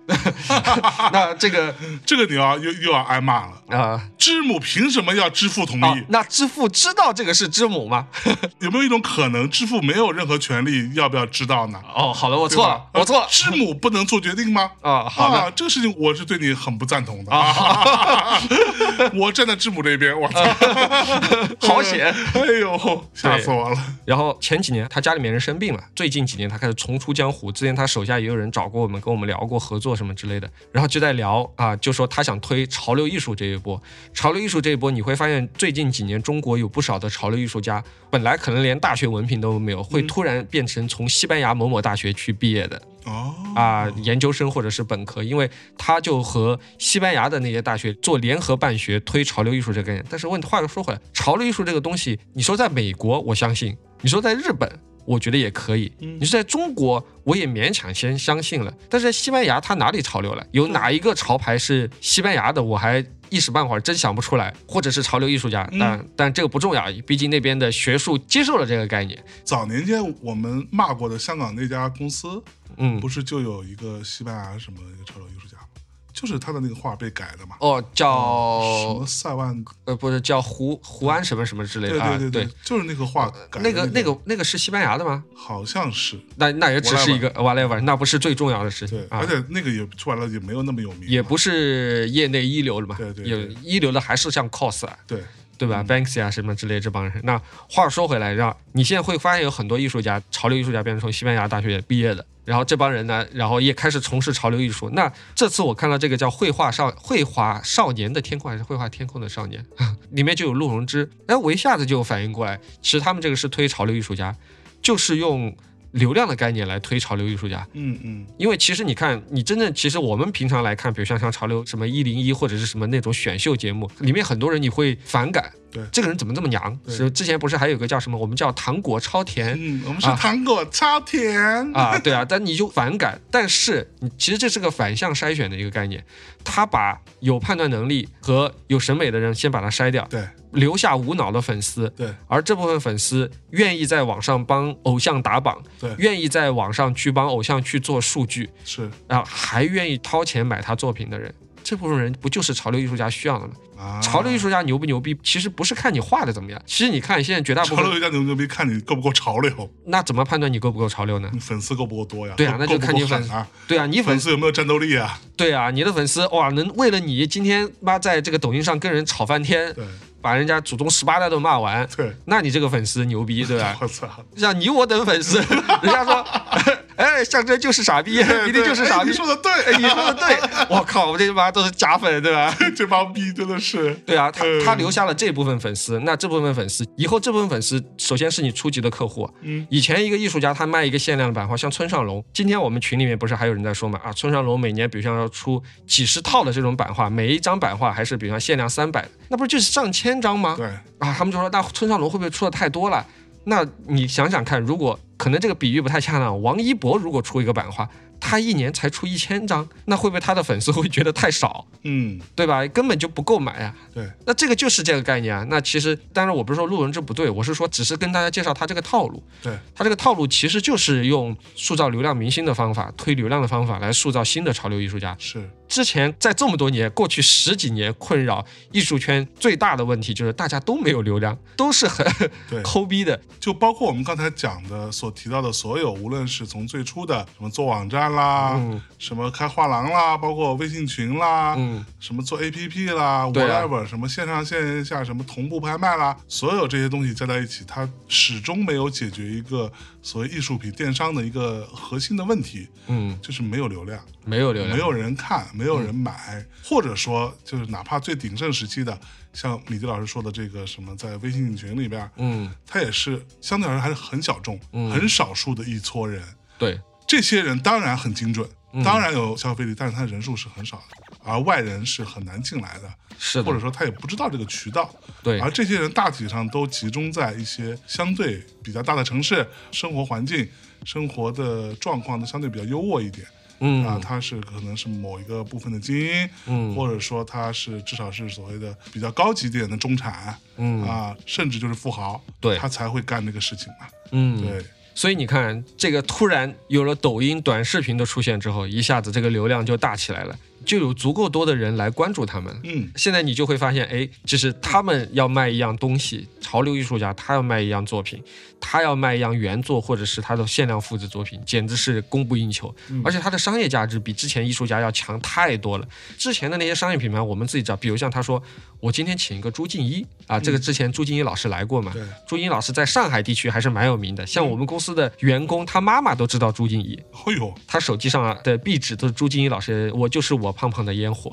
Speaker 2: 那这个
Speaker 3: 这个你要又又要挨骂了。
Speaker 2: 啊、
Speaker 3: 知母凭什么要支付同
Speaker 2: 啊
Speaker 3: 意？
Speaker 2: 那之父知道这个是之母吗？
Speaker 3: 有没有一种可能，知父没有任何权利，要不要知道呢？
Speaker 2: 哦，好了，我错了，我错了。
Speaker 3: 知母不能做决定吗？
Speaker 2: 啊、 好的，
Speaker 3: 啊，这个事情我是对你很不赞同的
Speaker 2: 啊啊
Speaker 3: 啊！ 我站在知母这边，我操，
Speaker 2: 好险！
Speaker 3: 哎呦，吓死我了！
Speaker 2: 然后前几年他家里面人生病了，最近几年他开始重出江湖。之前他手下也有人找过我们，跟我们聊过合作什么之类的，然后就在聊啊，就说他想推潮流艺术这一波。潮流艺术这一波，你会发现最近几年中国有不少的潮流艺术家，本来可能连大学文凭都没有，会突然变成从西班牙某某大学去毕业的
Speaker 3: 哦，
Speaker 2: 啊、研究生或者是本科，因为他就和西班牙的那些大学做联合办学，推潮流艺术这个概念。但是问话又说回来，潮流艺术这个东西，你说在美国，我相信；你说在日本。我觉得也可以。
Speaker 3: 嗯
Speaker 2: 你说在中国，我也勉强先相信了，但是在西班牙，它哪里潮流了？有哪一个潮牌是西班牙的？我还一时半会儿真想不出来，或者是潮流艺术家，
Speaker 3: 嗯
Speaker 2: 但但这个不重要，毕竟那边的学术接受了这个概念。
Speaker 3: 早年间我们骂过的香港那家公司，
Speaker 2: 嗯
Speaker 3: 不，是就有一个西班牙什么一个潮流艺术家吗，就是他的那个画被改的嘛，
Speaker 2: 哦，叫
Speaker 3: 什么塞万，
Speaker 2: 呃，不是叫胡胡安什么什么之类
Speaker 3: 对
Speaker 2: 的啊？
Speaker 3: 对对，就是那个画改的
Speaker 2: 哦那个那
Speaker 3: 那
Speaker 2: 个那个是西班牙的吗？
Speaker 3: 好像是
Speaker 2: 那那也只是一个 whatever，那不是最重要的事情
Speaker 3: 对，
Speaker 2: 啊
Speaker 3: 而。且那个也出来了也没有那么有名嘛，
Speaker 2: 也不是业内一流了嘛，
Speaker 3: 对对
Speaker 2: 有
Speaker 3: 对
Speaker 2: 一流的还是像 cos 啊，
Speaker 3: 对，
Speaker 2: 对吧、b a n k s y 啊什么之类这帮人。那话说回来，让你现在会发现有很多艺术家，潮流艺术家，变成从西班牙大学毕业的，然后这帮人呢，然后也开始从事潮流艺术。那这次我看到这个叫《绘画少绘画少年的天空》还是《绘画天空的少年》 里面就有陆荣之，哎，我一下子就反应过来，其实他们这个是推潮流艺术家，就是用流量的概念来推潮流艺术家。
Speaker 3: 嗯嗯，
Speaker 2: 因为其实你看，你真正其实我们平常来看，比如像像潮流什么一零一或者是什么那种选秀节目，里面很多人你会反感，
Speaker 3: 对
Speaker 2: 这个人怎么这么娘？
Speaker 3: 对
Speaker 2: 是之前不是还有个叫什么，我们叫糖果超 甜。
Speaker 3: 嗯，我们是
Speaker 2: 啊
Speaker 3: 糖果超甜，
Speaker 2: 啊，对啊，但你就反感，但是你其实这是个反向筛选的一个概念，他把有判断能力和有审美的人先把它筛掉，
Speaker 3: 对
Speaker 2: 留下无脑的粉丝，
Speaker 3: 对
Speaker 2: 而这部分粉丝愿意在网上帮偶像打榜，
Speaker 3: 对
Speaker 2: 愿意在网上去帮偶像去做数据，
Speaker 3: 是
Speaker 2: 啊，还愿意掏钱买他作品的人，这部分人不就是潮流艺术家需要的吗？
Speaker 3: 啊，
Speaker 2: 潮流艺术家牛不牛逼，其实不是看你画的怎么样，其实你看现在绝大部
Speaker 3: 潮流
Speaker 2: 分，
Speaker 3: 艺术家牛不牛逼，看你够不够潮流，
Speaker 2: 那怎么判断你够不够潮流呢
Speaker 3: 你？粉丝够不够多呀？
Speaker 2: 对啊
Speaker 3: 够
Speaker 2: 那就
Speaker 3: 够不
Speaker 2: 看
Speaker 3: 够
Speaker 2: 你粉
Speaker 3: 狠啊，
Speaker 2: 对啊，你
Speaker 3: 粉
Speaker 2: 粉丝
Speaker 3: 丝有没有战斗力啊？
Speaker 2: 对啊，你的粉丝哇，能为了你今天妈在这个抖音上跟人吵翻天，
Speaker 3: 对
Speaker 2: 把人家祖宗十八代都骂完，
Speaker 3: 对，
Speaker 2: 那你这个粉丝牛逼，对啊吧
Speaker 3: ？我操，
Speaker 2: 像你我等粉丝， 人家说， 哎，象征就是傻逼，一定就是傻
Speaker 3: 傻
Speaker 2: 逼
Speaker 3: 你，说的对
Speaker 2: 哎，你说的对，我靠，我这他妈都是假粉，对吧？
Speaker 3: 这帮逼真的是，
Speaker 2: 对啊，他
Speaker 3: 嗯
Speaker 2: 他留下了这部分粉丝，那这部分粉丝以后这部分粉丝，首先是你初级的客户。啊
Speaker 3: 嗯，
Speaker 2: 以前一个艺术家他卖一个限量的版画，像村上隆，今天我们群里面不是还有人在说嘛啊，村上隆每年比如像要出几十套的这种版画，每一张版画还是比如像限量三百，那不是就是上千张吗？
Speaker 3: 对，
Speaker 2: 啊，他们就说那村上隆会不会出的太多了？那你想想看，如果可能这个比喻不太恰当，王一博如果出一个版画，他一年才出一千张，那会不会他的粉丝会觉得太少？
Speaker 3: 嗯，
Speaker 2: 对吧？根本就不够买啊。
Speaker 3: 对，
Speaker 2: 那这个就是这个概念啊。那其实，当然我不是说路人之不对，我是说只是跟大家介绍他这个套路。
Speaker 3: 对，
Speaker 2: 他这个套路其实就是用塑造流量明星的方法、推流量的方法来塑造新的潮流艺术家。
Speaker 3: 是，
Speaker 2: 之前在这么多年，过去十几年困扰艺术圈最大的问题就是大家都没有流量，都是很
Speaker 3: 对，
Speaker 2: 抠逼的。
Speaker 3: 就包括我们刚才讲的所提到的所有，无论是从最初的什么做网站啦，
Speaker 2: 嗯
Speaker 3: 什么开画廊啦，包括微信群啦，
Speaker 2: 嗯，
Speaker 3: 什么做 APP 啦、
Speaker 2: 对啊
Speaker 3: whatever，什么线上线下什么同步拍卖啦，所有这些东西加在一起，它始终没有解决一个所谓艺术品电商的一个核心的问题，
Speaker 2: 嗯，
Speaker 3: 就是没有流量，
Speaker 2: 没有流量，
Speaker 3: 没有人看，没
Speaker 2: 嗯
Speaker 3: 有人买，或者说就是哪怕最鼎盛时期的，像米迪老师说的这个什么在微信群里边儿，
Speaker 2: 嗯，
Speaker 3: 它也是相对来说还是很小众、
Speaker 2: 嗯
Speaker 3: 很少数的一撮人。
Speaker 2: 对，
Speaker 3: 这些人当然很精准，
Speaker 2: 嗯
Speaker 3: 当然有消费力，但是他人数是很少的，而外人是很难进来的，
Speaker 2: 是
Speaker 3: 或者啊
Speaker 2: 的，
Speaker 3: 说他也不知道这个渠道。
Speaker 2: 对
Speaker 3: 而这些人大体上都集中在一些相对比较大的城市，生活环境、生活的状况都相对比较优渥一点。
Speaker 2: 嗯
Speaker 3: 啊，他是可能是某一个部分的精英，
Speaker 2: 嗯
Speaker 3: 或者说他是至少是所谓的比较高级一点的中产，
Speaker 2: 嗯
Speaker 3: 啊，甚至就是富豪，
Speaker 2: 对
Speaker 3: 他才会干这个事情嘛，
Speaker 2: 嗯，
Speaker 3: 对，
Speaker 2: 所以你看，这个突然有了抖音短视频的出现之后，一下子这个流量就大起来了，就有足够多的人来关注他们。
Speaker 3: 嗯，
Speaker 2: 现在你就会发现，哎，就是他们要卖一样东西，潮流艺术家他要卖一样作品，他要卖一样原作或者是他的限量复制作品，简直是供不应求。
Speaker 3: 嗯
Speaker 2: 而且它的商业价值比之前艺术家要强太多了。之前的那些商业品牌，我们自己找，比如像他说，我今天请一个朱静一啊，这个之前朱静一老师来过嘛，
Speaker 3: 嗯对，
Speaker 2: 朱静一老师在上海地区还是蛮有名的，像我们公司的员工，他妈妈都知道朱静一。
Speaker 3: 哎呦，
Speaker 2: 他手机上啊的壁纸都是朱静一老师，我就是我胖胖的烟火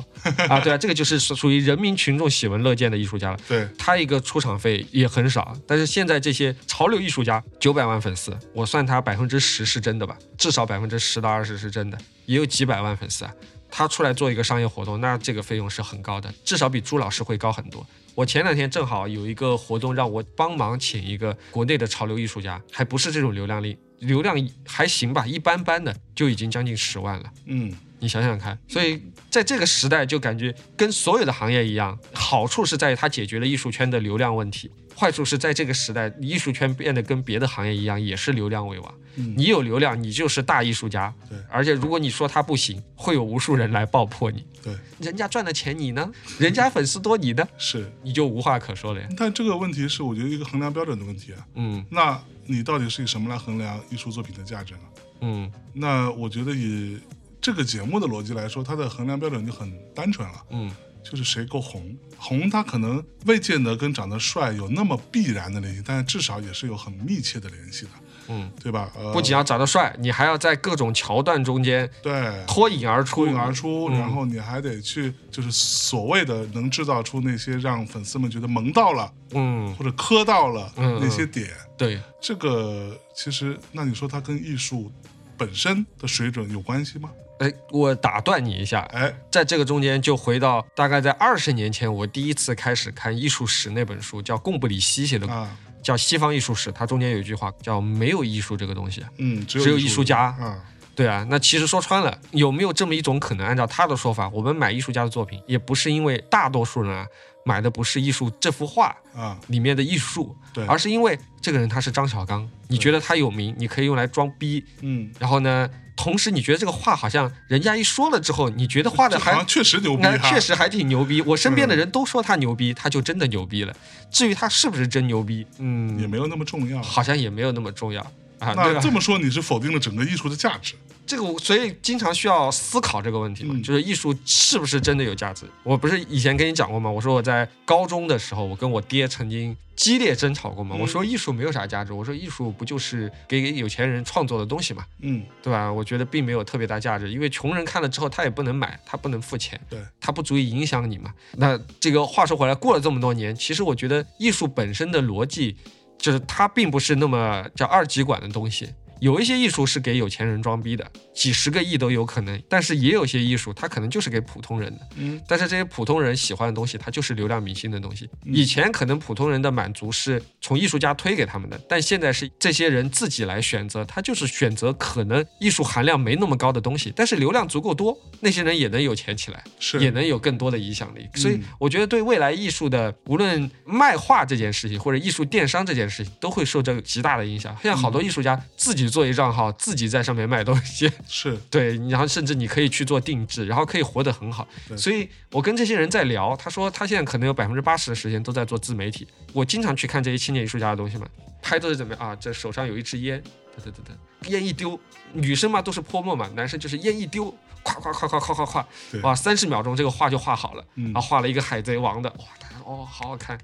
Speaker 2: 啊，对啊，这个就是属属于人民群众喜闻乐见的艺术家了。
Speaker 3: 对，
Speaker 2: 他一个出场费也很少，但是现在这些潮流艺术家九百万粉丝，我算他百分之十是真的吧，至少百分之十到二十是真的，也有几百万粉丝啊。他出来做一个商业活动，那这个费用是很高的，至少比朱老师会高很多。我前两天正好有一个活动，让我帮忙请一个国内的潮流艺术家，还不是这种流量力，流量还行吧，一般般的，就已经将近十万了。
Speaker 3: 嗯，
Speaker 2: 你想想看，所以在这个时代，就感觉跟所有的行业一样，好处是在于它解决了艺术圈的流量问题，坏处是在这个时代，艺术圈变得跟别的行业一样，也是流量为王。
Speaker 3: 嗯
Speaker 2: 你有流量，你就是大艺术家
Speaker 3: 对。
Speaker 2: 而且如果你说他不行，会有无数人来爆破你。
Speaker 3: 对，
Speaker 2: 人家赚的钱你呢？人家粉丝多你呢？
Speaker 3: 是。
Speaker 2: 你就无话可说了呀。
Speaker 3: 但这个问题是我觉得一个衡量标准的问题啊。
Speaker 2: 嗯
Speaker 3: 那你到底是以什么来衡量艺术作品的价值呢？
Speaker 2: 嗯
Speaker 3: 那我觉得以这个节目的逻辑来说，它的衡量标准就很单纯了，
Speaker 2: 嗯
Speaker 3: 就是谁够红。红它可能未见得跟长得帅有那么必然的联系，但是至少也是有很密切的联系的，
Speaker 2: 嗯，
Speaker 3: 对吧？呃，
Speaker 2: 不仅要长得帅，你还要在各种桥段中间
Speaker 3: 对。
Speaker 2: 脱颖而出。
Speaker 3: 脱颖而出，
Speaker 2: 嗯
Speaker 3: 然后你还得去，就是所谓的能制造出那些让粉丝们觉得萌到了
Speaker 2: 嗯，
Speaker 3: 或者磕到了
Speaker 2: 嗯嗯
Speaker 3: 那些点，
Speaker 2: 对，
Speaker 3: 这个其实，那你说它跟艺术本身的水准有关系吗？
Speaker 2: 哎，我打断你一下，
Speaker 3: 哎，
Speaker 2: 在这个中间就回到大概在二十年前，我第一次开始看《艺术史》那本书，叫贡布里希写的，
Speaker 3: 啊，
Speaker 2: 叫《西方艺术史》，它中间有一句话叫“没有艺术这个东西”。
Speaker 3: 嗯，只
Speaker 2: 只有
Speaker 3: 艺
Speaker 2: 艺术家
Speaker 3: 啊，
Speaker 2: 对啊，那其实说穿了，有没有这么一种可能？按照他的说法，我们买艺术家的作品，也不是因为大多数人啊买的不是艺术这幅画
Speaker 3: 啊，
Speaker 2: 里面的艺术，
Speaker 3: 对，
Speaker 2: 而是因为这个人他是张小刚，你觉得他有名，你可以用来装逼，
Speaker 3: 嗯，
Speaker 2: 然后呢，同时你觉得这个画好像人家一说了之后，你觉得画的
Speaker 3: 这好
Speaker 2: 还
Speaker 3: 像确实牛逼
Speaker 2: 那
Speaker 3: 哈，
Speaker 2: 确实还挺牛逼。我身边的
Speaker 3: 嗯
Speaker 2: 人都说他牛逼，他就真的牛逼了。至于他是不是真牛逼，嗯，
Speaker 3: 也没有那么重要。
Speaker 2: 好像也没有那么重要啊。对
Speaker 3: 那
Speaker 2: 吧
Speaker 3: 这么说，你是否定了整个艺术的价值？
Speaker 2: 这个我所以经常需要思考这个问题嘛，
Speaker 3: 嗯
Speaker 2: 就是艺术是不是真的有价值？我不是以前跟你讲过吗？我说我在高中的时候，我跟我爹曾经激烈争吵过嘛。
Speaker 3: 嗯
Speaker 2: 我说艺术没有啥价值，我说艺术不就是给有钱人创作的东西嘛，
Speaker 3: 嗯，
Speaker 2: 对吧？我觉得并没有特别大价值，因为穷人看了之后他也不能买，他不能付钱，
Speaker 3: 对，
Speaker 2: 它不足以影响你嘛。那这个话说回来，过了这么多年，其实我觉得艺术本身的逻辑，就是它并不是那么叫二极管的东西。有一些艺术是给有钱人装逼的，几十个亿都有可能；但是也有些艺术，它可能就是给普通人的。
Speaker 3: 嗯，
Speaker 2: 但是这些普通人喜欢的东西，它就是流量明星的东西。以前可能普通人的满足是从艺术家推给他们的，但现在是这些人自己来选择，他就是选择可能艺术含量没那么高的东西，但是流量足够多，那些人也能有钱起来。
Speaker 3: 是
Speaker 2: 也能有更多的影响力。所以
Speaker 3: 嗯
Speaker 2: 我觉得对未来艺术的，无论卖画这件事情或者艺术电商这件事情，都会受这个极大的影响。现在好多艺术家自己做一账号，自己在上面卖东西，
Speaker 3: 是，
Speaker 2: 对，然后甚至你可以去做定制，然后可以活得很好。
Speaker 3: 对
Speaker 2: 所以我跟这些人在聊，他说他现在可能有百分之八十的时间都在做自媒体。我经常去看这些青年艺术家的东西嘛，拍都是怎么样啊？这手上有一支烟，噔噔噔噔，烟一丢，女生嘛都是泼墨嘛，男生就是烟一丢，咵咵咵咵咵咵咵
Speaker 3: 对，
Speaker 2: 哇，三十秒钟这个画就画好了，
Speaker 3: 嗯
Speaker 2: 然后画了一个海贼王的，哇，大家说哦，好好看。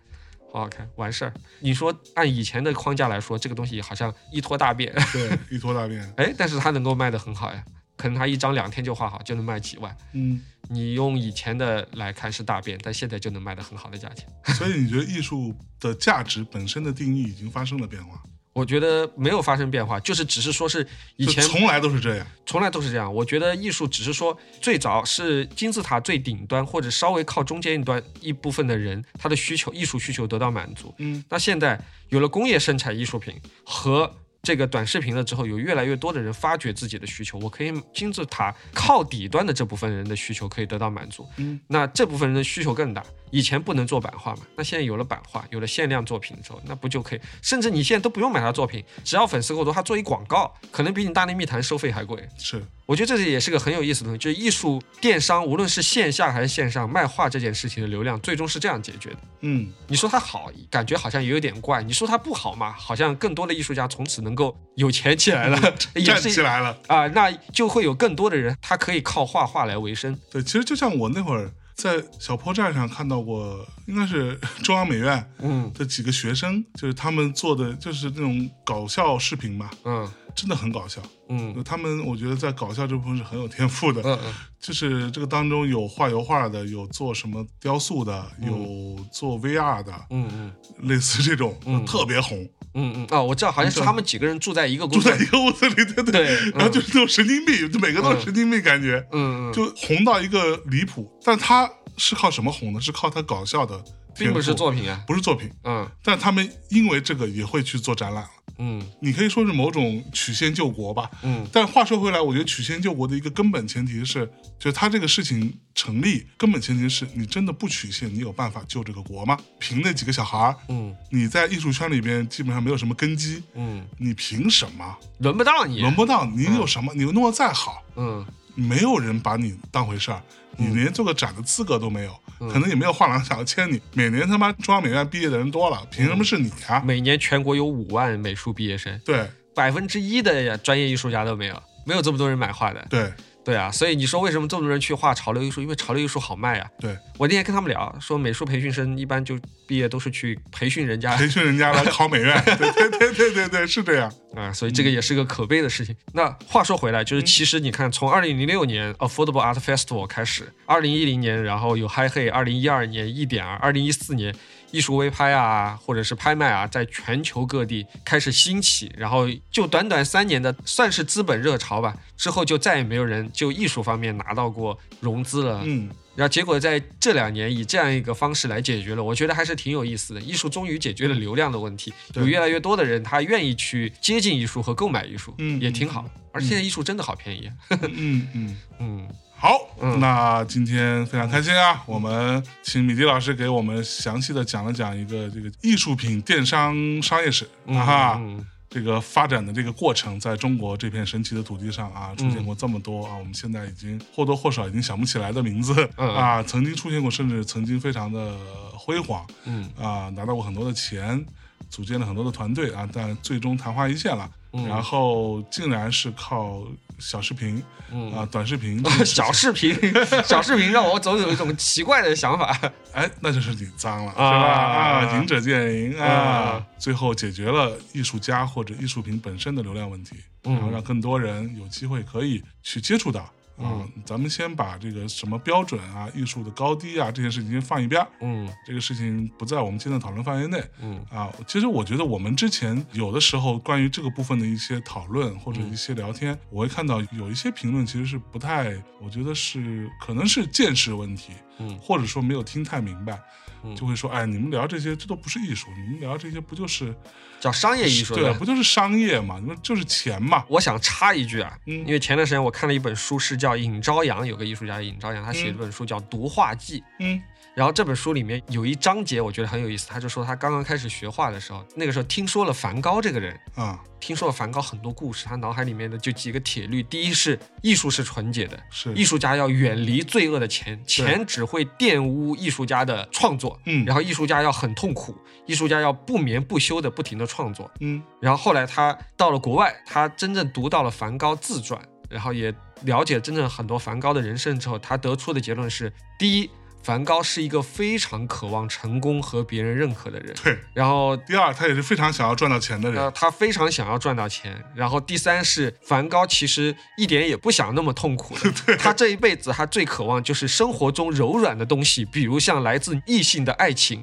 Speaker 2: 好好看，完事儿。你说按以前的框架来说，这个东西好像一拖大便，
Speaker 3: 对，一坨大 便，
Speaker 2: 哎，但是它能够卖得很好呀，可能它一张两天就画好，就能卖几万。
Speaker 3: 嗯，
Speaker 2: 你用以前的来看是大便，但现在就能卖得很好的价钱。
Speaker 3: 所以你觉得艺术的价值本身的定义已经发生了变化？
Speaker 2: 我觉得没有发生变化，就是只是说是以
Speaker 3: 就
Speaker 2: 前
Speaker 3: 从来都是这样，
Speaker 2: 从来都是这样。我觉得艺术只是说最早是金字塔最顶端或者稍微靠中间一端一部分的人，他的需求艺术需求得到满足，
Speaker 3: 嗯，
Speaker 2: 那现在有了工业生产艺术品和这个短视频了之后，有越来越多的人发掘自己的需求，我可以金字塔靠底端的这部分人的需求可以得到满足，
Speaker 3: 嗯，
Speaker 2: 那这部分人的需求更大。以前不能做版画嘛，那现在有了版画，有了限量作品之后，那不就可以？甚至你现在都不用买他作品，只要粉丝够多，他做一广告，可能比你大内密谈收费还贵。
Speaker 3: 是，
Speaker 2: 我觉得这也是个很有意思的东西，就是艺术电商，无论是线下还是线上卖画这件事情的流量，最终是这样解决的。
Speaker 3: 嗯，
Speaker 2: 你说它好，感觉好像也有点怪；你说它不好嘛，好像更多的艺术家从此能够有钱起来了，也
Speaker 3: 站起
Speaker 2: 是
Speaker 3: 来了。
Speaker 2: 啊、那就会有更多的人他可以靠画画来为生。
Speaker 3: 对，其实就像我那会儿在小坡站上看到过，应该是中央美院
Speaker 2: 嗯
Speaker 3: 的几个学生，就是他们做的就是那种搞笑视频嘛，
Speaker 2: 嗯
Speaker 3: 真的很搞笑。
Speaker 2: 嗯
Speaker 3: 他们我觉得在搞笑这部分是很有天赋的，
Speaker 2: 嗯嗯
Speaker 3: 就是这个当中有画油画的，有做什么
Speaker 2: 嗯
Speaker 3: 雕塑的，有做 VR 的，
Speaker 2: 嗯嗯
Speaker 3: 类似这种、
Speaker 2: 嗯
Speaker 3: 特别红。
Speaker 2: 嗯嗯啊，我知道，好像是他们几个人住在一个公
Speaker 3: 住
Speaker 2: 司
Speaker 3: 在，一个屋子里，对对，
Speaker 2: 对
Speaker 3: 然后
Speaker 2: 嗯
Speaker 3: 就是那种神经病，就每个都是神经病，感觉、
Speaker 2: 嗯嗯，
Speaker 3: 就红到一个离谱。但他是靠什么红呢？是靠他搞笑的天赋，
Speaker 2: 并不是作品啊，
Speaker 3: 不是作品，
Speaker 2: 嗯
Speaker 3: 但他们因为这个也会去做展览了。
Speaker 2: 嗯
Speaker 3: 你可以说是某种曲线救国吧，
Speaker 2: 嗯
Speaker 3: 但话说回来，我觉得曲线救国的一个根本前提是，就是他这个事情成立，根本前提是你真的不曲线，你有办法救这个国吗？凭那几个小孩儿，
Speaker 2: 嗯
Speaker 3: 你在艺术圈里边基本上没有什么根基，
Speaker 2: 嗯，
Speaker 3: 你凭什么？
Speaker 2: 轮不到你，
Speaker 3: 轮不到你有什么？你弄得再好，
Speaker 2: 嗯
Speaker 3: 没有人把你当回事儿，你连做个展的资格都没有，可能也没有画廊想要签你。每年他妈中央美院毕业的人多了，凭什么是你啊？
Speaker 2: 每年全国有五万美术毕业生，
Speaker 3: 对
Speaker 2: 百分之一的专业艺术家都没有，没有这么多人买画的。
Speaker 3: 对
Speaker 2: 对啊，所以你说为什么这么多人去画潮流艺术？因为潮流艺术好卖啊。
Speaker 3: 对，
Speaker 2: 我那天跟他们聊，说美术培训生一般就毕业都是去培训人家
Speaker 3: 培训人家来考美院，对对对对对对，是这样。
Speaker 2: 啊，所以这个也是个可悲的事情。那话说回来，就是其实你看，从二零零六年 Affordable Art Festival 开始，二零一零年，然后有 Hi Hey，二零一二年一点儿，二零一四年艺术微拍啊，或者是拍卖啊，在全球各地开始兴起，然后就短短三年的算是资本热潮吧，之后就再也没有人就艺术方面拿到过融资了。
Speaker 3: 嗯，
Speaker 2: 然后结果在这两年以这样一个方式来解决了，我觉得还是挺有意思的。艺术终于解决了流量的问题，
Speaker 3: 对
Speaker 2: 有越来越多的人他愿意去接近艺术和购买艺术，
Speaker 3: 嗯
Speaker 2: 也挺好。而且现在艺术真的好便宜，啊
Speaker 3: 嗯嗯。
Speaker 2: 嗯，
Speaker 3: 好，
Speaker 2: 嗯
Speaker 3: 那今天非常开心啊！我们请米迪老师给我们详细的讲了讲一个这个艺术品电商商业史、
Speaker 2: 嗯
Speaker 3: 啊哈，
Speaker 2: 嗯
Speaker 3: 这个发展的这个过程，在中国这片神奇的土地上
Speaker 2: 嗯
Speaker 3: 啊，出现过这么多啊，我们现在已经或多或少已经想不起来的名字、
Speaker 2: 嗯
Speaker 3: 啊，曾经出现过，甚至曾经非常的辉煌，
Speaker 2: 嗯
Speaker 3: 啊，拿到过很多的钱，组建了很多的团队啊，但最终昙花一现了。
Speaker 2: 嗯
Speaker 3: 然后竟然是靠小视频、
Speaker 2: 嗯
Speaker 3: 啊、短 视频
Speaker 2: 小视 频，小视频让我总有一种奇怪的想法。
Speaker 3: 哎，那就是你脏了，是吧？
Speaker 2: 啊
Speaker 3: 啊，赢者见赢啊
Speaker 2: 啊！
Speaker 3: 最后解决了艺术家或者艺术品本身的流量问题，
Speaker 2: 嗯
Speaker 3: 然后让更多人有机会可以去接触到啊。
Speaker 2: 嗯
Speaker 3: 咱们先把这个什么标准啊、艺术的高低啊这些事情先放一边儿，
Speaker 2: 嗯
Speaker 3: 这个事情不在我们今天的讨论范围内。
Speaker 2: 嗯
Speaker 3: 啊，其实我觉得我们之前有的时候关于这个部分的一些讨论或者
Speaker 2: 嗯
Speaker 3: 一些聊天，我会看到有一些评论其实是不太，我觉得是可能是见识问题，
Speaker 2: 嗯
Speaker 3: 或者说没有听太明白，
Speaker 2: 嗯
Speaker 3: 就会说，哎，你们聊这些这都不是艺术，你们聊这些不就是
Speaker 2: 叫商业艺术
Speaker 3: 对啊，
Speaker 2: 的。
Speaker 3: 不就是商业嘛，你们就是钱嘛，
Speaker 2: 我想插一句啊，
Speaker 3: 嗯
Speaker 2: 因为前段时间我看了一本书，是叫尹朝阳，有个艺术家尹朝阳，他写了一本书叫《读画记》。
Speaker 3: 嗯
Speaker 2: 然后这本书里面有一章节，我觉得很有意思，他就说他刚刚开始学画的时候，那个时候听说了梵高这个人，
Speaker 3: 啊，
Speaker 2: 听说了梵高很多故事，他脑海里面的就几个铁律：第一是艺术是纯洁的，
Speaker 3: 是
Speaker 2: 艺术家要远离罪恶的钱，钱只会玷污艺术家的创作。
Speaker 3: 嗯
Speaker 2: 然后艺术家要很痛苦，艺术家要不眠不休的不停的创作。
Speaker 3: 嗯
Speaker 2: 然后后来他到了国外，他真正读到了梵高自传，然后也了解真正很多梵高的人生之后，他得出的结论是：第一，梵高是一个非常渴望成功和别人认可的人，
Speaker 3: 对。
Speaker 2: 然后。
Speaker 3: 第二，他也是非常想要赚到钱的人
Speaker 2: 呃，，他非常想要赚到钱。然后第三是，梵高其实一点也不想那么痛苦的。他这一辈子，他最渴望就是生活中柔软的东西，比如像来自异性的爱情。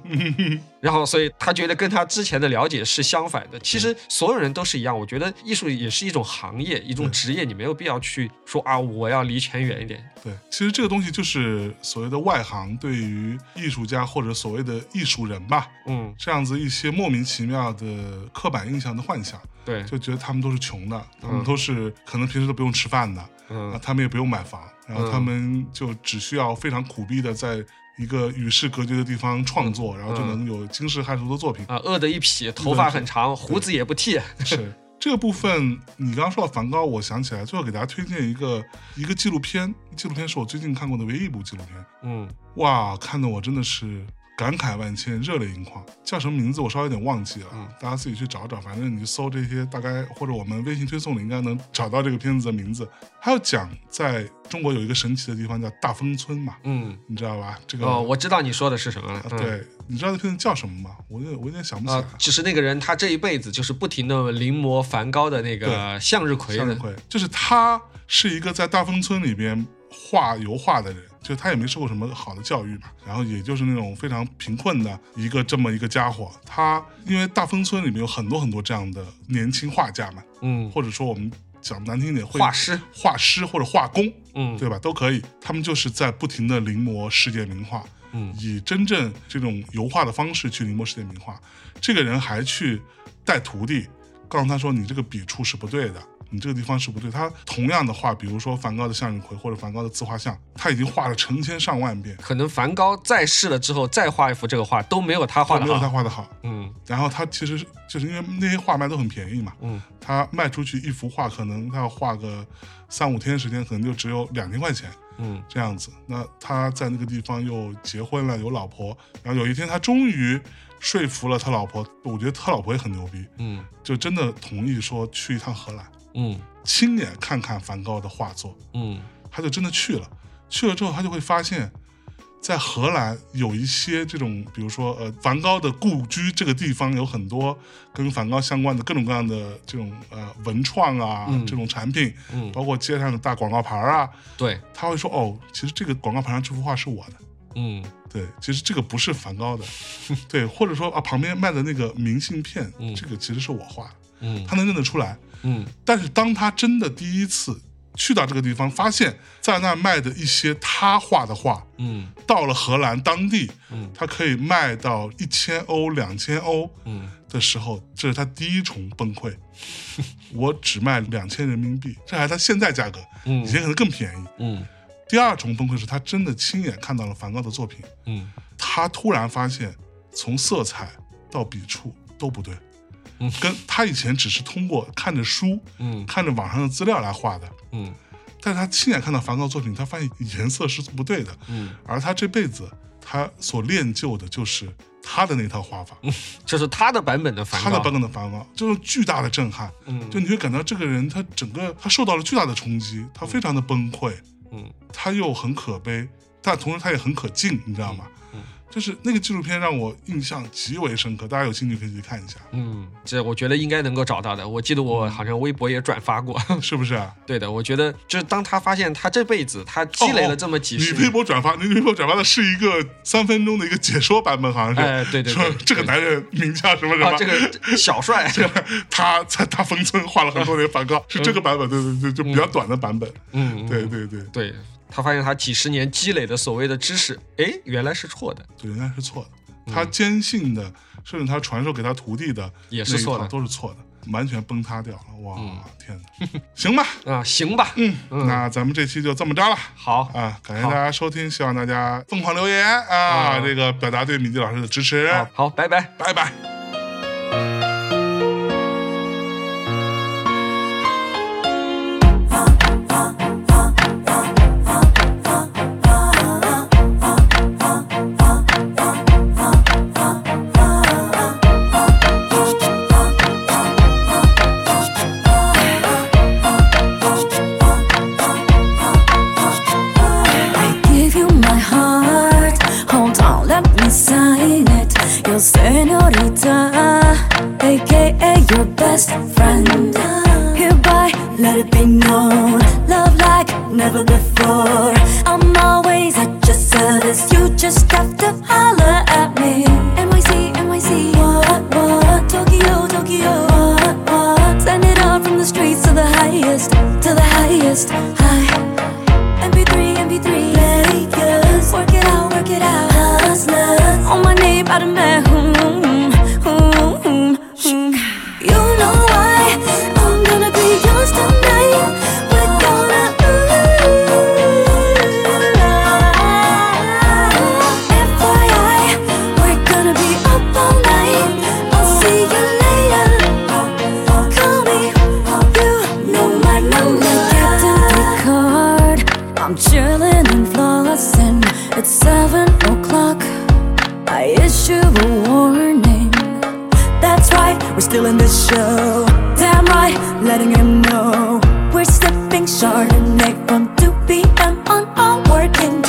Speaker 2: 然后，所以他觉得跟他之前的了解是相反的。其实所有人都是一样，我觉得艺术也是一种行业，一种职业，你没有必要去说啊，我要离钱远一点。
Speaker 3: 对，其实这个东西就是所谓的外行对于艺术家或者所谓的艺术人吧，
Speaker 2: 嗯，
Speaker 3: 这样子一些莫名其妙的刻板印象的幻想，
Speaker 2: 对，
Speaker 3: 就觉得他们都是穷的，他们
Speaker 2: 嗯
Speaker 3: 都是可能平时都不用吃饭的，啊，
Speaker 2: 嗯
Speaker 3: 他们也不用买房，然后
Speaker 2: 嗯
Speaker 3: 他们就只需要非常苦逼的在一个与世隔绝的地方创作，然后就能有惊世骇俗的作品。
Speaker 2: 嗯啊，饿得一匹，头发很长，胡子也不剃。
Speaker 3: 是这个部分，你刚刚说到梵高，我想起来，最后给大家推荐一个一个纪录片，纪录片是我最近看过的唯一一部纪录片，
Speaker 2: 嗯
Speaker 3: 哇，看得我真的是感慨万千，热泪盈眶。叫什么名字我稍微有点忘记了，啊
Speaker 2: 嗯
Speaker 3: 大家自己去找找。反正你搜这些，大概或者我们微信推送里应该能找到这个片子的名字。还有讲在中国有一个神奇的地方叫大丰村嘛，
Speaker 2: 嗯，
Speaker 3: 你知道吧？这个、
Speaker 2: 哦，我知道你说的是什么了
Speaker 3: 啊。
Speaker 2: 嗯
Speaker 3: 对，你知道这片子叫什么吗？我有我有点想不起来
Speaker 2: 啊，。就是那个人，他这一辈子就是不停的临摹梵高的那个向日葵
Speaker 3: 向日
Speaker 2: 的，
Speaker 3: 葵，就是他是一个在大丰村里边画油画的人。就他也没受过什么好的教育嘛，然后也就是那种非常贫困的一个这么一个家伙。他因为大丰村里面有很多很多这样的年轻画家嘛，
Speaker 2: 嗯，
Speaker 3: 或者说我们讲难听一点，会
Speaker 2: 画师，
Speaker 3: 画师或者画工，
Speaker 2: 嗯，
Speaker 3: 对吧？都可以。他们就是在不停的临摹世界名画，
Speaker 2: 嗯
Speaker 3: 以真正这种油画的方式去临摹世界名画。这个人还去带徒弟，告诉他说：“你这个笔触是不对的，你这个地方是不对。”他同样的画，比如说梵高的向日葵或者梵高的自画像，他已经画了成千上万遍，
Speaker 2: 可能梵高在世了之后再画一幅这个画都没有他画
Speaker 3: 都
Speaker 2: 的
Speaker 3: 没有他
Speaker 2: 好。
Speaker 3: 画的好。
Speaker 2: 嗯
Speaker 3: 然后他其实是就是因为那些画卖都很便宜嘛，
Speaker 2: 嗯，
Speaker 3: 他卖出去一幅画，可能他要画个三五天时间，可能就只有两千块钱。
Speaker 2: 嗯
Speaker 3: 这样子。那他在那个地方又结婚了，有老婆。然后有一天，他终于说服了他老婆，我觉得他老婆也很牛逼，
Speaker 2: 嗯
Speaker 3: 就真的同意说去一趟荷兰，
Speaker 2: 嗯
Speaker 3: 亲眼看看梵高的画作。
Speaker 2: 嗯
Speaker 3: 他就真的去了。去了之后，他就会发现，在荷兰有一些这种，比如说呃，梵高的故居这个地方有很多跟梵高相关的各种各样的这种呃文创啊，
Speaker 2: 嗯
Speaker 3: 这种产品，
Speaker 2: 嗯，
Speaker 3: 包括街上的大广告牌啊，
Speaker 2: 对，
Speaker 3: 他会说哦，其实这个广告牌上这幅画是我的，
Speaker 2: 嗯
Speaker 3: 对，其实这个不是梵高的，对，或者说啊旁边卖的那个明信片，
Speaker 2: 嗯
Speaker 3: 这个其实是我画的，
Speaker 2: 嗯
Speaker 3: 他能认得出来。
Speaker 2: 嗯
Speaker 3: 但是当他真的第一次去到这个地方，发现在那卖的一些他画的画，
Speaker 2: 嗯
Speaker 3: 到了荷兰当地，
Speaker 2: 嗯
Speaker 3: 他可以卖到一千欧、两千欧
Speaker 2: 嗯，
Speaker 3: 的时候，这是他第一重崩溃。我只卖两千人民币，这还是他现在价格，
Speaker 2: 嗯
Speaker 3: 以前可能更便宜。
Speaker 2: 嗯
Speaker 3: 第二重崩溃是他真的亲眼看到了梵高的作品，
Speaker 2: 嗯
Speaker 3: 他突然发现，从色彩到笔触都不对，
Speaker 2: 嗯
Speaker 3: 跟他以前只是通过看着书、
Speaker 2: 嗯
Speaker 3: 看着网上的资料来画的，
Speaker 2: 嗯
Speaker 3: 但是他亲眼看到梵高作品，他发现颜色是不对的，
Speaker 2: 嗯，
Speaker 3: 而他这辈子他所练就的就是他的那套画法，
Speaker 2: 这是他的版本的梵
Speaker 3: 他
Speaker 2: 高。
Speaker 3: 的版本的梵高，这种巨大的震撼，
Speaker 2: 嗯
Speaker 3: 就你会感到这个人他整个他受到了巨大的冲击，他非常的崩溃，
Speaker 2: 嗯
Speaker 3: 他又很可悲，但同时他也很可敬，你知道吗？
Speaker 2: 嗯嗯
Speaker 3: 就是那个纪录片让我印象极为深刻，大家有兴趣可以去看一下，
Speaker 2: 嗯，这我觉得应该能够找到的。我记得
Speaker 3: 嗯
Speaker 2: 我好像微博也转发过。
Speaker 3: 是不是啊？
Speaker 2: 对的，我觉得就是当他发现他这辈子他积累了这么几
Speaker 3: 你
Speaker 2: 十
Speaker 3: 微
Speaker 2: 年，
Speaker 3: 博转发，你微博转发的是一个三分钟的一个解说版本，好像是。
Speaker 2: 哎，对对
Speaker 3: 说
Speaker 2: 对，
Speaker 3: 这个男人名叫什么什么，
Speaker 2: 啊，这个小帅，
Speaker 3: 他在大丰村画了很多年梵高，是这个版本，对对对，就比较短的版本，
Speaker 2: 嗯嗯，嗯
Speaker 3: 对对对，
Speaker 2: 对，他发现他几十年积累的所谓的知识，哎，原来是错的。
Speaker 3: 就人家是错
Speaker 2: 嗯
Speaker 3: 的，他坚信的，甚至他传授给他徒弟的
Speaker 2: 也是错的
Speaker 3: 那一套都是错的，完全崩塌掉了，哇，天哪， 行吧，
Speaker 2: 啊，行吧，嗯，
Speaker 3: 那咱们这期就这么着了。
Speaker 2: 好，
Speaker 3: 啊，感谢大家收听，希望大家疯狂留言啊，
Speaker 2: 嗯
Speaker 3: 这个表达对米蒂老师的支持，
Speaker 2: 好，啊好，拜拜。
Speaker 3: 拜拜。
Speaker 4: I give you my heart. Hold on, let me sign it. Your senorita, aka your best friend. Hereby, let it be known. Love like never before. I'm always at your service. You just have to holler at me. NYC, NYC. What, what? Tokyo, Tokyo. What, what? Send it all from the streets to the highest, to the highest. High. MP3, MP3 Lakers Work it out, work it out Hustlers On my name, out of my home, home, home, home. You know why I'm gonna be yours tonight We're gonna ooh, FYI We're gonna be up all night I'll see you later Call me, you know my number Captain Picard I'm chilling and flossing. It's seven o'clock. I issue a warning. That's right, we're still in this show. Damn right, letting him know. We're sipping Chardonnay from 2 p.m. on our working